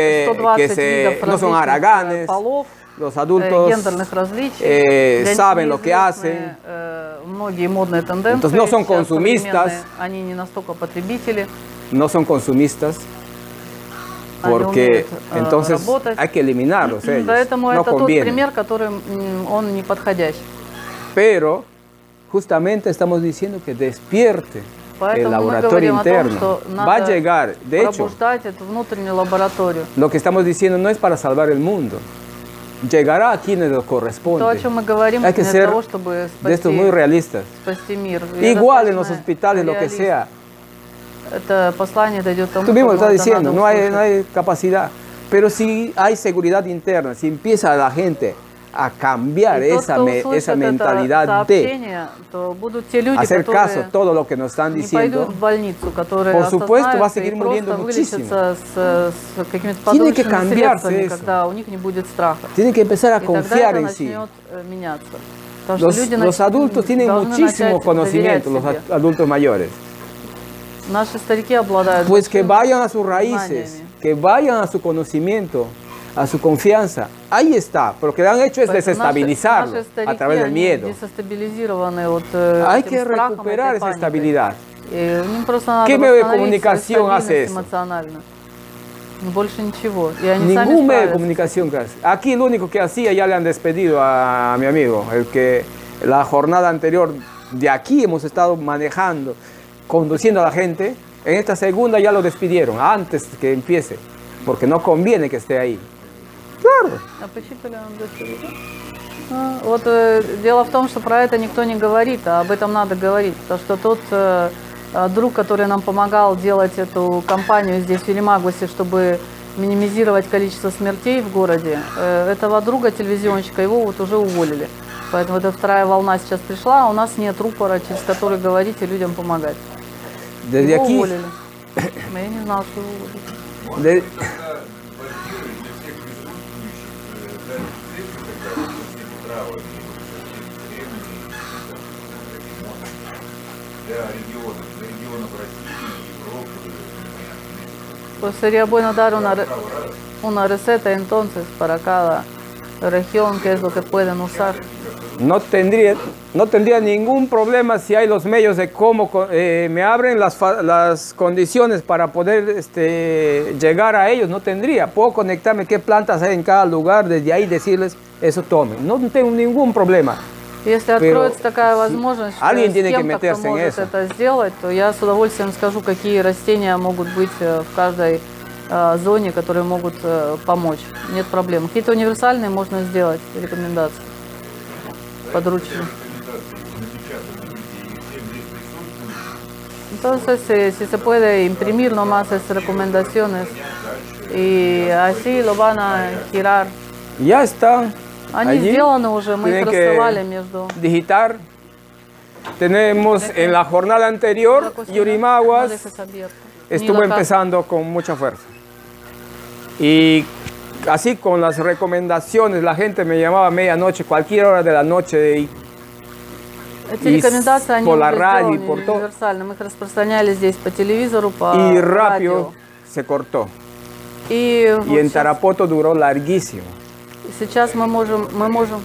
A: que
H: 120
A: se,
H: видов
A: no son
H: различных, э,
A: haraganes,
H: полов,
A: los
H: э,
A: adultos
H: гендерных различий.
A: eh,
H: Для них
A: saben lo que
H: неизвестны,
A: hacen.
H: э, Многие модные тенденции.
A: Entonces, no son
H: сейчас
A: consumistas.
H: современные, Они не настолько потребители.
A: no son consumistas
H: Они
A: porque
H: умеют, э,
A: entonces
H: работать.
A: hay que eliminarlos
H: Mm,
A: ellos,
H: Поэтому
A: no
H: это тот
A: conviene.
H: пример, который м, он не подходящий.
A: Pero justamente estamos diciendo que despierte el
H: Поэтому мы
A: laboratorio
H: говорим
A: interno.
H: о том, что надо
A: Va a llegar, de hecho,
H: пробуждать эту внутреннюю лабораторию.
A: lo que estamos diciendo no es para salvar el mundo. Llegará a quienes lo corresponde.
H: То, о чем мы говорим,
A: Hay que
H: для
A: ser
H: того, чтобы
A: De estos
H: спасти,
A: muy realistas.
H: спасти мир. И это
A: Igual en los
H: точно
A: hospitales, lo que sea.
H: Это послание дойдет тому,
A: Tú mismo lo
H: кому
A: estás
H: это
A: diciendo,
H: надо
A: no hay,
H: услышать.
A: no hay capacidad. Pero si hay seguridad interna, si empieza la gente a cambiar
H: И тот,
A: esa,
H: кто
A: me-
H: услышит
A: esa
H: это
A: mentalidad de
H: сообщение, то будут те люди,
A: hacer
H: которые
A: caso a todo lo que nos están
H: не
A: diciendo,
H: пойдут в больницу, которые
A: Por supuesto, va a
H: осознаются и
A: seguir muriendo
H: просто вылечатся с, с какими-то
A: Tiene que
H: подушечными
A: cambiarse
H: средствами,
A: eso.
H: когда у них не будет страха.
A: tienen que empezar a
H: и
A: confiar
H: тогда это
A: en sí.
H: начнет э, меняться. Потому
A: Los,
H: что люди
A: los
H: нач-
A: adultos tienen
H: должны
A: muchísimo
H: начать
A: conocimiento, los
H: доверять
A: ad- adultos mayores.
H: себе. Наши старики обладают
A: Pues que
H: большим
A: vayan a sus
H: знанием.
A: raíces, que vayan a su conocimiento, a su confianza. Ahí está, pero lo que han hecho es
H: Поэтому
A: desestabilizarlo
H: наши, наши
A: a través del
H: старики, они
A: miedo.
H: дестабилизированы от э,
A: Hay
H: этим
A: que
H: страхом,
A: recuperar
H: этой
A: esa
H: паникой.
A: estabilidad.
H: И им Э, ну, просто надо
A: ¿Qué medio de
H: восстановить свою
A: comunicación hace
H: стабильность
A: eso?
H: эмоционально. Ну, Больше ничего. И они сами
A: Ningún medio de
H: справятся.
A: comunicación que hace. Aquí lo único que hacía ya le han despedido a, mi amigo, el que la jornada anterior de aquí hemos estado manejando, conduciendo a la gente. En esta segunda ya lo despidieron, antes que empiece, porque no conviene que esté ahí. Claro.
H: А посчитали он дочерью? Ну, Вот э, дело в том, что про это никто не говорит, а об этом надо говорить. Потому что тот э, э, друг, который нам помогал делать эту кампанию здесь, в Велимагласе, чтобы минимизировать количество смертей в городе, э, этого друга, телевизионщика, его вот уже уволили. Поэтому эта вторая волна сейчас пришла, а у нас нет рупора, через который говорить и людям помогать.
A: Desde
H: Его
A: aquí,
H: уволили. Я не знала, что его уволили.
A: de-
B: для регионов, для регионов России, Европы,
H: Pues sería bueno dar una, re- una receta entonces para cada región, qué es lo que pueden usar.
A: No tendría, no tendría ningún problema si hay los medios de cómo co- eh, me abren las, fa- las condiciones para poder este, llegar a ellos. No tendría. Puedo conectarme qué plantas hay en cada lugar, desde ahí decirles eso tomen. No tengo ningún problema.
H: Если
A: Pero
H: откроется такая возможность, что
A: alguien
H: с
A: tiene que
H: кем-то, кто
A: meterse en
H: может
A: eso.
H: это сделать, то я с удовольствием скажу, какие растения могут быть э, в каждой э, зоне, которые могут э, помочь. Нет проблем. Какие-то универсальные можно сделать рекомендации. Подручные. Entonces, eh, si se puede imprimir nomás esas recomendaciones y así lo van a girar.
A: Ya está.
H: Они
A: allí.
H: сделаны уже, мы их
A: Tienen que
H: рассылали между...
A: digitar. Tenemos en la jornada anterior,
H: No
A: Yurimaguas
H: dejes abierto.
A: estuvo
H: Ni la casa.
A: empezando con mucha fuerza. Y así con las recomendaciones, la gente me llamaba a medianoche, cualquier hora de la noche. Y
H: Эти
A: И с-
H: рекомендации, они
A: по
H: уже
A: ла- радио,
H: сделаны
A: по рто.
H: универсально. Мы их распространяли здесь по телевизору, по
A: y
H: радио.
A: rápido se cortó.
H: И, вот
A: Y en
H: сейчас,
A: Tarapoto duró larguísimo.
H: сейчас мы можем... Мы можем...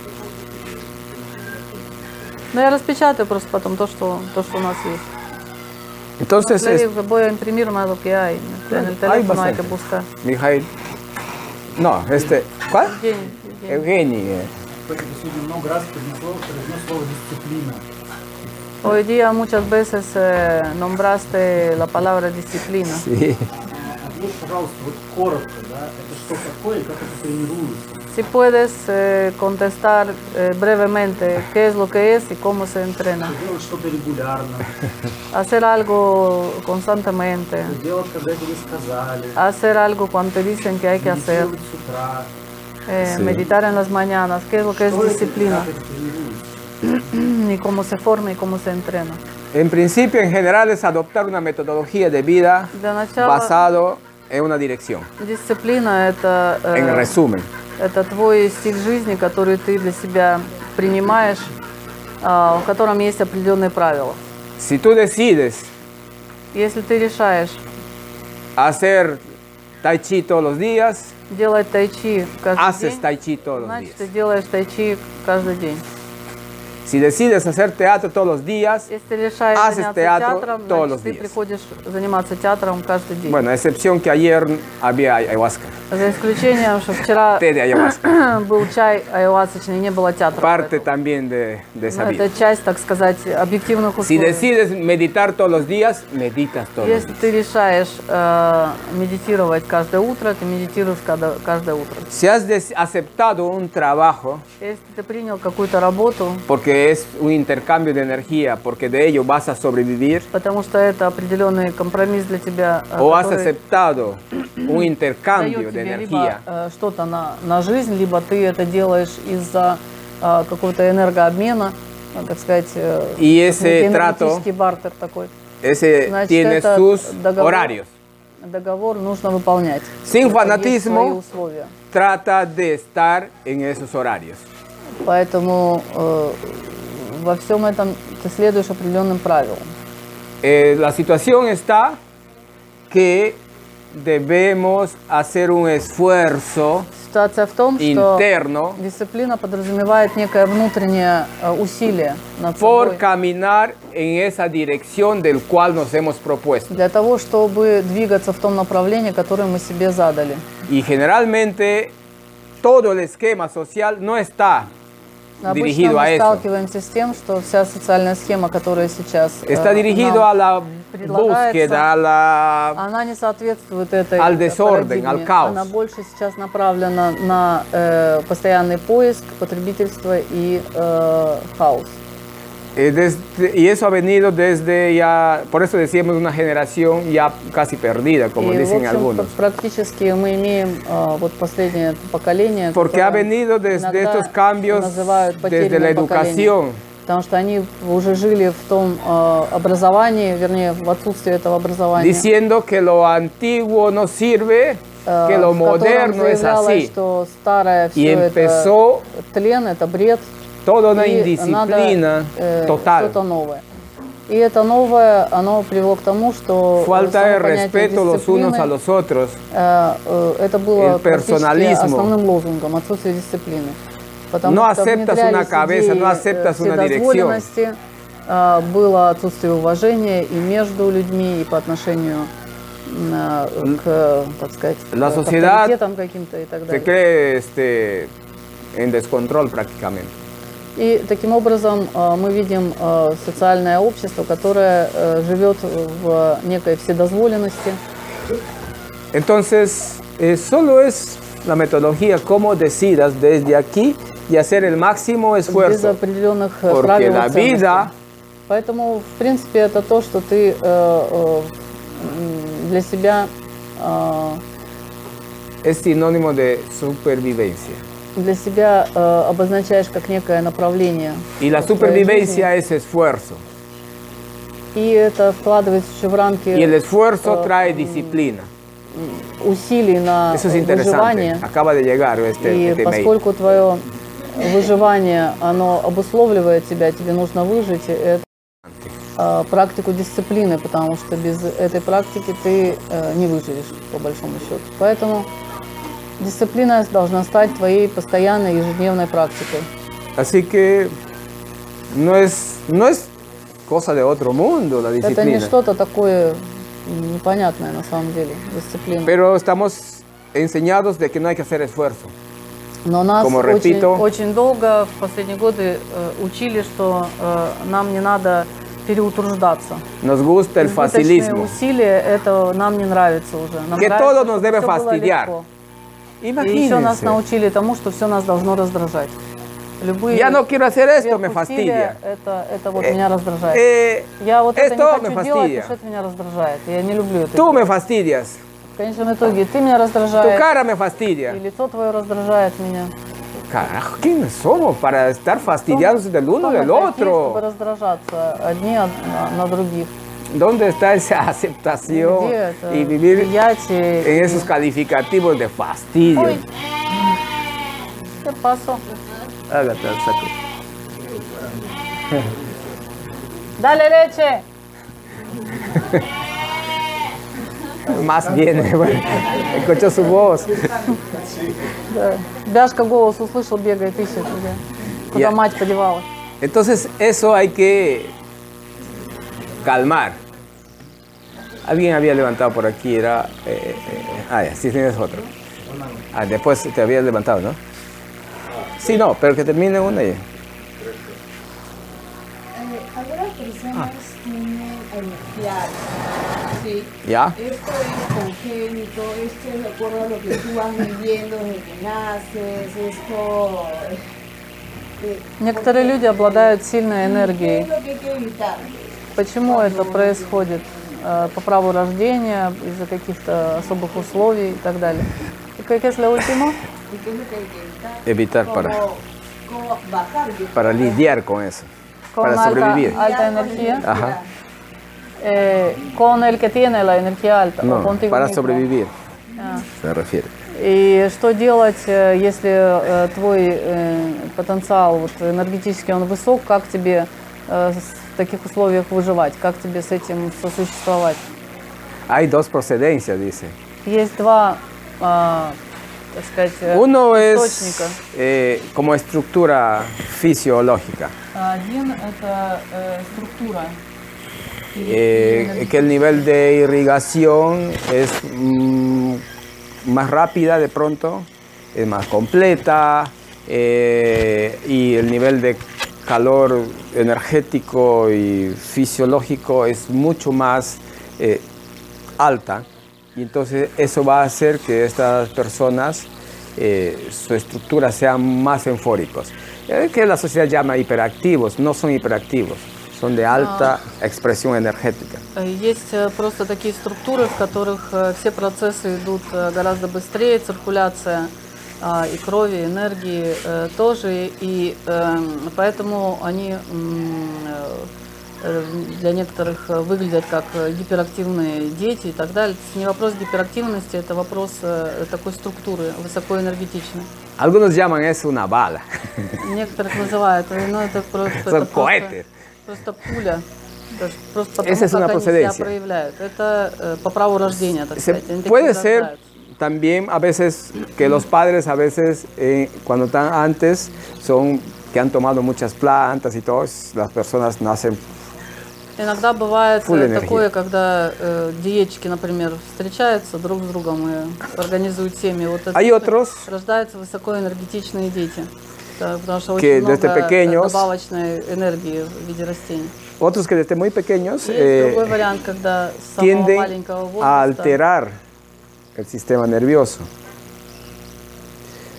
H: Ну, я распечатаю просто потом то, что, то, что у нас есть.
A: Entonces,
H: Le
A: es-
H: digo que voy a imprimir más lo que hay. En el
A: Hay
H: teléfono hay
A: bastante.
H: que buscar.
A: Mijail. No, este. ¿Cuál?
H: Э,
A: Eugeni. eh.
N: Porque сегодня много раз произнесло, произнес слово дисциплина.
H: Hoy día muchas veces eh, nombraste la palabra disciplina.
A: Sí.
N: Ответь, пожалуйста, вот коротко, да, это что такое и как это тренируется?
H: Si puedes eh, contestar eh, brevemente qué es lo que es y cómo se entrena.
N: Делать что-то регулярно,
H: Hacer algo constantemente.
N: делать, когда тебе сказали,
H: Hacer algo cuando te dicen que hay que hacer.
N: медитировать с утра.
H: Eh,
N: Sí.
H: Meditar en las mañanas. ¿Qué es lo que es
N: Что это и
H: disciplina?
N: как это тренируется?
H: y cómo se forma y cómo se entrena.
A: En principio, en general, es adoptar una metodología de vida
H: Для начала
A: basado en una dirección.
H: дисциплина это э,
A: En resumen.
H: Это твой стиль жизни, который ты для себя принимаешь, а, в котором есть определенные правила.
A: Si tú decides
H: Если ты решаешь
A: hacer tai chi todos los días,
H: делать тайчи каждый
A: haces
H: день,
A: tai chi todos los días.
H: значит ты делаешь тайчи каждый день.
A: Si decides hacer teatro todos los días,
H: Если решаешь
A: Haces
H: заняться
A: teatro
H: театром,
A: todos los
H: значит ты
A: días.
H: приходишь заниматься теаtrом каждый день.
A: bueno, a excepción que ayer había ayahuasca,
H: За исключением, что вчера
A: té de ayahuasca,
H: был чай айвасочный, не было театра.
A: parte también de, de
H: Но
A: esa vida.
H: Это часть, так сказать, объективных
A: Si
H: условий.
A: decides meditar todos los días, meditas todos los
H: Если
A: días.
H: ты решаешь э, медитировать каждое утро, ты медитируешь cada- каждое утро.
A: Si has des- aceptado un trabajo,
H: Если ты принял какую-то работу,
A: porque es un intercambio de energía, porque de ello vas a sobrevivir,
H: потому что это определенный компромисс для тебя, э,
A: o has
H: который
A: aceptado un intercambio de
H: дает тебе либо
A: energía,
H: э, что-то на, на жизнь, либо ты это делаешь из-за э, какого-то энергообмена, э, так сказать, э,
A: И ese trato-
H: энергетический бартер такой.
A: ese
H: Значит,
A: tiene
H: это
A: sus
H: договор.
A: horarios.
H: Договор нужно выполнять.
A: Sin
H: Это есть свои
A: fanatismo,
H: условия.
A: trata de estar en esos horarios.
H: Поэтому э, во всем этом ты следуешь определенным правилам.
A: Eh, la situación está que debemos hacer un esfuerzo
H: Ситуация в том, что
A: interno
H: дисциплина подразумевает некое внутреннее э, усилие над
A: por
H: собой
A: caminar en esa dirección del cual nos hemos propuesto.
H: для того, чтобы двигаться в том направлении, которое мы себе задали.
A: Y generalmente todo el esquema social no está
H: Обычно
A: dirigido a
H: мы
A: eso.
H: сталкиваемся с тем, что вся социальная схема, которая сейчас э,
A: Está dirigido
H: нам
A: a la
H: предлагается,
A: búsqueda, a la
H: она не соответствует этой
A: al desorden,
H: парадигме.
A: al caos.
H: Она больше сейчас направлена на э, постоянный поиск, потребительство и э, хаос.
A: Eh, desde- y eso ha venido desde ya, por eso decíamos una generación ya casi perdida, como
H: и, в
A: dicen
H: общем,
A: algunos.
H: пр- практически мы имеем а, вот последнее поколение,
A: Porque ha
H: которое
A: venido desde
H: иногда
A: estos cambios,
H: называют
A: desde la
H: потерянным
A: educación,
H: поколением, Потому что они уже жили в том а, образовании, вернее, в отсутствии этого образования.
A: diciendo que lo antiguo no sirve, Ah,
H: а,
A: que lo
H: э, в котором
A: moderno es
H: заявлялось,
A: así.
H: что старое
A: Y
H: все это
A: empezó
H: тлен, это бред,
A: toda una
H: и надо
A: indisciplina
H: э,
A: total.
H: что-то новое. И это новое, оно привело к тому, что... э, само
A: Falta de
H: понятие
A: respeto los unos
H: дисциплины,
A: a los otros.
H: э, э, Это было
A: El
H: практически
A: personalismo.
H: основным лозунгом отсутствие дисциплины.
A: No
H: что
A: aceptas una
H: внедрялись
A: cabeza,
H: идеи,
A: no
H: э,
A: aceptas una
H: вседозволенности, э, было отсутствие уважения и между людьми, и по отношению м, э, к, так сказать,
A: La
H: к
A: sociedad
H: авторитетам каким-то и так
A: Se
H: далее.
A: cree este, en descontrol prácticamente.
H: И таким образом э, мы видим э, социальное общество, которое э, живет в некой вседозволенности.
A: Entonces, eh, solo es la metodología como decidas desde aquí y hacer el máximo
H: без
A: esfuerzo.
H: определенных э,
A: Porque
H: правил
A: la
H: и ценностей.
A: vida
H: Поэтому, в принципе, это то, что ты э, э, м, для себя э,
A: es sinónimo de supervivencia.
H: для себя э, обозначаешь как некое направление.
A: Y la supervivencia es esfuerzo.
H: И это вкладывается еще в рамки
A: Y el esfuerzo
H: э,
A: trae disciplina.
H: усилий на
A: Eso es
H: выживание.
A: interesante. Acaba de llegar este,
H: И
A: este mail.
H: поскольку твое выживание, оно обусловливает тебя, тебе нужно выжить, и это э, практику дисциплины, потому что без этой практики ты э, не выживешь, по большому счету. Поэтому дисциплина должна стать твоей постоянной ежедневной практикой.
A: Así que no es, no es cosa de otro mundo la
H: Это не
A: disciplina.
H: что-то такое м, непонятное на самом деле, дисциплина.
A: Pero estamos enseñados de que no hay que hacer esfuerzo.
H: Но нас
A: Como
H: очень,
A: repito-
H: очень долго в последние годы э, учили, что э, нам не надо переутруждаться.
A: Nos gusta el
H: Избыточные
A: facilismo.
H: усилия, это нам не нравится уже. Нам
A: Que
H: нравится,
A: todo nos
H: чтобы
A: debe
H: всё было
A: fastidiar.
H: легко. И еще нас
A: Imagínense.
H: научили тому, что все нас должно раздражать. Любые
A: Ya no quiero hacer esto, me fastidia.
H: сверхусилия, Это, это вот
A: Э,
H: меня раздражает.
A: э,
H: я вот это не
A: esto me
H: хочу делать,
A: fastidia.
H: потому что это меня раздражает. Я не люблю это.
A: Tú me fastidias.
H: В конечном итоге ты меня
A: Tu
H: раздражаешь,
A: cara me fastidia.
H: и лицо твое раздражает меня.
A: Carajo, ¿quiénes somos para estar fastidiándose del uno
H: Кто мы
A: del
H: такие, чтобы
A: otro?
H: раздражаться одни от- на- на других?
A: ¿Dónde está esa aceptación
H: Где это
A: y vivir
H: en
A: esos calificativos de fastidio?
H: Ой. ¿Qué pasó?
A: Hágate al saco.
H: Dale leche.
A: Más bien, bueno, escucho su voz.
H: Да. Бяшка голос услышал, бегает, ищет тебя. Куда
A: Я-
H: мать подевала.
A: Entonces eso hay que calmar. Alguien había levantado por aquí, era... eh, eh, eh, ah, ya, sí, tienes otro. Ah, después te había levantado, ¿no? Sí, no, pero que termine una y...
O: Eh, Algunas personas tienen alergias. ¿sí?
A: Ya.
O: Esto es congénito, esto es de acuerdo a lo que tú vas viviendo desde que naces, esto. eh,
H: Некоторые люди обладают сильной
O: ¿Qué
H: энергией.
O: es lo que hay que evitar?
H: Почему это происходит? Э, По праву рождения, из-за каких-то особых условий и так далее. ¿Qué es lo último?
O: ¿Y qué es lo que hay que evitar?
A: Evitar para-
O: Como- como bajar de-
A: Para lidiar con eso.
H: Con
A: Para sobrevivir.
H: alta energía.
A: Ajá.
H: Eh, con el que tiene la energía alta. o
A: No,
H: contigo
A: para
H: mismo.
A: sobrevivir,
O: Ah.
H: А.
A: se refiere.
H: И что делать, э, если э, твой э, потенциал вот, энергетически он высок, как тебе э, с- в таких условиях выживать, как тебе с этим сосуществовать?
A: Hay dos procedencias, dice.
H: Есть два, а, так сказать, э,
A: Uno es
H: источника.
A: eh, como estructura fisiológica,
E: Один – это э, структура.
A: eh, que el nivel de irrigación es mm, más rápida de pronto, es más completa, eh, y el nivel de calor energético y fisiológico es mucho más eh, alta. Y entonces eso va a hacer que estas personas, eh, su estructura sea más eufóricos. Eh, que la sociedad llama hiperactivos, no son hiperactivos, son de alta expresión energética.
H: Э, Есть э, просто такие структуры, в которых э, все процессы идут э, гораздо быстрее, циркуляция а, и крови, и энергии э, тоже, и эм, поэтому они м, э, для некоторых э, выглядят как э, гиперактивные дети и так далее. Это не вопрос гиперактивности, это вопрос э, такой структуры, высокоэнергетичной.
A: Algunos llaman eso una bala,
H: Некоторых называют, э, ну это просто, это
A: son
H: просто,
A: cohetes.
H: просто пуля. То есть Просто потому,
A: Esa es
H: как
A: una
H: они
A: procedencia.
H: себя proyecают. Это э, по праву rождения, так
A: Se
H: сказать. Они такие
A: puede ser
H: рождаются.
A: también a veces que los padres a veces eh, cuando están antes son que han tomado muchas plantas y todo, las personas nacen
H: Иногда бывает
A: Full
H: э,
A: энергии.
H: такое, когда э, диетчики, например, встречаются друг с другом и организуют семьи. Вот это
A: Hay otros.
H: Рождаются высокоэнергетичные дети. Да, потому что
A: Que
H: очень
A: desde
H: много
A: pequeños-
H: добавочной энергии в виде растений.
A: otros que desde muy pequeños
H: Есть
A: eh,
H: другой вариант, когда с самого
A: tienden
H: маленького возраста
A: a alterar el sistema nervioso.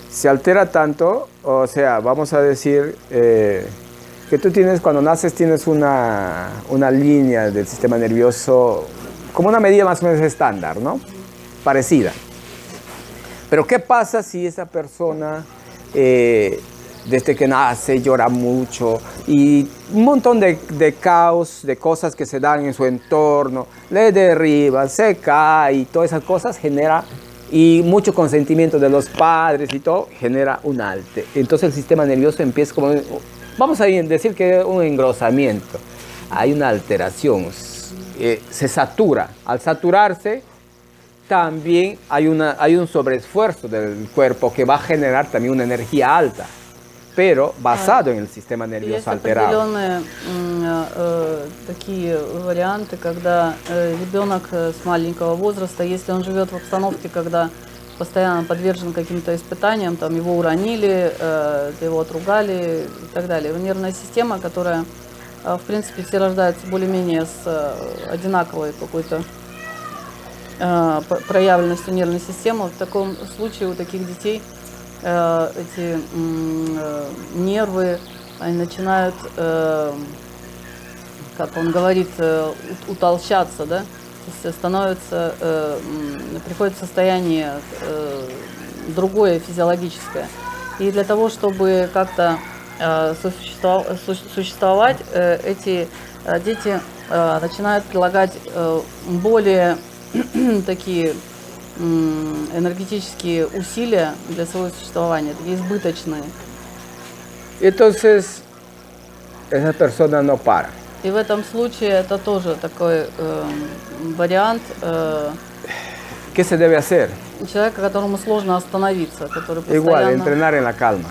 A: Se altera tanto, o sea, vamos a decir eh, que tú tienes, cuando naces tienes una, una línea del sistema nervioso, como una medida más o menos estándar, ¿no? Parecida. Pero ¿qué pasa si esa persona eh, desde que nace llora mucho y un montón de, de caos, de cosas que se dan en su entorno, le derriban, se cae y todas esas cosas genera y mucho consentimiento de los padres y todo genera un alte. Entonces el sistema nervioso empieza como, vamos a decir que un engrosamiento, hay una alteración, eh, se satura. Al saturarse, también hay, una, hay un sobreesfuerzo del cuerpo que va a generar también una energía alta, pero basado en el sistema
H: Есть
A: nervioso alterado.
H: определенные м, э, такие варианты, когда э, ребенок э, с маленького возраста, если он живет в обстановке, когда постоянно подвержен каким-то испытаниям, там его уронили, э, его отругали и так далее. Его нервная система, которая, э, в принципе, все рождаются более-менее с э, одинаковой какой-то э, п- проявленностью нервной системы. В таком случае у таких детей э, эти м, э, нервы они начинают, э, как он говорит, э, ут- утолщаться, да? То есть становится, э, м, приходит в состояние э, другое физиологическое. И для того, чтобы как-то э, сосуществов- су- существовать, э, эти э, дети э, начинают прилагать э, более такие м, энергетические усилия для своего существования, такие избыточные.
A: Entonces, esa persona no para.
H: И в этом случае это тоже такой эм, вариант э,
A: ¿Qué se debe hacer?
H: человека, которому сложно остановиться, который
A: Igual,
H: постоянно
A: entrenar en la calma.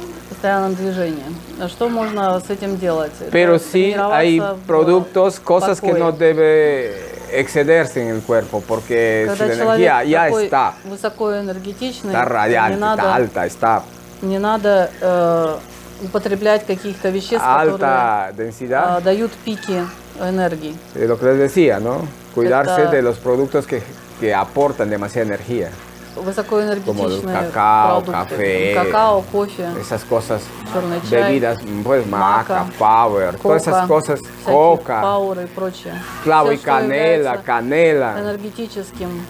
H: в постоянном движении. А Что можно с этим делать? Это
A: Pero sí hay
H: тренироваться в-
A: productos, cosas que no debe excederse en el cuerpo, porque si
H: когда
A: la
H: человек
A: energía ya
H: такой
A: está,
H: высокоэнергетичный,
A: está
H: не
A: radiante, está
H: надо,
A: alta, está
H: не надо э, употреблять каких-то веществ, которые
A: alta densidad.
H: э, дают пики энергии.
A: Eh, lo que les decía, ¿no? Cuidarse
H: Está-
A: de los productos que, que aportan demasiada energía, como el
H: Высокоэнергетичные
A: cacao,
H: продукты.
A: café,
H: какао, кофе.
A: esas cosas,
H: Черный чай,
A: bebidas, mm, pues maca,
H: maca,
A: power, todas esas
H: coca,
A: cosas,
H: всякие
A: coca,
H: пауры и прочее.
A: clavo
H: Всё,
A: y
H: что
A: canela,
H: является
A: canela,
H: энергетическим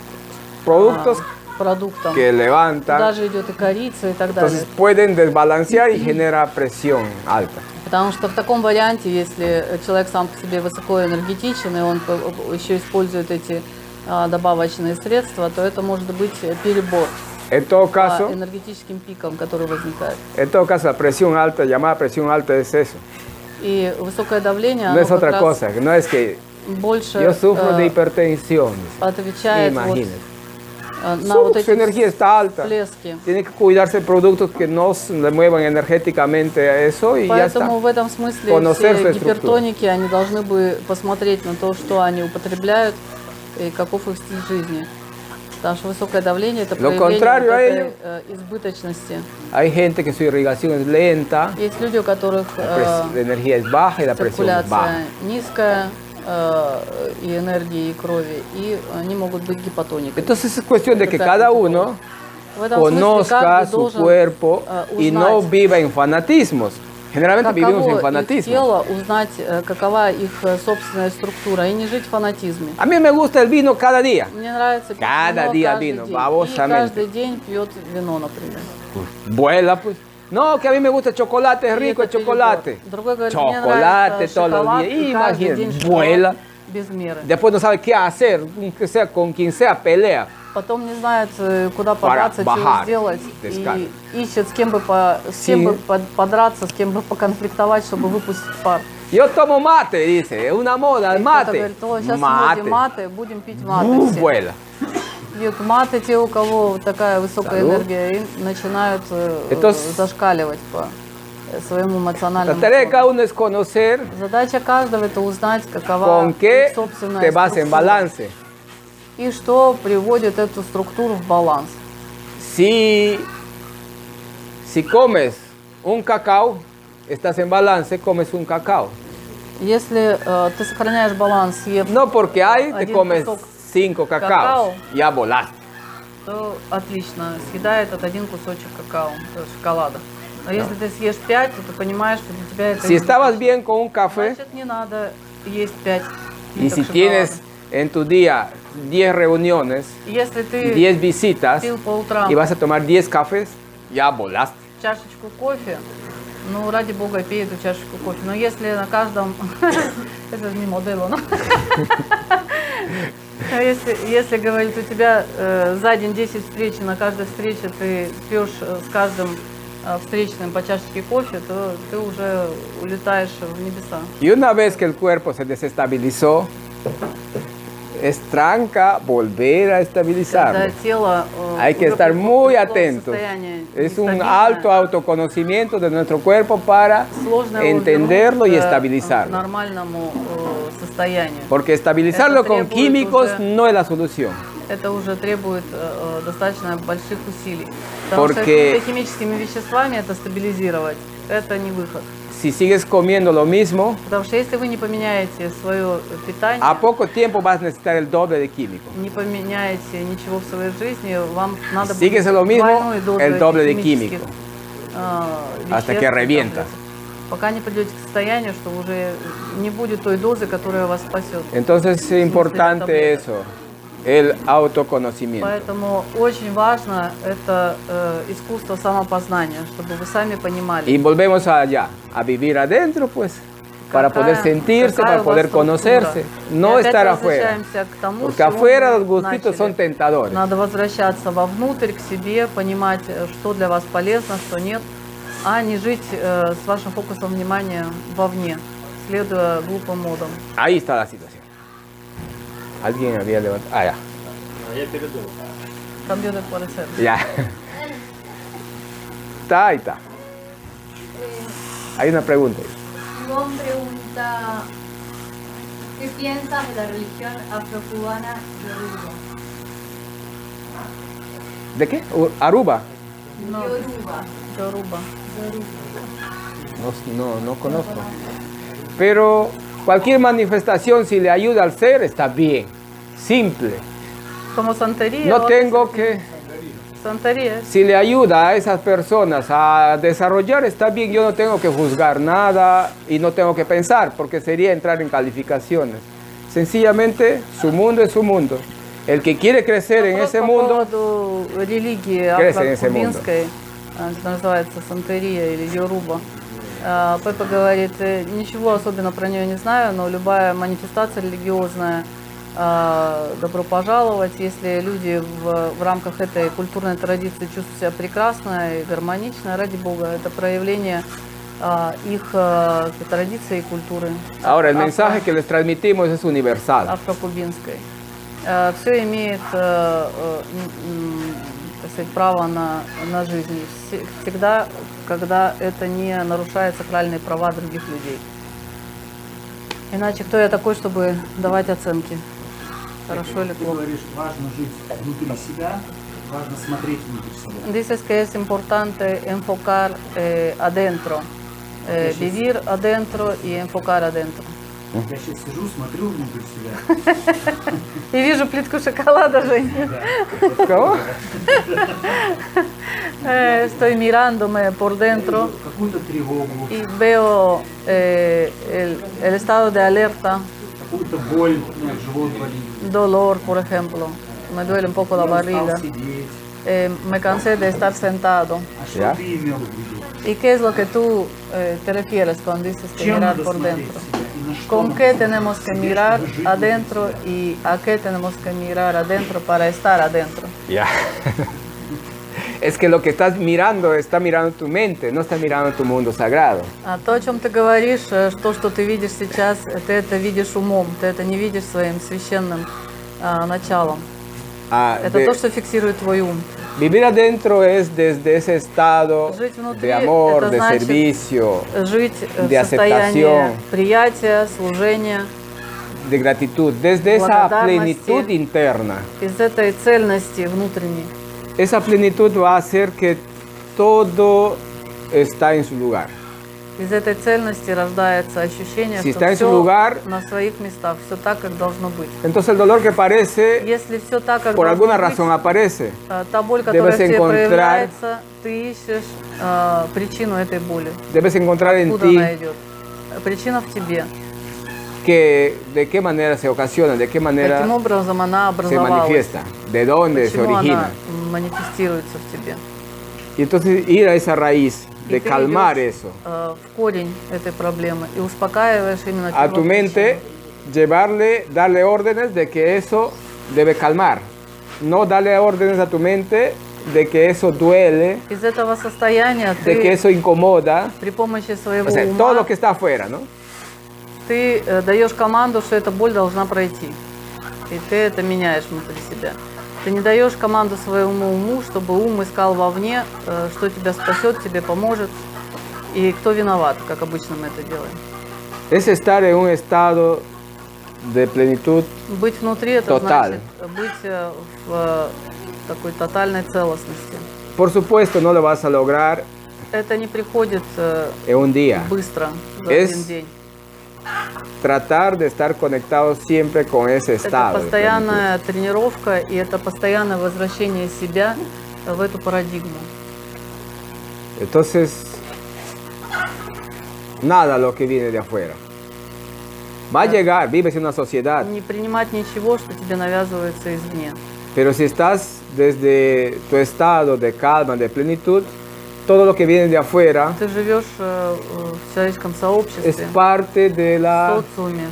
A: productos
H: а, продуктом.
A: que levantan,
H: Даже идет и корица и так далее.
A: entonces pueden desbalancear y genera presión alta.
H: Потому что в таком варианте, если человек сам по себе высокоэнергетичен, и он п- п- еще использует эти а, добавочные средства, то это может быть перебор
A: Ah, En todo
H: по
A: caso,
H: энергетическим пикам, которые возникают.
A: en todo caso, la presión alta, llamada presión alta es eso,
H: И высокое давление,
A: no
H: оно
A: es
H: как
A: otra
H: раз
A: cosa, no es que
H: больше
A: Yo ah, sufro
H: э,
A: de hipertensión.
H: отвечает вот,
A: Imagínate.
H: э, на
A: Su-
H: вот
A: su
H: эти
A: energía está alta.
H: всплески.
A: Tiene que cuidarse de productos que no se le muevan energéticamente a eso y ya está.
H: Поэтому в этом смысле
A: Conocer su
H: все
A: estructura.
H: гипертоники, они должны бы посмотреть на то, что они употребляют и каков их стиль жизни. Потому что высокое давление – это
A: Lo
H: проявление
A: contrario
H: вот
A: a
H: этой,
A: ello.
H: э, избыточности.
A: Hay gente que su irrigación es lenta,
H: Есть люди, у которых
A: la, pres- la
H: э,
A: energía es baja y la presión es baja.
H: циркуляция низкая, э, и энергии, и крови, и они могут быть гипотониками.
A: Entonces es cuestión de que cada uno
H: В этом смысле
A: conozca
H: каждый
A: su
H: должен,
A: cuerpo
H: э,
A: y no
H: узнать,
A: viva en fanatismos. Generalmente vivimos en
H: каково их
A: fanatismo.
H: тело, узнать, э, какова их э, собственная структура, и не жить в фанатизме.
A: A mí me gusta el vino cada día.
H: Мне нравится пить
A: Cada
H: вино
A: día
H: каждый
A: vino,
H: день. И
A: babosamente.
H: каждый день пьет вино, например.
A: Vuela, pues. No, que a mí me gusta el chocolate, es
H: Y
A: rico el
H: este
A: chocolate.
H: Другой говорит, мне
A: Chocolate
H: нравится
A: todos los
H: шоколад,
A: días.
H: и каждый день
A: Imagínate,
H: шоколад
A: vuela.
H: без меры.
A: Después no sabe qué hacer, ni que sea con quien sea, pelea.
H: Потом не знает, э, куда
A: Пора
H: податься,
A: бахать,
H: чего сделать.
A: искать.
H: И ищет, с кем бы, по- с кем
A: Си.
H: бы под- подраться, с кем бы поконфликтовать, чтобы выпустить пар.
A: Yo tomo mate, dice, es una moda, el
H: Кто-то
A: mate.
H: говорит, о, сейчас
A: Mate.
H: люди маты, будем пить маты
A: Бум,
H: все.
A: vuela.
H: Пьют маты те, у кого вот такая высокая
A: Salud.
H: энергия, и начинают э,
A: Entonces-
H: э, зашкаливать по э, своему
A: La
H: эмоциональному.
A: tarea de cada uno es conocer
H: Задача каждого это узнать, какова
A: con qué
H: собственная
A: te vas en
H: структура.
A: balance.
H: и что приводит эту структуру в баланс.
A: Si, si comes un cacao, estás en balance, comes un cacao.
H: Если э, ты сохраняешь баланс, съев
A: No porque hay, te
H: Один
A: comes
H: кусок
A: cinco cacaos.
H: какао.
A: Ya volaste.
H: то отлично, съедает этот один кусочек какао, то есть шоколада. Но если ты съешь пять, то ты понимаешь, что для тебя это...
A: Si
H: не-
A: estabas bien con un café
H: Значит, не надо есть пять.
A: y si
H: плиток
A: tienes en tu día 10 reuniones,
H: шоколада. Если ты
A: 10 visitas
H: пил по утрам
A: y vas a tomar 10 cafés, ya volaste.
H: чашечку кофе, ну, ради бога, пей эту чашечку кофе. Но если на каждом... Это не модело, но... А Если, если, говорит, у тебя э, за день 10 встреч, и на каждой встрече ты пьешь э, с каждым э, встречным по чашечке кофе, то ты уже улетаешь в небеса.
A: Y una vez que el cuerpo se desestabilizó, es tranca volver a
H: Когда
A: estabilizarlo.
H: тело... э,
A: Hay que
H: уже
A: estar
H: пришло-
A: muy
H: пришло в
A: atentos.
H: состояние
A: Es un
H: нестабильное.
A: alto autoconocimiento de nuestro cuerpo para
H: Сложно его
A: entenderlo y
H: вернуть, э, к
A: estabilizarlo.
H: нормальному э, состоянию.
A: Porque estabilizarlo
H: Это
A: con
H: требует
A: químicos
H: уже-
A: no es la solución.
H: Это уже требует э, э, достаточно больших усилий. Потому что
A: Porque-
H: какими-то химическими веществами это стабилизировать, это не выход.
A: Si sigues comiendo lo mismo,
H: Потому что если вы не поменяете свое питание,
A: a poco tiempo vas a necesitar el doble de químicos.
H: не поменяете ничего в своей жизни, вам надо
A: Si sigues lo mismo,
H: двойную дозу
A: el doble de
H: этих химических,
A: químicos.
H: э,
A: Hasta que
H: веществ,
A: revientas.
H: пока не придете к состоянию, что уже не будет той дозы, которая вас спасет.
A: Entonces es importante eso, el autoconocimiento.
H: Поэтому очень важно это э, искусство самопознания, чтобы вы сами понимали.
A: Y volvemos allá, a vivir adentro, pues, para poder sentirse,
H: какая
A: para
H: у вас
A: poder
H: структура.
A: conocerse,
H: И
A: no
H: опять
A: estar afuera.
H: возвращаемся к тому, с
A: Porque
H: чего
A: afuera
H: мы
A: los gustitos
H: начали.
A: son tentadores.
H: Надо возвращаться вовнутрь, к себе, понимать, э, что для вас полезно, что нет, а не жить э, с вашим фокусом внимания вовне, следуя глупым модам.
A: Ahí está la situación. Alguien había levantado. Ah,
F: А я передумал.
H: Компьютер по рецепту.
A: ya. Ya. Está, ahí está. Hay una pregunta.
J: Ivonne pregunta, ¿qué piensas de la religión afrocubana de Yoruba?
A: ¿De qué? U- Aruba.
J: Yoruba.
H: Yoruba.
A: No, no, no conozco. Pero cualquier manifestación, si le ayuda al ser, está bien. Simple.
H: Como santería.
A: No
H: вот,
A: tengo que...
H: Сантерия.
A: Si le ayuda a esas personas a desarrollar, está bien. Yo no tengo que juzgar nada y no tengo que pensar, porque sería entrar en calificaciones. Sencillamente, su mundo es su mundo. El que quiere crecer en
H: Вопрос
A: ese
H: по
A: mundo...
H: поводу религии
A: Крейс en ese mundo.
H: афрокубинской, э, что называется сантерия или йоруба. Э, Пеппа говорит, э, ничего особенно про нее не знаю, но любая манифестация религиозная, э, добро пожаловать. Если люди в, в рамках этой культурной традиции чувствуют себя прекрасно и гармонично, ради бога, это проявление э, их э, традиции и культуры.
A: Ahora, el mensaje que les transmitimos es universal.
H: Афрокубинской. Все имеет э, э, м, м, так сказать, право на, на жизнь. Все- Всегда, когда это не нарушает сакральные права других людей. Иначе кто я такой, чтобы давать оценки? Хорошо или
N: Ты
H: плохо?
N: говоришь, важно жить внутри себя, важно смотреть внутрь себя.
H: Dices que es importante э, enfocar eh, adentro, Eh,
N: Отлично.
H: vivir adentro y enfocar adentro.
N: Я сейчас сижу, смотрю внутрь себя.
H: И вижу плитку шоколада, Женя.
A: Кого?
H: Э, Estoy mirándome por dentro
N: Какую-то тревогу,
H: y veo eh, el, el estado de alerta,
N: какую-то боль, ну, живот болит.
H: dolor, por ejemplo. Me duele un poco la
N: Я устал
H: barriga.
N: сидеть.
H: Eh, me cansé de estar sentado.
N: А что
A: Я?
N: ты имел в виду?
H: ¿Y qué es lo que tú eh, te refieres cuando dices que
N: Чем
H: mirar
N: надо
H: por
N: смотреть
H: dentro?
N: себя? И на что
H: ¿Con
N: надо
H: qué
N: смотреть?
H: tenemos que
N: Себе,
H: mirar
N: чтобы жить
H: adentro y a qué tenemos que mirar adentro para estar adentro?
A: Ya. Es que lo que estás mirando está mirando tu mente, no está mirando tu mundo sagrado.
H: А то, о чем ты говоришь, э, то, что ты видишь сейчас, э, ты это видишь умом, ты это не видишь своим священным э, началом.
A: Ah,
H: Это
A: de-
H: то, что фиксирует твой ум.
A: Vivir adentro es desde ese estado
H: Жить внутри
A: de amor,
H: это
A: de
H: значит
A: servicio,
H: жить э, в
A: de
H: состоянии
A: aceptación.
H: приятия, служения.
A: de gratitud, desde esa
H: Благодарности.
A: plenitud interna.
H: Из этой цельности внутренней.
A: Esa plenitud va a hacer que todo está en su lugar.
H: Из этой цельности рождается ощущение,
A: Si
H: что
A: está en
H: все
A: su lugar-
H: на своих местах, все так, как должно быть.
A: Entonces el dolor que aparece,
H: Если все так, как
A: por
H: должно
A: alguna
H: быть,
A: razón aparece.
H: э, та боль, которая
A: debes
H: в тебе
A: encontrar,
H: проявляется, ты ищешь э, причину этой боли.
A: debes encontrar en
H: Откуда
A: ti
H: она идет? Э, Причина в тебе.
A: que de qué manera se ocasiona, de qué
H: Каким
A: manera
H: образом она
A: se
H: образовалась?
A: manifiesta, de dónde se
H: Почему она
A: origina.
H: манифестируется в тебе?
A: Y entonces ir a esa raíz,
H: И
A: de
H: ты
A: calmar
H: идёшь,
A: eso.
H: э, в корень этой проблемы и успокаиваешь именно
A: A
H: тем
A: tu mente, llevarle, darle órdenes de que eso debe calmar. No darle órdenes a tu mente de que eso duele,
H: Из этого состояния
A: de que
H: ты
A: eso incomoda.
H: при помощи своего
A: O sea,
H: ума
A: todo lo que está afuera, ¿no?
H: ты э, даешь команду, что эта боль должна пройти. И ты это меняешь внутри себя. Ты не даешь команду своему уму, чтобы ум искал вовне, э, что тебя спасет, тебе поможет. И кто виноват, как обычно мы это делаем.
A: Es estar en un estado de plenitud
H: Быть внутри это
A: Тоталь.
H: значит быть э, в э, такой тотальной целостности.
A: Por supuesto, no lo vas a lograr
H: Это не приходит э,
A: en un día.
H: быстро за один
A: Es
H: день.
A: tratar de estar conectado siempre con ese
H: Это
A: estado. de plenitud.
H: постоянная тренировка и это постоянное возвращение себя в эту парадигму.
A: Entonces, nada lo que viene de afuera. Va a llegar, vives en una sociedad,
H: Не принимать ничего, что тебе навязывается извне.
A: pero si estás desde tu estado de calma, de plenitud, todo lo que viene de afuera
H: Ты живешь э, э, в человеческом
A: es
H: сообществе,
A: parte de
H: в
A: la,
H: социуме.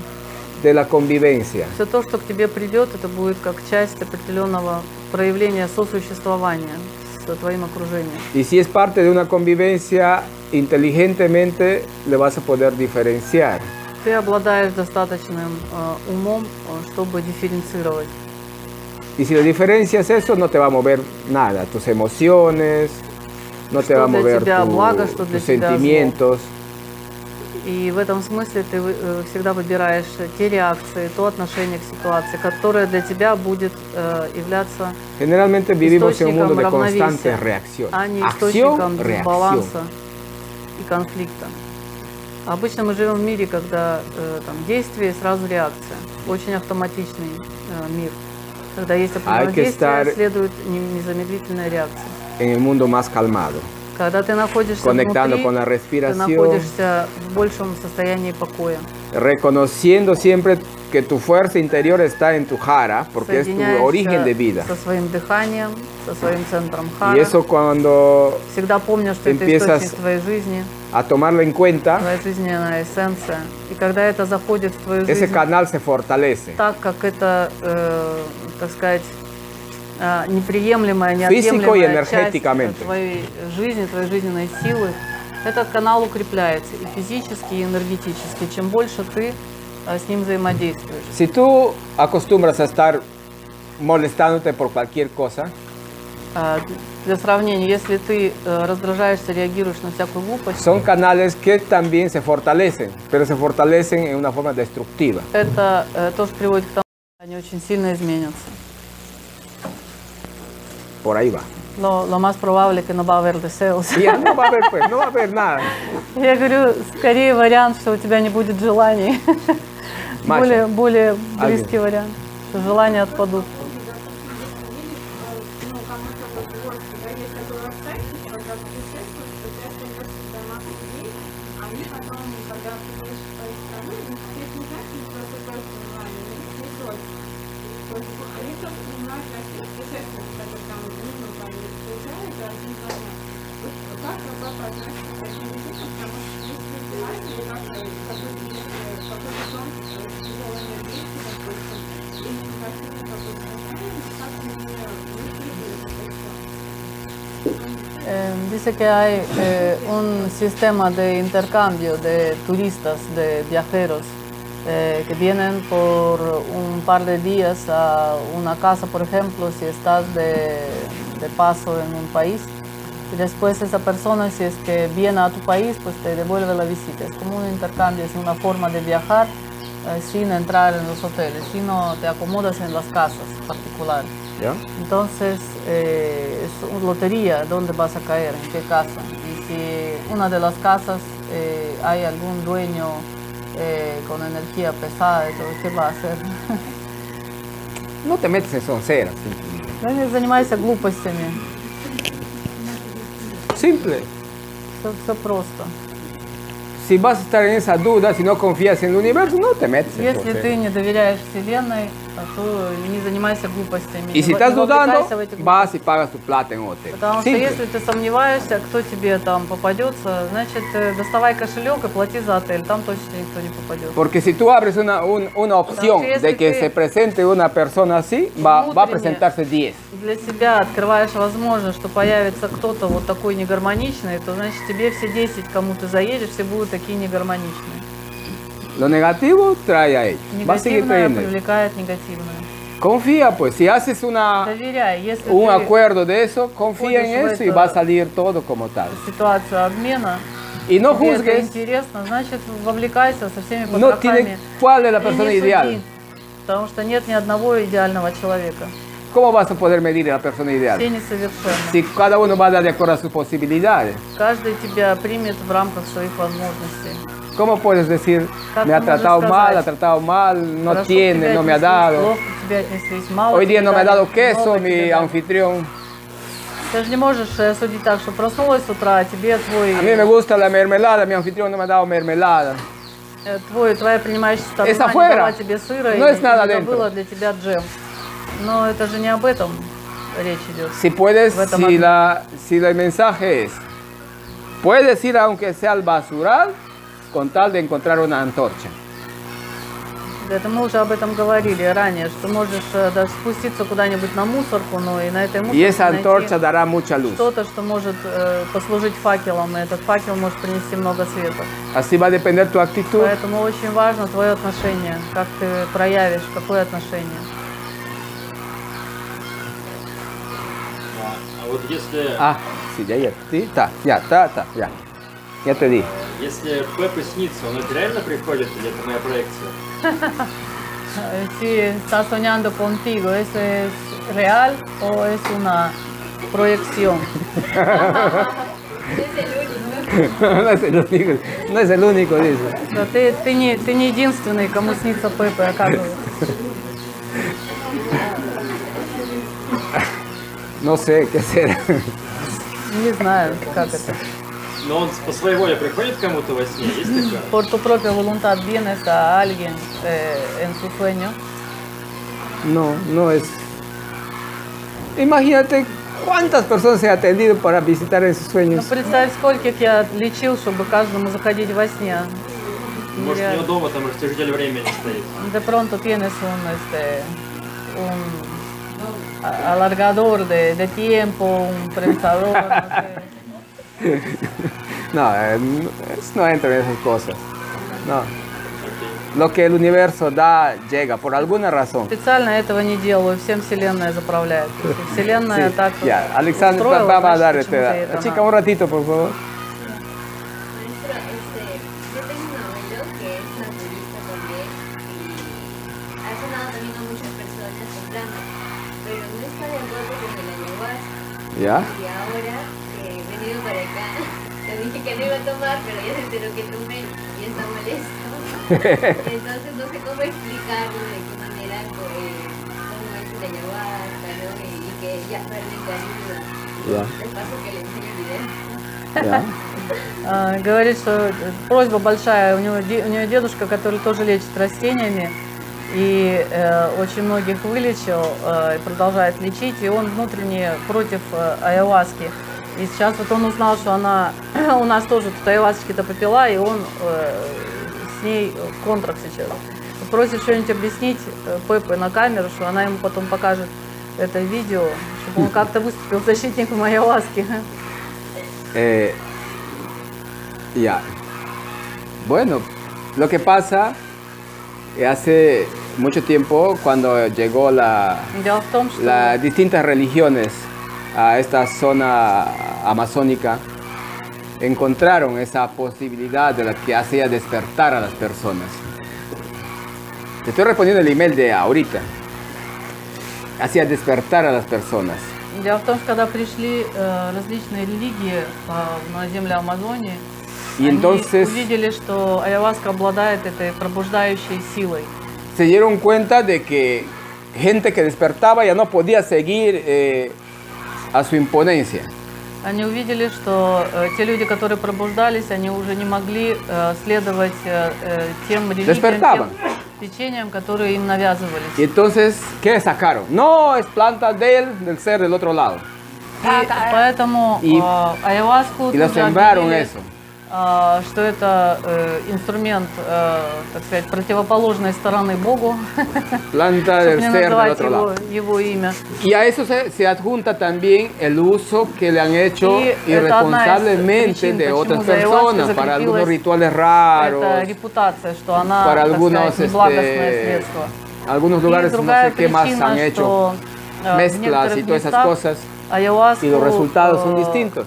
A: de la convivencia.
H: Все то, что к тебе придет, это будет как часть определенного проявления сосуществования с твоим окружением.
A: Y si es parte de una convivencia, inteligentemente le vas a poder diferenciar.
H: Ты обладаешь достаточным э, умом, э, чтобы дифференцировать.
A: Y si lo diferencias eso, no te va a mover nada, tus emociones, no te
H: Что
A: va a
H: для
A: mover
H: тебя
A: tu-
H: благо, что для
A: tus
H: тебя зло.
A: sentimientos.
H: И в этом смысле ты вы- э, всегда выбираешь те реакции, то отношение к ситуации, которое для тебя будет э, являться
A: Generalmente vivimos en un mundo
H: источником
A: de
H: равновесия,
A: constantes reacciones.
H: а не
A: Acción,
H: источником
A: reacción.
H: баланса и конфликта. Обычно мы живем в мире, когда э, там действие и сразу реакция. Очень автоматичный э, мир. Когда
A: А
H: есть определенное
A: que
H: действие,
A: estar-
H: следует не- незамедлительная реакция.
A: En el mundo más calmado.
H: Когда ты находишься
A: Conectando
H: внутри,
A: con la
H: ты
A: respiración.
H: находишься в большем состоянии покоя.
A: Reconociendo siempre que tu fuerza interior está en tu jara, porque es tu
H: Соединяешься
A: origen de vida.
H: со своим дыханием, со своим центром
A: Y
H: хара.
A: eso cuando
H: Всегда помню, что это
A: empiezas-
H: источник твоей жизни,
A: a tomarlo en cuenta,
H: твоя жизненная эссенция. И когда это заходит в твою
A: ese
H: жизнь
A: canal se fortalece.
H: так, как это, э, так сказать, э, неприемлемая,
A: Физико и
H: неотъемлемая часть
A: энергетикamente.
H: твоей жизни, твоей жизненной силы, этот канал укрепляется и физически, и энергетически. Чем больше ты э, с ним взаимодействуешь.
A: Si tú acostumbras a estar molestándote por cualquier cosa,
H: А, Для сравнения, если ты э, раздражаешься, реагируешь на всякую глупость,
A: son canales que también se fortalecen, pero se fortalecen en una forma destructiva.
H: это э, тоже приводит к тому, что они очень сильно изменятся.
A: Por ahí va.
H: Lo, lo más probable que no va a haber deseos.
A: Y ya no va a haber, pues, no va a haber nada.
H: Я говорю, скорее вариант, что у тебя не будет желаний.
A: Маша.
H: Более, более
A: Ага.
H: близкий вариант, что желания отпадут.
D: ну, кому-то вот в городе, да, есть такое обстоятельство, когда путешествуешь, что ты остаешься дома людей, а они потом, когда приедешь в свою страну, они все не знают, что ты обращаешь внимание, но их не против. То есть они тоже понимают Россию, естественно, когда там, ну, там, приезжают, а они должны. Вот как Рабат относится к таким людям, потому что есть люди разные, как бы, как бы, э, какой-то дом, э, с тяжелой энергетикой, допустим, и не хотят, как бы, как-то, как-то, э, не следует, допустим.
H: Eh, dice que hay eh, un sistema de intercambio de turistas, de viajeros, eh, que vienen por un par de días a una casa, por ejemplo, si estás de, de paso en un país. Y después esa persona, si es que viene a tu país, pues te devuelve la visita. Es como un intercambio, es una forma de viajar eh, sin entrar en los hoteles, sino te acomodas en las casas particulares.
P: ¿Ya?
H: Entonces, eh, es una lotería dónde vas a caer, en qué casa. Y si una de las casas eh, hay algún dueño eh, con energía pesada, y todo, ¿qué va a hacer?
A: No te metes en sonceras. simple.
H: Да не занимайся глупостями.
A: Simple.
H: Все, просто.
A: Si vas a estar en esa duda, si no confías en el universo, no te metes en
H: Если ты
A: sonceras.
H: не доверяешь Вселенной, то не занимайся глупостями.
A: Y
H: не
A: si
H: во-
A: estás
H: не вовлекайся
A: dudando,
H: в эти
A: vas y pagas tu plata en un hotel.
H: Потому что
A: Simple.
H: если ты сомневаешься, кто тебе там попадется, значит, э, доставай кошелек и плати за отель. Там точно никто не попадет.
A: Porque si tú abres una, un- una opción
H: Entonces,
A: de
H: es
A: que
H: que-
A: se presente una persona así, va, va a
H: Внутренне.
A: presentarse 10.
H: Для себя открываешь возможность, что появится кто-то вот такой негармоничный, то значит тебе все 10, кому ты заедешь, все будут такие негармоничные.
A: Lo negativo trae a ello. Va a seguir
H: Негативное
A: trayendo. ello.
H: привлекает негативное.
A: Confía, pues, si haces una,
H: Доверяй, если
A: un
H: ты
A: acuerdo de eso, confía en
H: Входишь в
A: eso y
H: это-
A: va a salir todo como tal.
H: ситуацию обмена,
A: Y no
H: тебе это
A: juzgues,
H: интересно, значит вовлекайся со всеми
A: no
H: потрохами.
A: tiene cuál es la
H: И не
A: persona
H: суди,
A: ideal.
H: Потому что нет ни одного идеального человека.
A: ¿Cómo vas a poder medir a la persona
H: Все
A: ideal?
H: несовершенны.
A: Si cada uno va a dar de acuerdo a sus posibilidades.
H: Каждый тебя примет в рамках своих возможностей.
A: ¿Cómo puedes decir,
H: Как
A: me ha
H: ты можешь
A: tratado mal,
H: сказать?
A: ha tratado mal, no
H: Хорошо
A: tiene,
H: тебя
A: no me ha
H: отнеслись,
A: dado?
H: плохо тебя отнеслись, мало
A: Hoy día
H: тебе
A: no me ha
H: дали,
A: dado queso
H: много
A: mi
H: тебе дали.
A: anfitrión.
H: Ты же не можешь э, судить так, что проснулась с утра, а тебе твой,
A: A mí me gusta la mermelada, mi anfitrión no me ha dado mermelada.
H: э, твой, твоя принимающая сторона
A: Es
H: не
A: afuera.
H: дала тебе сыра
A: No
H: и
A: es nada
H: не
A: dentro.
H: забыла для тебя джем. Но это же не об этом речь идет.
A: Si puedes,
H: В этом
A: si,
H: ответ.
A: la, si el mensaje es, puedes ir aunque sea al basural con tal de encontrar una antorcha.
H: Это мы уже об этом говорили ранее, что можешь э, даже спуститься куда-нибудь на мусорку, но и на этой мусорке
A: Y esa
H: найти
A: antorcha dará mucha luz.
H: что-то, что может э, послужить факелом, и этот факел может принести много света.
A: Así va a depender tu actitud.
H: Поэтому очень важно твое отношение, как ты проявишь, какое отношение.
F: А, а вот если,
A: Ah, sí, ya, ya, sí, ta, ya, ta, ta, ya. Ya te di.
F: если Пеппа снится, он это реально приходит или это моя проекция?
H: Eh, Si está soñando contigo, ¿eso es real o es una proyección?
A: no es el único, no es el único, dice.
H: Да ты, ты, не, ты не единственный, кому снится а Пеппа, оказывается.
A: No sé qué será.
H: Не знаю, как это.
F: Но он по своей воле приходит к кому-то во сне, есть такое?
H: Por tu propia voluntad vienes a alguien eh, en su sueño.
A: No, no es. Imagínate cuántas personas he atendido para visitar en sus
H: Ну
A: sueños.
H: представь, скольких я лечил, чтобы каждому заходить во сне.
F: Может, у него
H: Нереально.
F: дома там растяжитель времени стоит?
H: De pronto tienes un, este, un a- alargador de, de tiempo, un prensador. no sé.
A: No, eh, no, es- no entra en esas cosas. No. Lo que el universo da llega por alguna razón.
H: Специально этого не делаю, всем Вселенная заправляет. Если Вселенная
A: Sí,
H: так вот
A: ya, Alexander, va-
H: устроила,
A: vamos a
H: значит,
A: dar este.
H: почему-то ей это
A: Chica,
H: надо.
A: un ratito, por favor.
J: Maestra, este, yo tengo un abuelo que es naturista también y ha sanado también a muchas personas con plantas, pero no está de acuerdo con el ayahuasca.
A: Ya.
J: Y ahora eh, he venido para acá. Le dije que no iba a tomar, pero ya se enteró que tomé y está molesto. Entonces no sé cómo explicarlo de qué manera eh, cómo es el ayahuasca, ¿no? Y, y que ya realmente ayuda.
A: Ya.
J: El paso que le enseño el
A: Ya.
J: video.
H: А, Говорит, что э, просьба большая. У, него, де- у нее дедушка, который тоже лечит растениями, и э, очень многих вылечил, э, и продолжает лечить, и он внутренне против э, ayahuasca. И сейчас вот он узнал, что она у нас тоже тут ayahuasca-то попила, и он э, с ней в контракт сейчас. Просит что-нибудь объяснить э, Пеппе на камеру, что она ему потом покажет это видео, чтобы он как-то выступил защитником ayahuasca.
A: Eh, ya. Bueno, lo que pasa, eh, hace mucho tiempo, cuando llegó la,
H: Дело в том, что
A: las distintas religiones a esta zona amazónica, encontraron esa posibilidad de la que hacía despertar a las personas. Te estoy respondiendo el email de ahorita. Hacía despertar a las personas.
H: Дело в том, что когда пришли э, различные религии э, на землю Амазонии,
A: Y
H: они
A: entonces-
H: увидели, что Аяваска обладает этой пробуждающей силой.
A: se dieron cuenta de que gente que despertaba ya no podía seguir eh, a su imponencia.
H: Они увидели, что э, те люди, которые пробуждались, они уже не могли э, следовать э, э, тем религиям,
A: Despertaban.
H: тем течениям, которые им навязывались.
A: Y entonces, ¿qué sacaron? No, es planta del, del ser del otro lado.
H: И поэтому
A: И-
H: э, айваску
A: Y lo
H: тоже
A: sembraron
H: объявили,
A: eso.
H: э, что это э, инструмент, э, так сказать, противоположной стороны Богу,
A: Planta
H: чтобы
A: del
H: не
A: ser del
H: называть
A: otro
H: его,
A: lado.
H: его имя.
A: Y a eso se, se adjunta también el uso que le han hecho
H: Y это одна из
A: irresponsablemente
H: причин,
A: de
H: почему
A: otras
H: за ayahuasca
A: personas para algunos
H: закрепилась
A: rituales raros,
H: Это репутация, что она,
A: para
H: так
A: algunos,
H: сказать, неблагостное
A: este,
H: средство.
A: algunos
H: И
A: lugares no
H: другая
A: sé qué más
H: причина,
A: han hecho,
H: что э, в
A: mezclas y
H: некоторых
A: todas esas
H: местах
A: cosas,
H: ayahuasca,
A: y los resultados son
H: э,
A: distintos.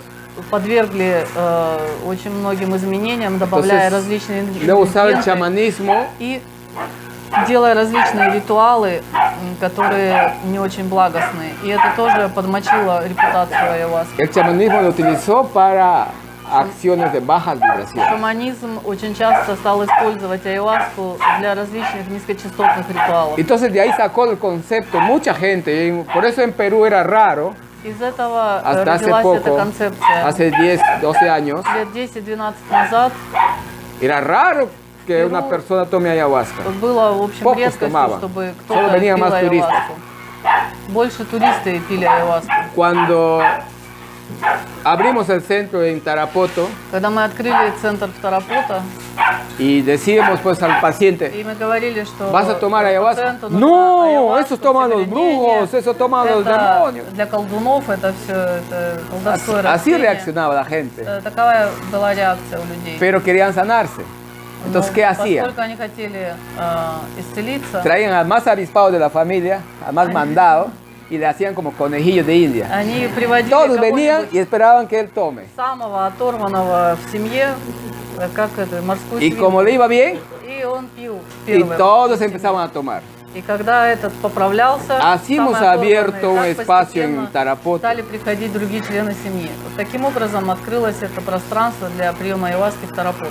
H: подвергли э, очень многим изменениям, добавляя
A: Entonces,
H: различные
A: le usaba el
H: ингредиенты.
A: chamanismo
H: и делая различные ритуалы, м, которые не очень благостные. И это тоже подмочило репутацию айваски.
A: El chamanismo lo utilizó para acciones de bajas vibraciones.
H: Шаманизм очень часто стал использовать айваску для различных низкочастотных ритуалов.
A: Entonces de ahí sacó el concepto mucha gente, y por eso en Perú era raro,
H: Из этого э,
A: hasta hace
H: родилась эта
A: poco,
H: концепция.
A: hace 10, 12 años,
H: Лет 10-12 назад
A: era raro que una persona tome ayahuasca.
H: было, в общем,
A: Pocos
H: редкостью,
A: tomaban.
H: чтобы
A: Solo
H: кто-то пил
A: venían más turistas.
H: айваску. Больше туристы пили айваску.
A: Cuando abrimos el centro en Tarapoto
H: Когда мы открыли центр Второпота,
A: y decíamos pues al paciente,
H: и мы говорили, что
A: ¿vas a tomar ayahuasca?
H: пациенту
A: No, eso toman los brujos, eso toman los
H: Это
A: demonios.
H: для колдунов это все это
A: Así,
H: колдовское
A: así
H: растение.
A: reaccionaba la gente.
H: Э, Такова была реакция у людей.
A: pero querían sanarse.
H: Но
A: Entonces, ¿qué hacían?
H: Поскольку они хотели э, исцелиться,
A: Traían al más avispado de la familia, al más mandado, y le hacían como conejillos de India.
H: они приводили
A: Todos
H: кого-нибудь
A: venían y esperaban que él tome.
H: самого оторванного в семье, э, как это, морскую
A: Y
H: свинку.
A: como le iba bien,
H: И он пил
A: y
H: первым.
A: todos empezaban a tomar.
H: И когда этот поправлялся,
A: Así
H: самый
A: hemos
H: оторванный,
A: abierto un
H: так
A: espacio en
H: постепенно
A: Tarapoto.
H: стали приходить другие члены семьи. Вот таким образом открылось это пространство для приема айваски в Тарапото.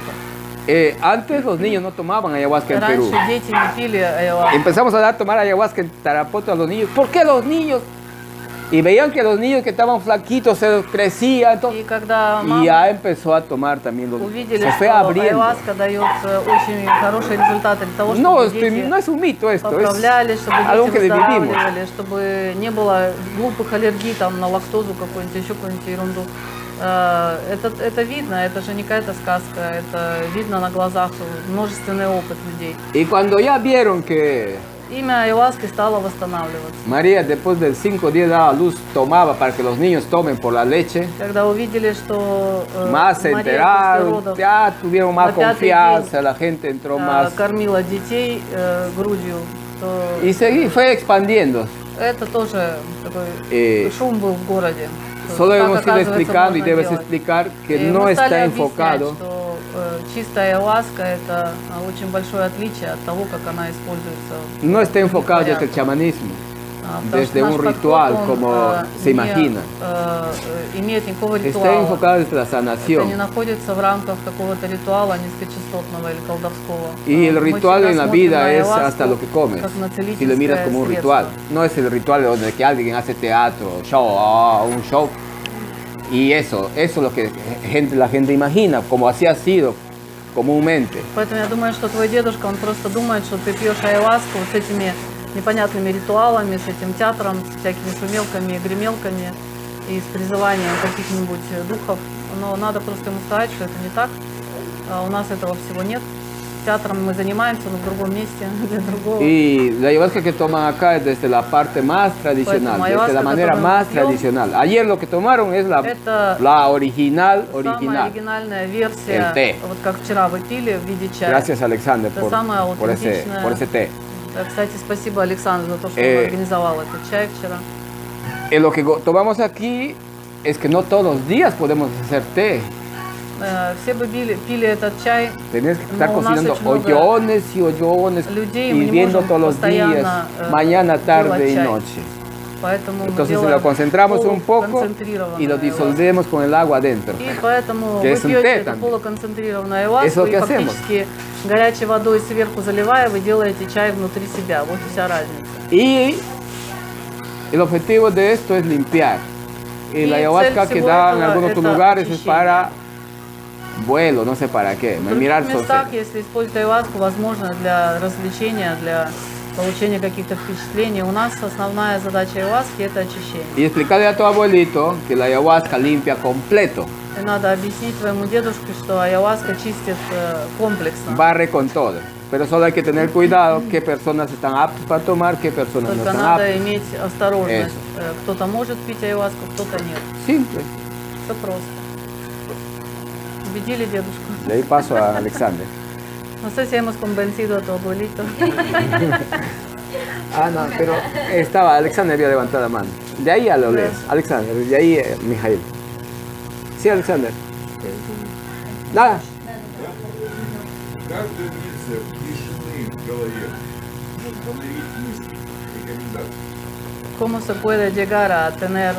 A: Eh, antes los niños no tomaban ayahuasca en
H: Раньше
A: Perú.
H: дети не пили айваску.
A: Empezamos a dar a tomar ayahuasca en Tarapoto a los niños. ¿Por qué los niños? Y veían que los niños que estaban flaquitos se crecían. entonces-
H: mamá-
A: y ya empezó a tomar también los
H: Увидели,
A: Se fue
H: что
A: abriendo.
H: айваска дает э, очень хорошие результаты для того,
A: Pues
H: чтобы
A: No, es
H: дети
A: prim- no es un mito esto,
H: поправлялись,
A: es
H: чтобы
A: algo
H: дети
A: que vivimos.
H: выздоравливали, чтобы не было глупых аллергий там на лактозу какую-нибудь, еще какую-нибудь ерунду. Э, Это, это видно, это же не какая-то сказка, это видно на глазах, э, множественный опыт людей.
A: Y cuando ya vieron que
H: Имя айваски стало восстанавливаться.
A: María después del 5 días daba luz, tomaba para que los niños tomen por la leche,
H: Когда увидели, что э,
A: más se
H: Мария после
A: enteraron,
H: родов,
A: ya Ah, tuvieron más
H: На пятый
A: confianza, la gente entró
H: э,
A: más.
H: кормила детей э, грудью, то
A: Y seguí, fue expandiendo.
H: это тоже такой
A: Eh,
H: шум был в городе.
A: Solo
H: Так,
A: hemos ido
H: оказывается,
A: explicando y
H: можно
A: debes
H: делать.
A: explicar que
H: И
A: Eh, no
H: мы стали
A: está
H: объяснять,
A: enfocado.
H: что э, чистая ласка это э, очень большое отличие от того, как она используется.
A: No está enfocado desde el
H: порядок.
A: chamanismo,
H: А, потому
A: desde
H: что наш
A: un
H: подход,
A: ritual
H: он,
A: como
H: э,
A: se
H: не,
A: imagina.
H: э, э, имеет никакого
A: Está
H: ритуала.
A: enfocado desde la
H: Это не
A: sanación.
H: находится в рамках какого-то ритуала низкочастотного или колдовского.
A: Y el
H: Мы
A: ritual
H: всегда
A: en la
H: смотрим
A: vida
H: на
A: es
H: айваску
A: hasta lo que comes.
H: как на
A: Si lo miras
H: целительское
A: como un
H: средство.
A: ritual. No es el ritual donde que alguien hace teatro, show, ah, un show. Y eso, eso es lo que gente, la gente imagina, como así ha sido comúnmente.
H: Поэтому я думаю, что твой дедушка, он просто думает, что ты пьешь айваску вот с этими непонятными ритуалами, с этим театром, с всякими шумелками и гремелками и с призыванием каких-нибудь э, духов. Но надо просто ему сказать, что это не так. А У нас этого всего нет. театром мы занимаемся, но в другом месте, для другого.
A: Y la ayahuasca que toman acá es desde la parte más tradicional, desde la
H: ayahuasca,
A: manera
H: которую
A: más
H: мы пьем,
A: tradicional. Ayer lo que tomaron es la,
H: Это
A: la original,
H: Самая
A: original.
H: оригинальная
A: El té.
H: версия, вот как вчера вы пили в виде чая.
A: Gracias Alexander
H: Это
A: por,
H: самая
A: por ese,
H: аутентичная.
A: por ese té.
H: Э, Кстати, спасибо Александру за то, что
A: Э.
H: он организовал этот чай вчера.
A: Eh, lo que go- tomamos aquí es que no todos los días podemos hacer té.
H: Э, Все бы били- пили этот чай,
A: Tenés que estar
H: No, у нас
A: cocinando
H: очень много
A: hoyones y hoyones
H: людей,
A: y
H: мы не
A: viendo
H: можем
A: todos los días,
H: постоянно, э,
A: mañana, tarde y
H: делать
A: noche.
H: чай. поэтому мы
A: Entonces
H: делаем
A: lo concentramos
H: uh,
A: un poco
H: полуконцентрированную
A: y lo
H: ayahuasca.
A: disolvemos con el agua adentro.
H: И поэтому
A: Que
H: вы
A: es un
H: пьете
A: té
H: эту
A: también.
H: полуконцентрированную
A: Es lo
H: ayahuasку и
A: que hacemos.
H: фактически горячей водой сверху заливая, вы делаете чай внутри себя. Вот и вся разница.
A: Y el objetivo de esto es limpiar. Y la
H: Y el
A: ayahuasca
H: cel
A: que
H: seguro
A: da en
H: это-
A: algunos
H: это
A: otros lugares es
H: очищение.
A: para vuelo, no sé para qué,
H: В
A: mirar social.
H: других местах, если использовать айваску, возможно, для развлечения, для получения каких-то впечатлений. У нас основная задача айваски – это очищение.
A: Y explicarle a tu abuelito que la ayahuasca limpia completo,
H: И надо объяснить твоему дедушке, что айваска чистит э, комплексно.
A: barre con todo. Pero solo hay que tener cuidado qué personas están aptas para tomar, qué personas no
H: Только
A: están
H: надо
A: aptas.
H: иметь осторожность. Э, Кто-то может пить айваску, кто-то нет.
A: Simple.
H: Все просто. Убедили дедушку.
A: Le doy paso a Alexander.
H: No sé si hemos convencido a tu abuelito.
A: Ah, no, pero estaba, Alexander había levantado la mano. De ahí a lo lees, Alexander, de ahí eh, Mijail. Sí, Alexander. Nada.
B: Каждая птица тишины в голове может обновить мысли, рекомендации.
H: ¿Cómo se puede llegar a tener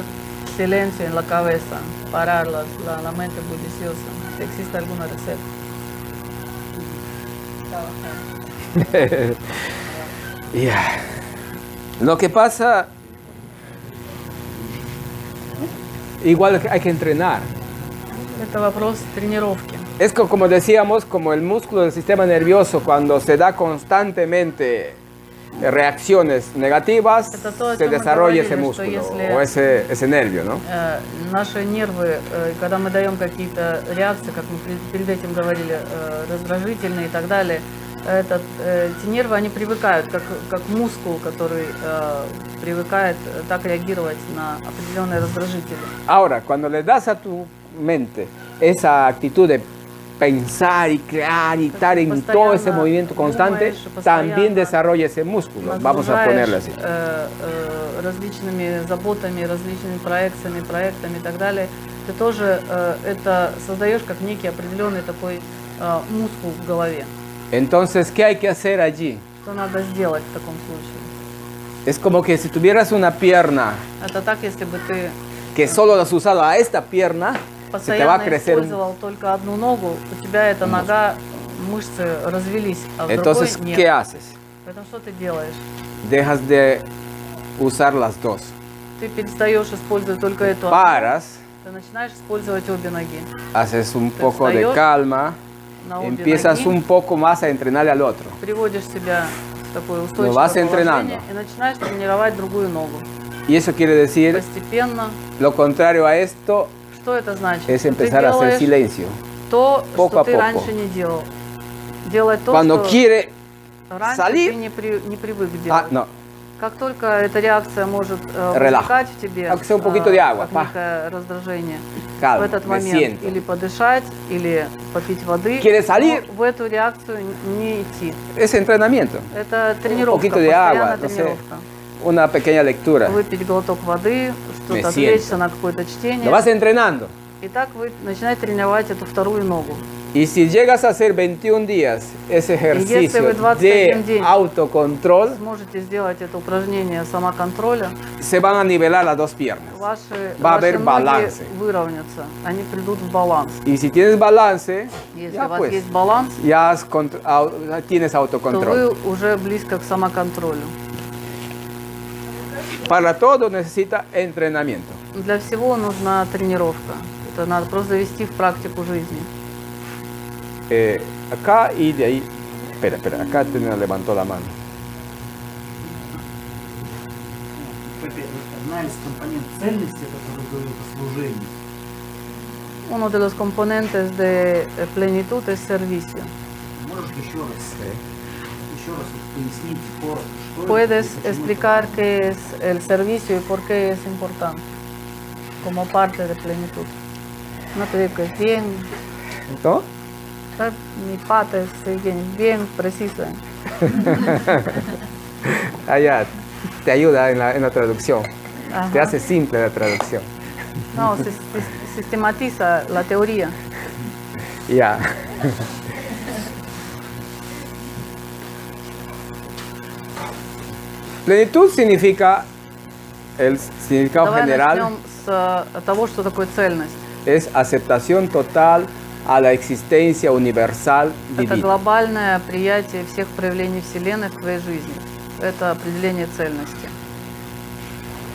H: silencio en la cabeza, parar la, la- la mente bulliciosa? Si existe alguna receta.
A: Ya. Lo que pasa, igual hay que entrenar.
H: Это вопрос тренировки.
A: Es co- como decíamos, como el músculo del sistema nervioso, cuando se da constantemente reacciones negativas,
H: Это то, о
A: se
H: чем мы
A: desarrolla ese
H: говорили, что
A: músculo
H: если-
A: o ese, ese nervio, ¿no?
H: Э, Наши нервы, э, когда мы даем какие-то реакции, как мы пред- перед этим говорили, э, раздражительные и так далее, этот, э, эти нервы, они привыкают, как, как мускул, который э, привыкает э, так реагировать на определенные раздражители.
A: Ahora, cuando le das a tu mente esa actitud de pensar y crear y estar en todo ese movimiento constante,
H: постоянно
A: también desarrolla ese músculo. Vamos a
H: Нагружаешь,
A: ponerlo así.
H: э, э, различными заботами, различными проекциями, проектами и так далее, ты тоже э, это создаешь как некий определенный такой э, мускул в голове.
A: Entonces, ¿qué hay que hacer allí?
H: Что надо сделать в таком случае?
A: Es como que si tuvieras una pierna
H: Это так, если бы ты
A: que solo la has usado a esta pierna,
H: Pues
A: se te va a
H: постоянно
A: crecer un
H: использовал только одну ногу, у тебя эта нога, мышцы развелись, а в другой
A: Entonces,
H: нет.
A: ¿qué haces?
H: Поэтому что ты делаешь?
A: Dejas de usar las dos.
H: Ты перестаешь использовать только эту одну.
A: Paras,
H: Ты начинаешь использовать обе ноги.
A: haces un poco de
H: Entonces,
A: calma,
H: На обе
A: empiezas
H: ноги.
A: un поco más a entrenar al otro.
H: приводишь себя в такое устойчивое
A: Ну, вас
H: положение
A: entrenando.
H: и начинаешь тренировать другую ногу.
A: Y eso quiere decir,
H: Pues, Постепенно.
A: lo contrario a esto
H: Что это значит?
A: es
H: Что ты
A: empezar a hacer
H: делаешь
A: silencio.
H: то,
A: Poco
H: что
A: a
H: ты
A: poco.
H: раньше не делал. Делать то,
A: Cuando
H: что
A: quiere,
H: раньше
A: salir-
H: ты не, при- не привык делать.
A: ah, no,
H: Как только эта реакция может э,
A: Relajo.
H: возникать в тебе, э,
A: Aunque sea un poquito de agua,
H: как
A: pa.
H: некое раздражение,
A: Calma,
H: в этот
A: me
H: момент
A: siento.
H: или подышать, или попить воды,
A: Quiere salir.
H: но в эту реакцию не идти.
A: es entrenamiento.
H: Это
A: Un
H: тренировка,
A: poquito de
H: постоянная
A: agua, no sé,
H: тренировка.
A: una pequeña lectura.
H: Выпить глоток воды,
A: Me
H: что-то
A: siento.
H: отвлечься на какое-то чтение.
A: Lo vas entrenando.
H: И так вы начинаете тренировать эту вторую ногу.
A: Y si llegas a hacer 21 días ese ejercicio
H: вы 21
A: de
H: день
A: autocontrol,
H: Сможете сделать это упражнение самоконтроля.
A: se van a nivelar las dos piernas.
H: Ваши,
A: Va a
H: ваши
A: haber
H: ноги
A: balance.
H: выровнятся, они придут в баланс.
A: Y si tienes balance,
H: Если
A: Ya,
H: у вас
A: pues.
H: есть баланс,
A: ya has contr- au- ya tienes
H: то
A: autocontrol.
H: вы уже близко к самоконтролю.
A: Para todo necesita entrenamiento.
H: Для всего нужна тренировка. Это надо просто завести в практику жизни.
A: Eh, acá y de ahí. Espera, espera, acá te levantó la mano.
N: Пепе, вот Одна из компонент цельности, о которой говорил, это служение.
H: Uno de los componentes de eh, plenitud es servicio.
N: Можешь Еще раз. э, Еще раз вот поясните коротко, что это
H: ¿Puedes
N: и почему это
H: explicar qué es el servicio y por qué es importante como parte de plenitud? No te digo que es bien,
A: ¿No?
H: да, mi pata es bien, bien precisa.
A: Allá te ayuda en la, en la traducción.
H: Ajá.
A: Te hace simple la traducción.
H: No, sis- sis- sistematiza la teoría.
A: Ya. Plenitud significa, el significado
H: Давай
A: general
H: начнем с э, того, что такое цельность.
A: es aceptación total a la existencia universal
H: Это
A: divina.
H: глобальное приятие всех проявлений Вселенной в твоей жизни. Это определение цельности.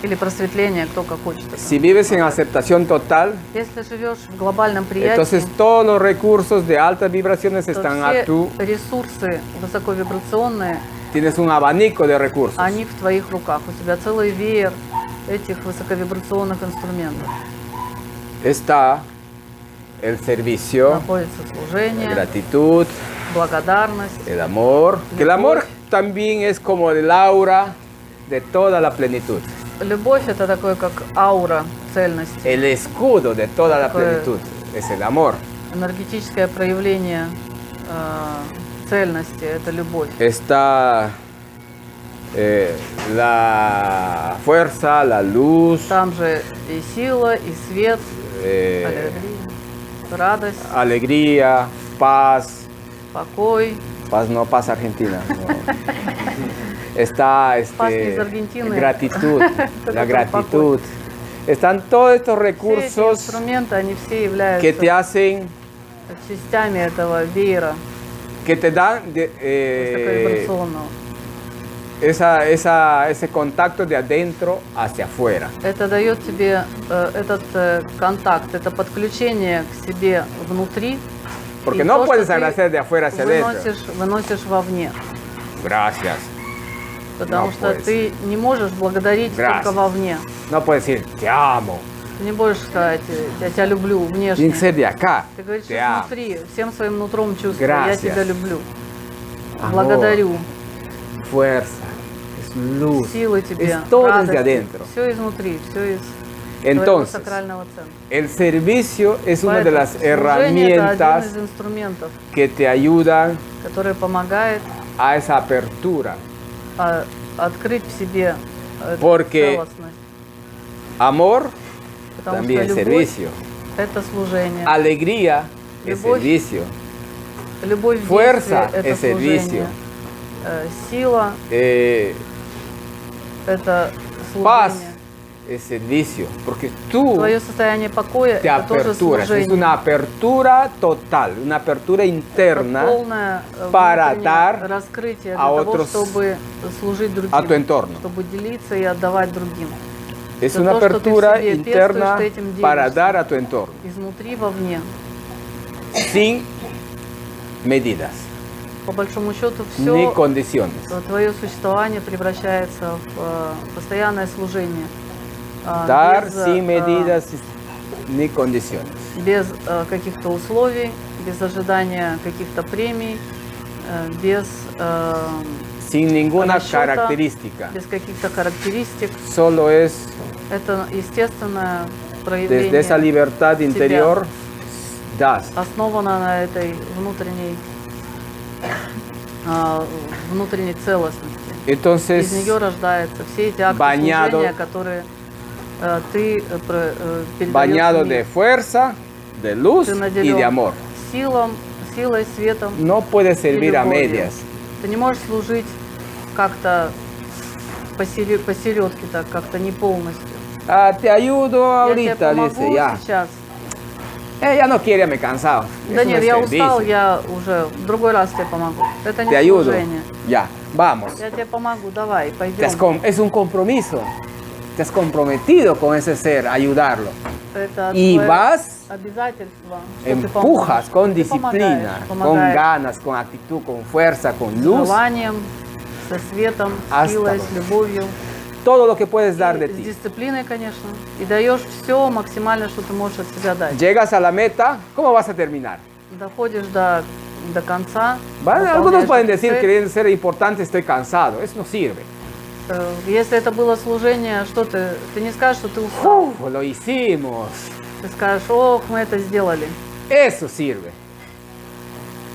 H: Или просветление, кто как хочет.
A: Si vives en aceptación total,
H: Если живешь в глобальном приятии,
A: entonces todos los recursos de altas vibraciones
H: то
A: están a tu...
H: все ресурсы высоковибрационные,
A: Tienes un abanico de recursos.
H: они в твоих руках. У тебя целый веер этих высоковибрационных инструментов.
A: Está el servicio,
H: Находится
A: la
H: служение,
A: gratitud,
H: благодарность.
A: el amor. Que el amor también es como el aura de toda la plenitud,
H: Любовь это такое, как аура, цельность,
A: el escudo de toda la
H: Такое-
A: plenitud es el amor.
H: энергетическое проявление э, цельности, это любовь.
A: Está eh, la fuerza, la luz,
H: Там же и сила, и свет,
A: eh,
H: аллегрия, радость,
A: alegría, paz,
H: покой.
A: paz no paz argentina. no. Está
H: Paz не из
A: este,
H: Аргентины.
A: gratitud,
H: Это
A: la
H: потом
A: gratitud. Están todos estos
H: Все эти
A: recursos
H: инструменты, они все
A: que te
H: являются
A: hacen,
H: частями этого веера
A: que te dan de-
H: Este
A: eh,
H: вибрационного.
A: esa, esa- ese contacto de adentro hacia afuera.
H: Это дает тебе э, этот э, контакт, это подключение к себе внутри.
A: Porque
H: и
A: no
H: то,
A: puedes
H: что ты
A: agradecer de afuera hacia adentro.
H: выносишь, выносишь вовне.
A: Gracias.
H: Потому
A: No
H: что
A: puedes.
H: ты не можешь благодарить
A: Gracias.
H: только вовне.
A: No puedes decir, te amo.
H: Ты не можешь сказать, э, я тебя люблю внешне.
A: Tiene que ser de acá.
H: Ты говоришь
A: Te
H: что
A: amo.
H: внутри, всем своим нутром чувствую, я
A: Gracias.
H: тебя люблю.
A: Amor.
H: Благодарю.
A: Fuerza. Es luz.
H: Силы тебе.
A: Es todo desde
H: радости.
A: adentro.
H: Все изнутри, все из твоего
A: Entonces,
H: сакрального центра.
A: El servicio es una de
H: Поэтому
A: las
H: служение это один
A: herramientas
H: из инструментов,
A: que te ayudan
H: который помогает
A: a esa apertura.
H: а, открыть в себе э,
A: Porque
H: целостность.
A: Amor,
H: Потому
A: también
H: что любовь
A: servicio.
H: – это служение.
A: Alegría es
H: Любовь.
A: servicio.
H: Любовь в
A: Fuerza
H: действии – это
A: es servicio.
H: служение. Э, Сила
A: Eh,
H: – это
A: paz
H: служение.
A: es servicio. Porque tú
H: Твое состояние покоя –
A: te
H: это тоже
A: aperturas. Es
H: служение.
A: una apertura total, una apertura interna
H: полное э,
A: para
H: внутреннее
A: dar
H: раскрытие
A: a
H: для того,
A: otros-
H: чтобы служить другим,
A: a tu entorno.
H: чтобы делиться и отдавать другим.
A: Es
H: Это
A: una
H: то, что ты в
A: apertura
H: себе
A: interna
H: пестуешь, ты этим
A: para
H: делишься.
A: dar a tu entorno,
H: Изнутри вовне.
A: sin medidas
H: По большому счету
A: ni
H: все
A: condiciones.
H: твое существование превращается в э, постоянное служение. э,
A: Dar
H: без, э,
A: sin medidas ni condiciones.
H: без э, каких-то условий, без ожидания каких-то премий, э, без э,
A: Sin ninguna
H: расчёта,
A: característica.
H: без каких-то характеристик.
A: Solo es
H: Это естественное проявление.
A: desde esa libertad
H: тебя.
A: interior, das.
H: основана на этой внутренней а, внутренней целостности. Из
A: Entonces,
H: нее рождаются все эти акты
A: Bañado-
H: служения, которые э, ты э, про- э, передаёшь
A: bañado
H: в
A: de
H: мир.
A: fuerza, de luz
H: Ты
A: y
H: наделен
A: de amor.
H: силам, силой, светом.
A: No puedes
H: и
A: servir a
H: любовью.
A: medias.
H: Ты не можешь служить как-то посере- посередке, так как-то не полностью.
A: Ah, te ayudo
H: я тебе
A: ahorita,
H: помогу
A: dice, ya.
H: сейчас.
A: Ella no quiere, me cansado. Eso
H: Да
A: no
H: нет,
A: es
H: я
A: servicio.
H: устал, я уже в другой раз тебе помогу. Это не
A: Te ayudo.
H: служение.
A: Ya, vamos.
H: Я тебе помогу, давай,
A: Te has
H: пойдем.
A: com- es un compromiso. Te has comprometido con ese ser, ayudarlo.
H: Это
A: И
H: твое
A: вас
H: обязательство. что ты
A: Empujas con
H: Ты помогаешь,
A: disciplina, con
H: помогаешь.
A: ganas, con actitud, con fuerza, con
H: поможешь.
A: luz.
H: С желанием, со светом,
A: Hasta
H: с силой,
A: luego.
H: с любовью.
A: Todo lo que puedes dar de
H: С
A: ti.
H: дисциплиной, конечно. И даешь все максимально, что ты можешь от себя дать.
A: Llegas a la meta, ¿cómo vas a terminar?
H: Доходишь до до конца.
A: Vale, Algunos
H: выполняешь
A: pueden
H: эту
A: decir,
H: цель.
A: querer ser importante, estoy cansado. Eso no sirve.
H: Э, Если это было служение, что ты, ты не скажешь, что ты устал.
A: Pues lo hicimos.
H: Ты скажешь, ох, мы это сделали.
A: Eso sirve.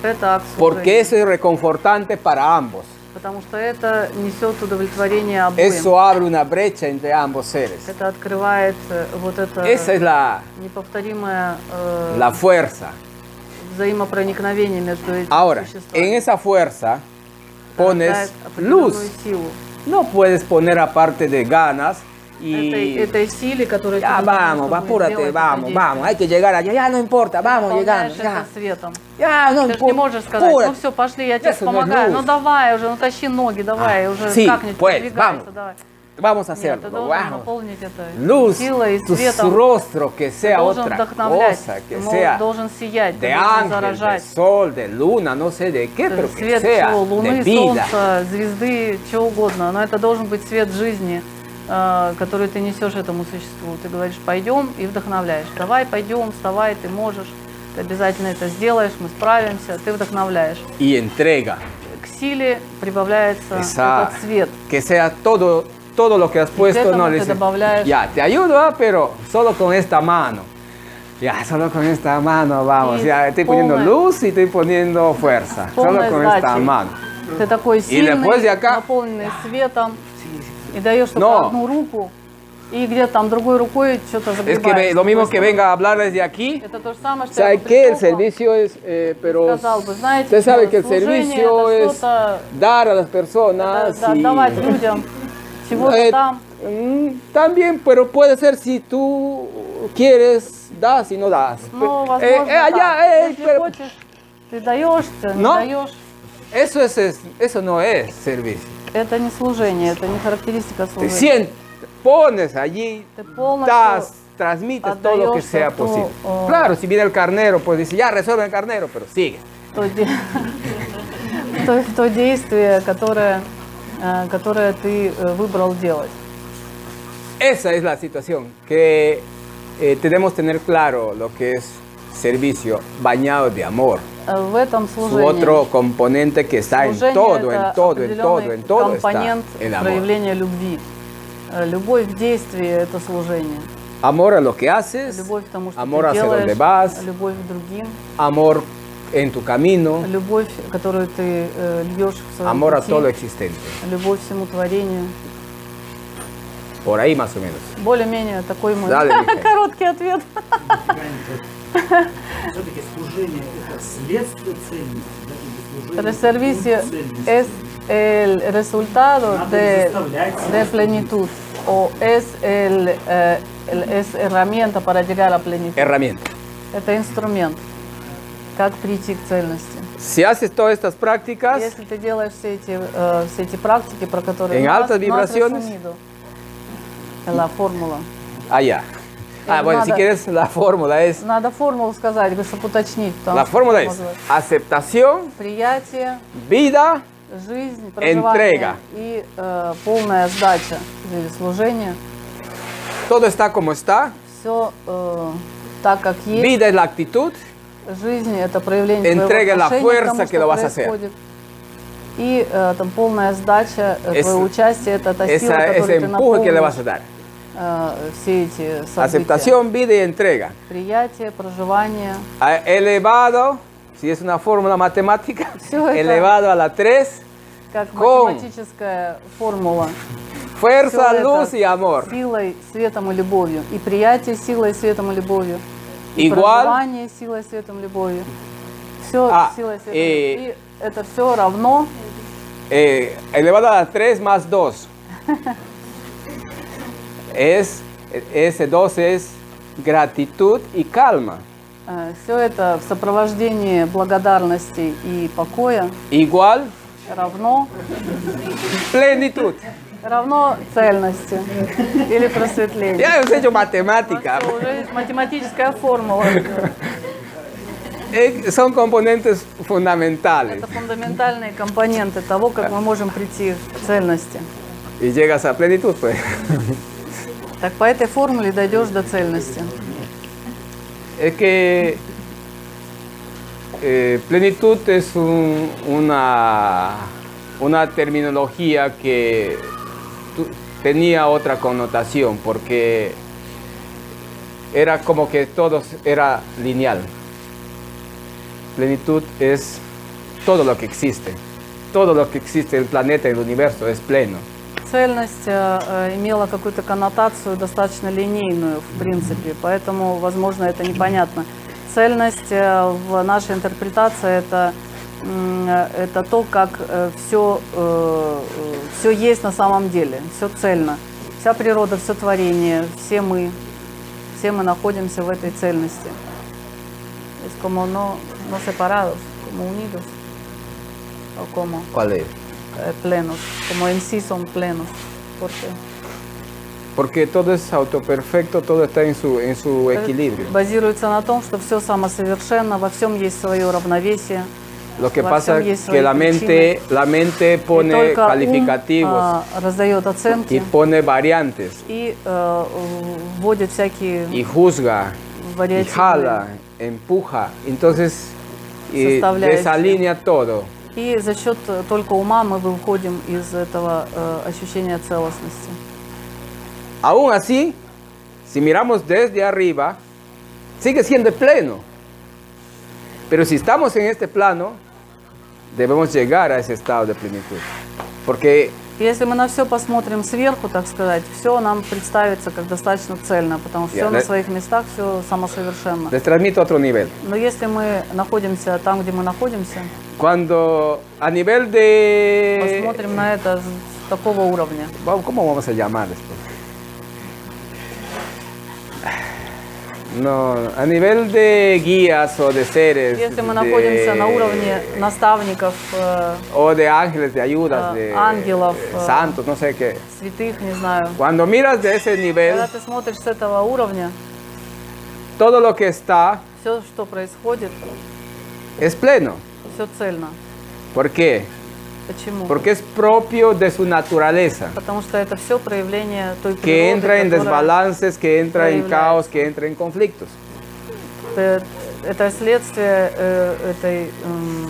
H: Это акт
A: Porque
H: служения.
A: eso es reconfortante para ambos.
H: Потому что это несет удовлетворение обоим.
A: Eso abre una brecha entre ambos seres.
H: Это открывает э, вот это
A: Esa es la,
H: неповторимое э,
A: la fuerza.
H: взаимопроникновение между этими
A: Ahora, en esa fuerza
H: Ah,
A: pones luz.
H: силу.
A: No puedes poner aparte de ganas
H: Este,
A: y...
H: Этой, этой силе, которая
A: Ya
H: este,
A: vamos, va, apúrate, vamos, vamos, hay que llegar allá, ya no importa, vamos, llegamos, ya.
H: светом.
A: Я, ну,
H: ты же не можешь сказать,
A: пуля.
H: ну все, пошли, я тебе
A: Если у меня
H: помогаю. Ну
A: груз.
H: давай уже, ну тащи ноги, давай,
A: А,
H: уже
A: sí,
H: как-нибудь
A: pues,
H: передвигайся,
A: vamos.
H: давай.
A: Vamos a
H: Нет, ты
A: hacerlo,
H: должен
A: vamos.
H: наполнить это
A: Luz,
H: силой и
A: tu
H: светом.
A: rostro que
H: Ты
A: sea
H: должен
A: otra
H: вдохновлять,
A: cosa, que
H: ты мол-
A: sea
H: должен сиять, ты
A: de
H: должен
A: ángel, de
H: заражать.
A: sol, de luna, no sé de qué,
H: Э,
A: pero que
H: Свет
A: sea
H: чего,
A: de
H: луны,
A: vida.
H: солнца, звезды, чего угодно. Но это должен быть свет жизни, э, который ты несешь этому существу. Ты говоришь, пойдем и вдохновляешь. Давай, пойдем, вставай, ты можешь. Ты обязательно это сделаешь, мы справимся. Ты вдохновляешь.
A: Y entrega,
H: К силе прибавляется
A: Esa-
H: этот свет.
A: que sea todo, todo lo que has puesto,
H: этому
A: no
H: ты
A: le dices,
H: добавляешь-
A: ya, te ayudo, ah, pero solo con esta mano. Ya, solo con esta mano, vamos,
H: Y
A: ya, estoy poniendo
H: ponme-
A: luz y estoy poniendo fuerza, solo
H: Полной
A: con esta
H: сдачей.
A: mano.
H: Ты такой
A: И después
H: сильный,
A: de acá-
H: наполненный светом, и даешь только
A: Но.
H: одну руку, и где-то там другой рукой что-то
A: Es que
H: загребаешь.
A: ve- lo mismo que venga a hablar desde aquí,
H: Это то же самое, что я
A: ¿Sabe
H: бы
A: qué? El
H: пришёл к вам.
A: servicio es, eh, pero
H: Сказал бы, знаете,
A: usted sabe
H: что
A: que el
H: служение
A: servicio
H: это
A: es Ah,
H: что-то-
A: dar a las
H: Да,
A: personas
H: да,
A: y-
H: давать людям чего-то
A: Eh,
H: там.
A: mm, También, pero puede ser si tú quieres, das y no das.
H: Ну,
A: Pe-
H: возможно,
A: eh, eh,
H: так.
A: allá, eh,
H: Если
A: pero-
H: хочешь, ты даешь, ты не
A: No.
H: даешь.
A: Eso, es, es- eso no es servicio.
H: Это не служение, это не характеристика
A: Te
H: служения.
A: sientes, pones allí,
H: Ты полностью
A: das, transmites todo lo que
H: отдаёшься
A: sea
H: в то,
A: posible.
H: э,
A: Claro, si viene el carnero, pues dice, ya resuelve el carnero, pero sigue.
H: то, де- то- в то действие, которое, э, которое ты э, выбрал делать.
A: Esa es la situación, que eh, tenemos que tener claro lo que es servicio bañado de amor.
H: Э, В этом
A: Su
H: служении.
A: otro componente que está en
H: Служение
A: todo,
H: это
A: en todo, en todo,
H: определенный
A: en todo está
H: компонент
A: el amor.
H: проявления любви. Э, Любовь в действии – это служение.
A: Amor a lo que haces,
H: Любовь к тому, что
A: amor
H: ты
A: hacia donde
H: делаешь,
A: vas,
H: любовь к другим,
A: amor en tu camino,
H: любовь, которую ты э, льешь в своем
A: amor a
H: пути,
A: todo lo existente.
H: любовь всему творению.
A: Por ahí más o menos.
H: Более-менее такой мой
A: Далее, Михаил.
H: короткий ответ.
N: Все-таки служение – это следствие цельности. да, или служение
H: El servicio
N: путь цельности.
H: es el resultado de, de plenitud o es, el, eh, el- es herramienta para llegar a plenitud.
A: Herramienta.
H: Это инструмент, как прийти к цельности.
A: Si haces todas estas prácticas
H: Если ты делаешь все эти, э, все эти практики, про которые
A: En
H: нас-
A: altas
H: нас
A: vibraciones.
H: resumido, la fórmula.
A: allá. Ah,
H: Eh,
A: bueno, si
H: nada.
A: quieres la fórmula es,
H: Надо формулу сказать, чтобы уточнить. потому
A: la
H: что
A: fórmula es
H: может быть.
A: aceptación,
H: приятие,
A: vida,
H: жизнь, проживание
A: Entrega.
H: и э, полная сдача или служение.
A: todo está como está,
H: Все э, так, как есть.
A: vida es la actitud,
H: Жизнь – это проявление твоего
A: Entrega la
H: отношения к тому,
A: fuerza que
H: что
A: lo vas a hacer.
H: происходит. И э, там полная сдача, э,
A: Es-
H: твое участие – это та сила,
A: esa- ese
H: которой ты
A: empuje que le vas a
H: наполнишь
A: dar.
H: э, все эти события.
A: Aceptación, vida y entrega.
H: Приятие, проживание.
A: A- Elevado, si es una fórmula matemática,
H: Всё это-
A: elevado a la 3,
H: Как
A: Ком.
H: математическая формула.
A: fuerza,
H: Всё это
A: luz y amor.
H: Силой, светом и любовью. И приятие силой, светом и любовью. И
A: Igual.
H: проживание силой, светом и любовью. Все
A: А,
H: силой, светом.
A: э,
H: И это все равно
A: Eh, elevado a la 3 más 2. Es, ese 2 es gratitud y calma.
H: все э, это в сопровождении благодарности и покоя
A: Igual,
H: равно
A: plenitud.
H: равно цельности или просветлению.
A: Ya hemos hecho matemática.
H: Всё, уже есть математическая формула.
A: Eh, son componentes fundamentales.
H: Это фундаментальные компоненты того, как мы можем прийти к цельности.
A: Y llegas a plenitud, pues.
H: Так по этой формуле дойдешь до цельности.
A: Es que eh, plenitud es un- una, una terminología que tu- tenía otra connotación porque era como que todo era lineal. Plenitud es todo lo que existe. Todo lo que existe, el planeta, el universo es pleno.
H: Цельность э, э, имела какую-то коннотацию достаточно линейную, в принципе, поэтому, возможно, это непонятно. Цельность э, в нашей интерпретации это, м, э, это то, как э, все, все э, есть на самом деле, все цельно. Вся природа, все творение, все мы, все мы находимся в этой цельности. Es como no, no separados, como unidos. O como.
A: ¿Cuál es?
H: eh, plenos, como en sí son plenos, porque
A: Porque todo es autoperfecto, todo está en su, en su equilibrio.
H: базируется на том, что все самосовершенно, во всем есть свое равновесие.
A: Lo que
H: во
A: pasa
H: всем
A: es
H: есть
A: que
H: свои
A: la mente,
H: причины.
A: la mente
H: И
A: pone
H: только ум, а, ah,
A: calificativos
H: раздает оценки
A: y
H: и,
A: pone variantes
H: э, вводит всякие
A: y juzga y
H: Variaciones.
A: jala, empuja. Entonces eh,
H: Составляющие.
A: desalinea todo.
H: и за счет э, только ума мы выходим из этого э, ощущения целостности.
A: Aún así, si miramos desde arriba, sigue siendo pleno. Pero si estamos en este plano, debemos llegar a ese estado de plenitud. Porque
H: Если мы на все посмотрим сверху, так сказать, все нам представится как достаточно цельно, потому что
A: Я
H: все на
A: на-
H: своих местах, все самосовершенно.
A: les transmito otro nivel.
H: Но если мы находимся там, где мы находимся,
A: Cuando a nivel de...
H: посмотрим на это с такого уровня.
A: Vamos, ¿Cómo vamos a llamar esto? No, a nivel de guías o de seres.
H: Если мы
A: de-
H: находимся на уровне наставников, э,
A: O de ángeles, de ayudas,
H: Ah,
A: de
H: ángelos,
A: eh,
H: ah.
A: santos, no sé qué.
H: святых, не знаю,
A: Cuando miras de ese nivel,
H: когда ты смотришь с этого уровня,
A: todo lo que está
H: все, что происходит,
A: es pleno.
H: все цельно.
A: ¿Por qué?
H: Почему?
A: Porque es propio de su naturaleza,
H: Потому что это все проявление той
A: que
H: природы,
A: entra en
H: которая-
A: desbalances, que entra en
H: Проявляется.
A: caos, que entra en conflictos.
H: э, это следствие э, этой м,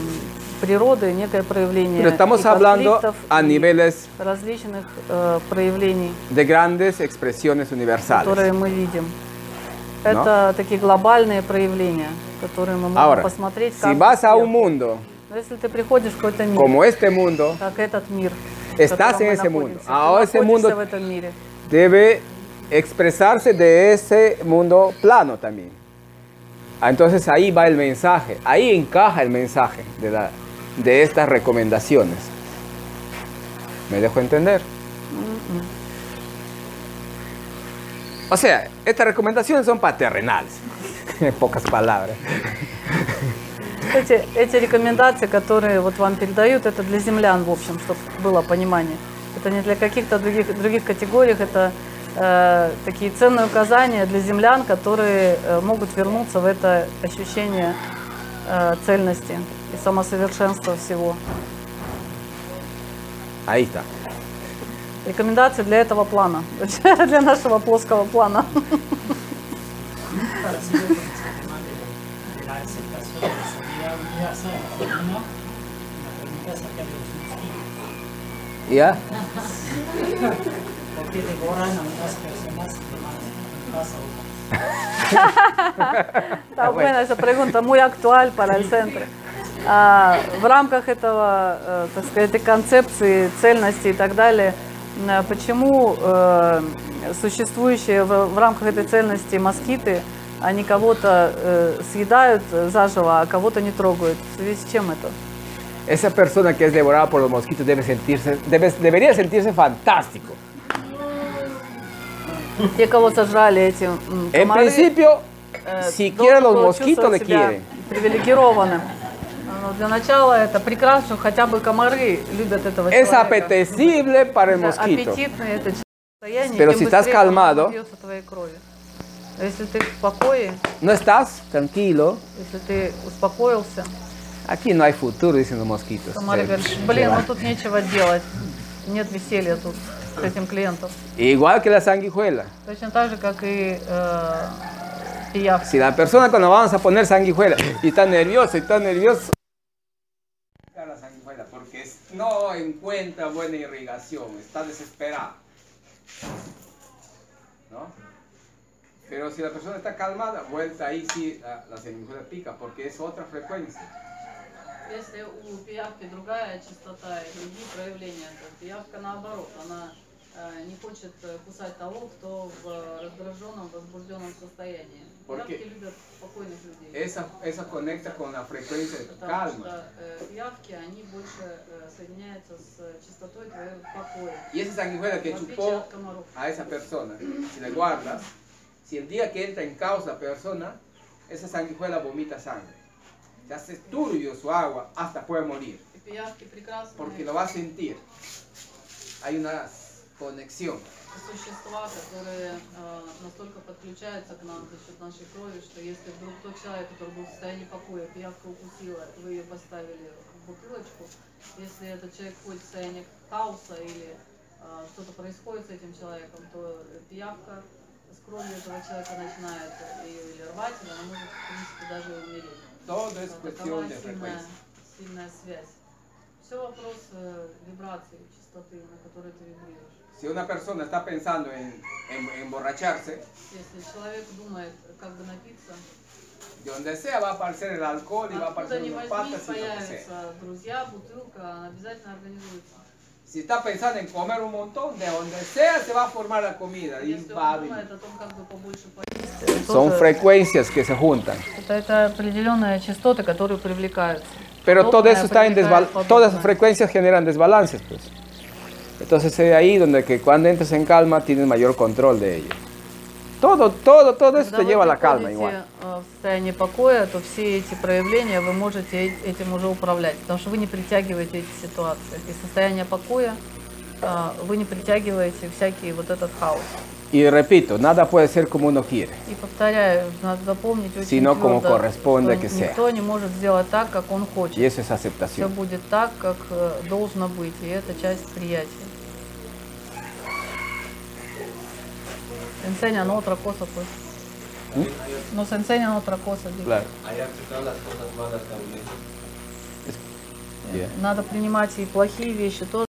H: природы, некое проявление
A: Pero estamos
H: и
A: hablando
H: конфликтов,
A: a niveles
H: различных э, проявлений,
A: de grandes expresiones universales.
H: которые мы видим. Это такие глобальные проявления, которые мы можем
A: Ahora,
H: посмотреть.
A: si
H: как
A: vas a
H: успел.
A: un mundo
H: Но если ты приходишь в какой-то мир,
A: como este mundo,
H: как этот мир, в
A: estás en
H: котором мы
A: ese mundo.
H: находимся, ты
A: Ahora ese
H: находишься в
A: mundo
H: этом мире.
A: debe expresarse de ese mundo plano también. Ah, Entonces ahí va el mensaje, ahí encaja el mensaje de, la- de estas recomendaciones. ¿Me dejo entender? O sea, estas recomendaciones son para terrenales, en pocas palabras.
H: Эти, эти рекомендации, которые вот вам передают, это для землян, в общем, чтобы было понимание. Это не для каких-то других, других категорий, это э, такие ценные указания для землян, которые э, могут вернуться в это ощущение э, цельности и самосовершенства всего.
A: Ahí está.
H: Рекомендации для этого плана, для нашего плоского плана.
L: Para seguir con ese tema de, de la aceptación de la salida, voy a hacer una, una pregunta acerca de los
A: ¿Ya?
L: mosquitos. ¿Por qué devoran a unas personas y demás más a otras?
H: Та, у мене ця пригунта muy актуаль para el centro. А, В рамках этого, э, так сказать, этой концепции цельности и так далее, м, почему э, существующие в в рамках этой цельности москиты, они кого-то э, съедают заживо, а кого-то не трогают? В связи с чем это?
A: Esa persona que es devorada por los mosquitos debe sentirse, debe- debería sentirse fantástico.
H: Те, кого сожрали эти м,
A: En
H: комары,
A: principio,
H: э,
A: si
H: должен
A: quieren los
H: был
A: eh, mosquitos, le
H: чувствовать себя
A: quieren.
H: привилегированным. Но для начала это прекрасно, что хотя бы комары любят этого
A: Es
H: человека.
A: apetecible para el
H: Да,
A: mosquito.
H: аппетитное это состояние.
A: Pero
H: тем
A: si estás
H: быстрее оно
A: calmado-
H: разольется в твоей крови. А Если ты в покое,
A: No estás tranquilo.
H: если ты успокоился,
A: Aquí no hay futuro, dicen los mosquitos.
H: Тамара
A: Se-
H: говорит,
A: se
H: блин,
A: va".
H: ну тут нечего делать, нет веселья тут с этим клиентом.
A: Igual que la sanguijuela.
H: Точно так же, как и э,
Q: Y ya.
A: Si la persona cuando vamos a poner sanguijuela y está nerviosa y está nerviosa, la sanguijuela porque es- no encuentra buena irrigación, está desesperada. ¿No? Pero si la persona está calmada, vuelta ahí sí la, la sanguijuela pica porque es otra frecuencia.
H: Если у пиявки другая частота и другие проявления, то пиявка наоборот, она э, не хочет э, кусать того, кто в э, раздраженном, возбужденном состоянии.
A: Porque-
H: Пиявки любят спокойных людей.
A: Esa, esa conecta con la frecuencia de
H: Потому
A: calma.
H: что э, пиявки, они больше э, соединяются с частотой твоего покоя.
A: Y esa sanguijuela que
H: В отличие
A: chupó
H: от комаров.
A: a esa persona, si la guardas, si el día que entra en caos la persona, esa sanguijuela vomita sangre. Se hace turbio su agua hasta puede morir,
H: И пиявки прекрасные
A: porque lo va a sentir. Hay una conexión.
H: существа, которые э, настолько подключаются к нам за счет нашей крови, что если вдруг тот человек, который был в состоянии покоя, пиявка укусила, вы ее поставили в бутылочку, если этот человек входит в состояние хаоса или э, что-то происходит с этим человеком, то пиявка с кровью этого человека начинает ее или рвать, или она может, в принципе, даже и умереть.
A: Todo es
H: Такова
A: cuestión de
H: сильная,
A: frecuencia.
H: сильная связь. Все вопрос э, вибрации, частоты, на которой ты вибрируешь.
A: Si una persona está pensando en, en- en emborracharse,
H: Если человек думает, как бы напиться,
A: de donde sea va a aparecer el alcohol y va a
H: откуда
A: aparecer
H: ни
A: unos
H: возьмись,
A: patas y lo que sea.
H: появятся друзья, бутылка, она обязательно организуется.
A: Si está pensando en comer un montón, de donde sea se va a formar la comida y
H: Если
A: va a
H: он
A: venir.
H: думает о том, как бы побольше поесть,
A: Son frecuencias que se juntan.
Q: Это, э, это определенные частоты, которые привлекаются.
A: Pero todo
Q: Топная
A: eso está en
Q: привлекает
A: desbalance. Todas las frecuencias generan desbalances, pues. Entonces es ahí donde que cuando entras en calma tienes mayor control de ello. Todo, todo, todo eso
Q: Когда
A: te
Q: вы
A: lleva a la calma
Q: приходите,
A: igual.
Q: Ну, э, В состоянии покоя, то все эти проявления вы можете э- этим уже управлять, потому что вы не притягиваете эти ситуации. Из состояния покоя э, вы не притягиваете всякий вот этот хаос.
A: Y repito, nada puede ser como uno quiere.
Q: И повторяю, надо запомнить очень
A: Sino como
Q: твердо,
A: corresponde
Q: что
A: que sea.
Q: никто не может сделать так, как он
A: Y
Q: хочет.
A: eso es
Q: Все
A: aceptación.
Q: будет так, как э, должно быть, и это часть приятия. Enseña no otra cosa, pues. Nos enseñan otra cosa. digo.
A: Claro.
I: Hay que aceptar las cosas malas también.
A: Yeah.
Q: Надо принимать и плохие вещи тоже.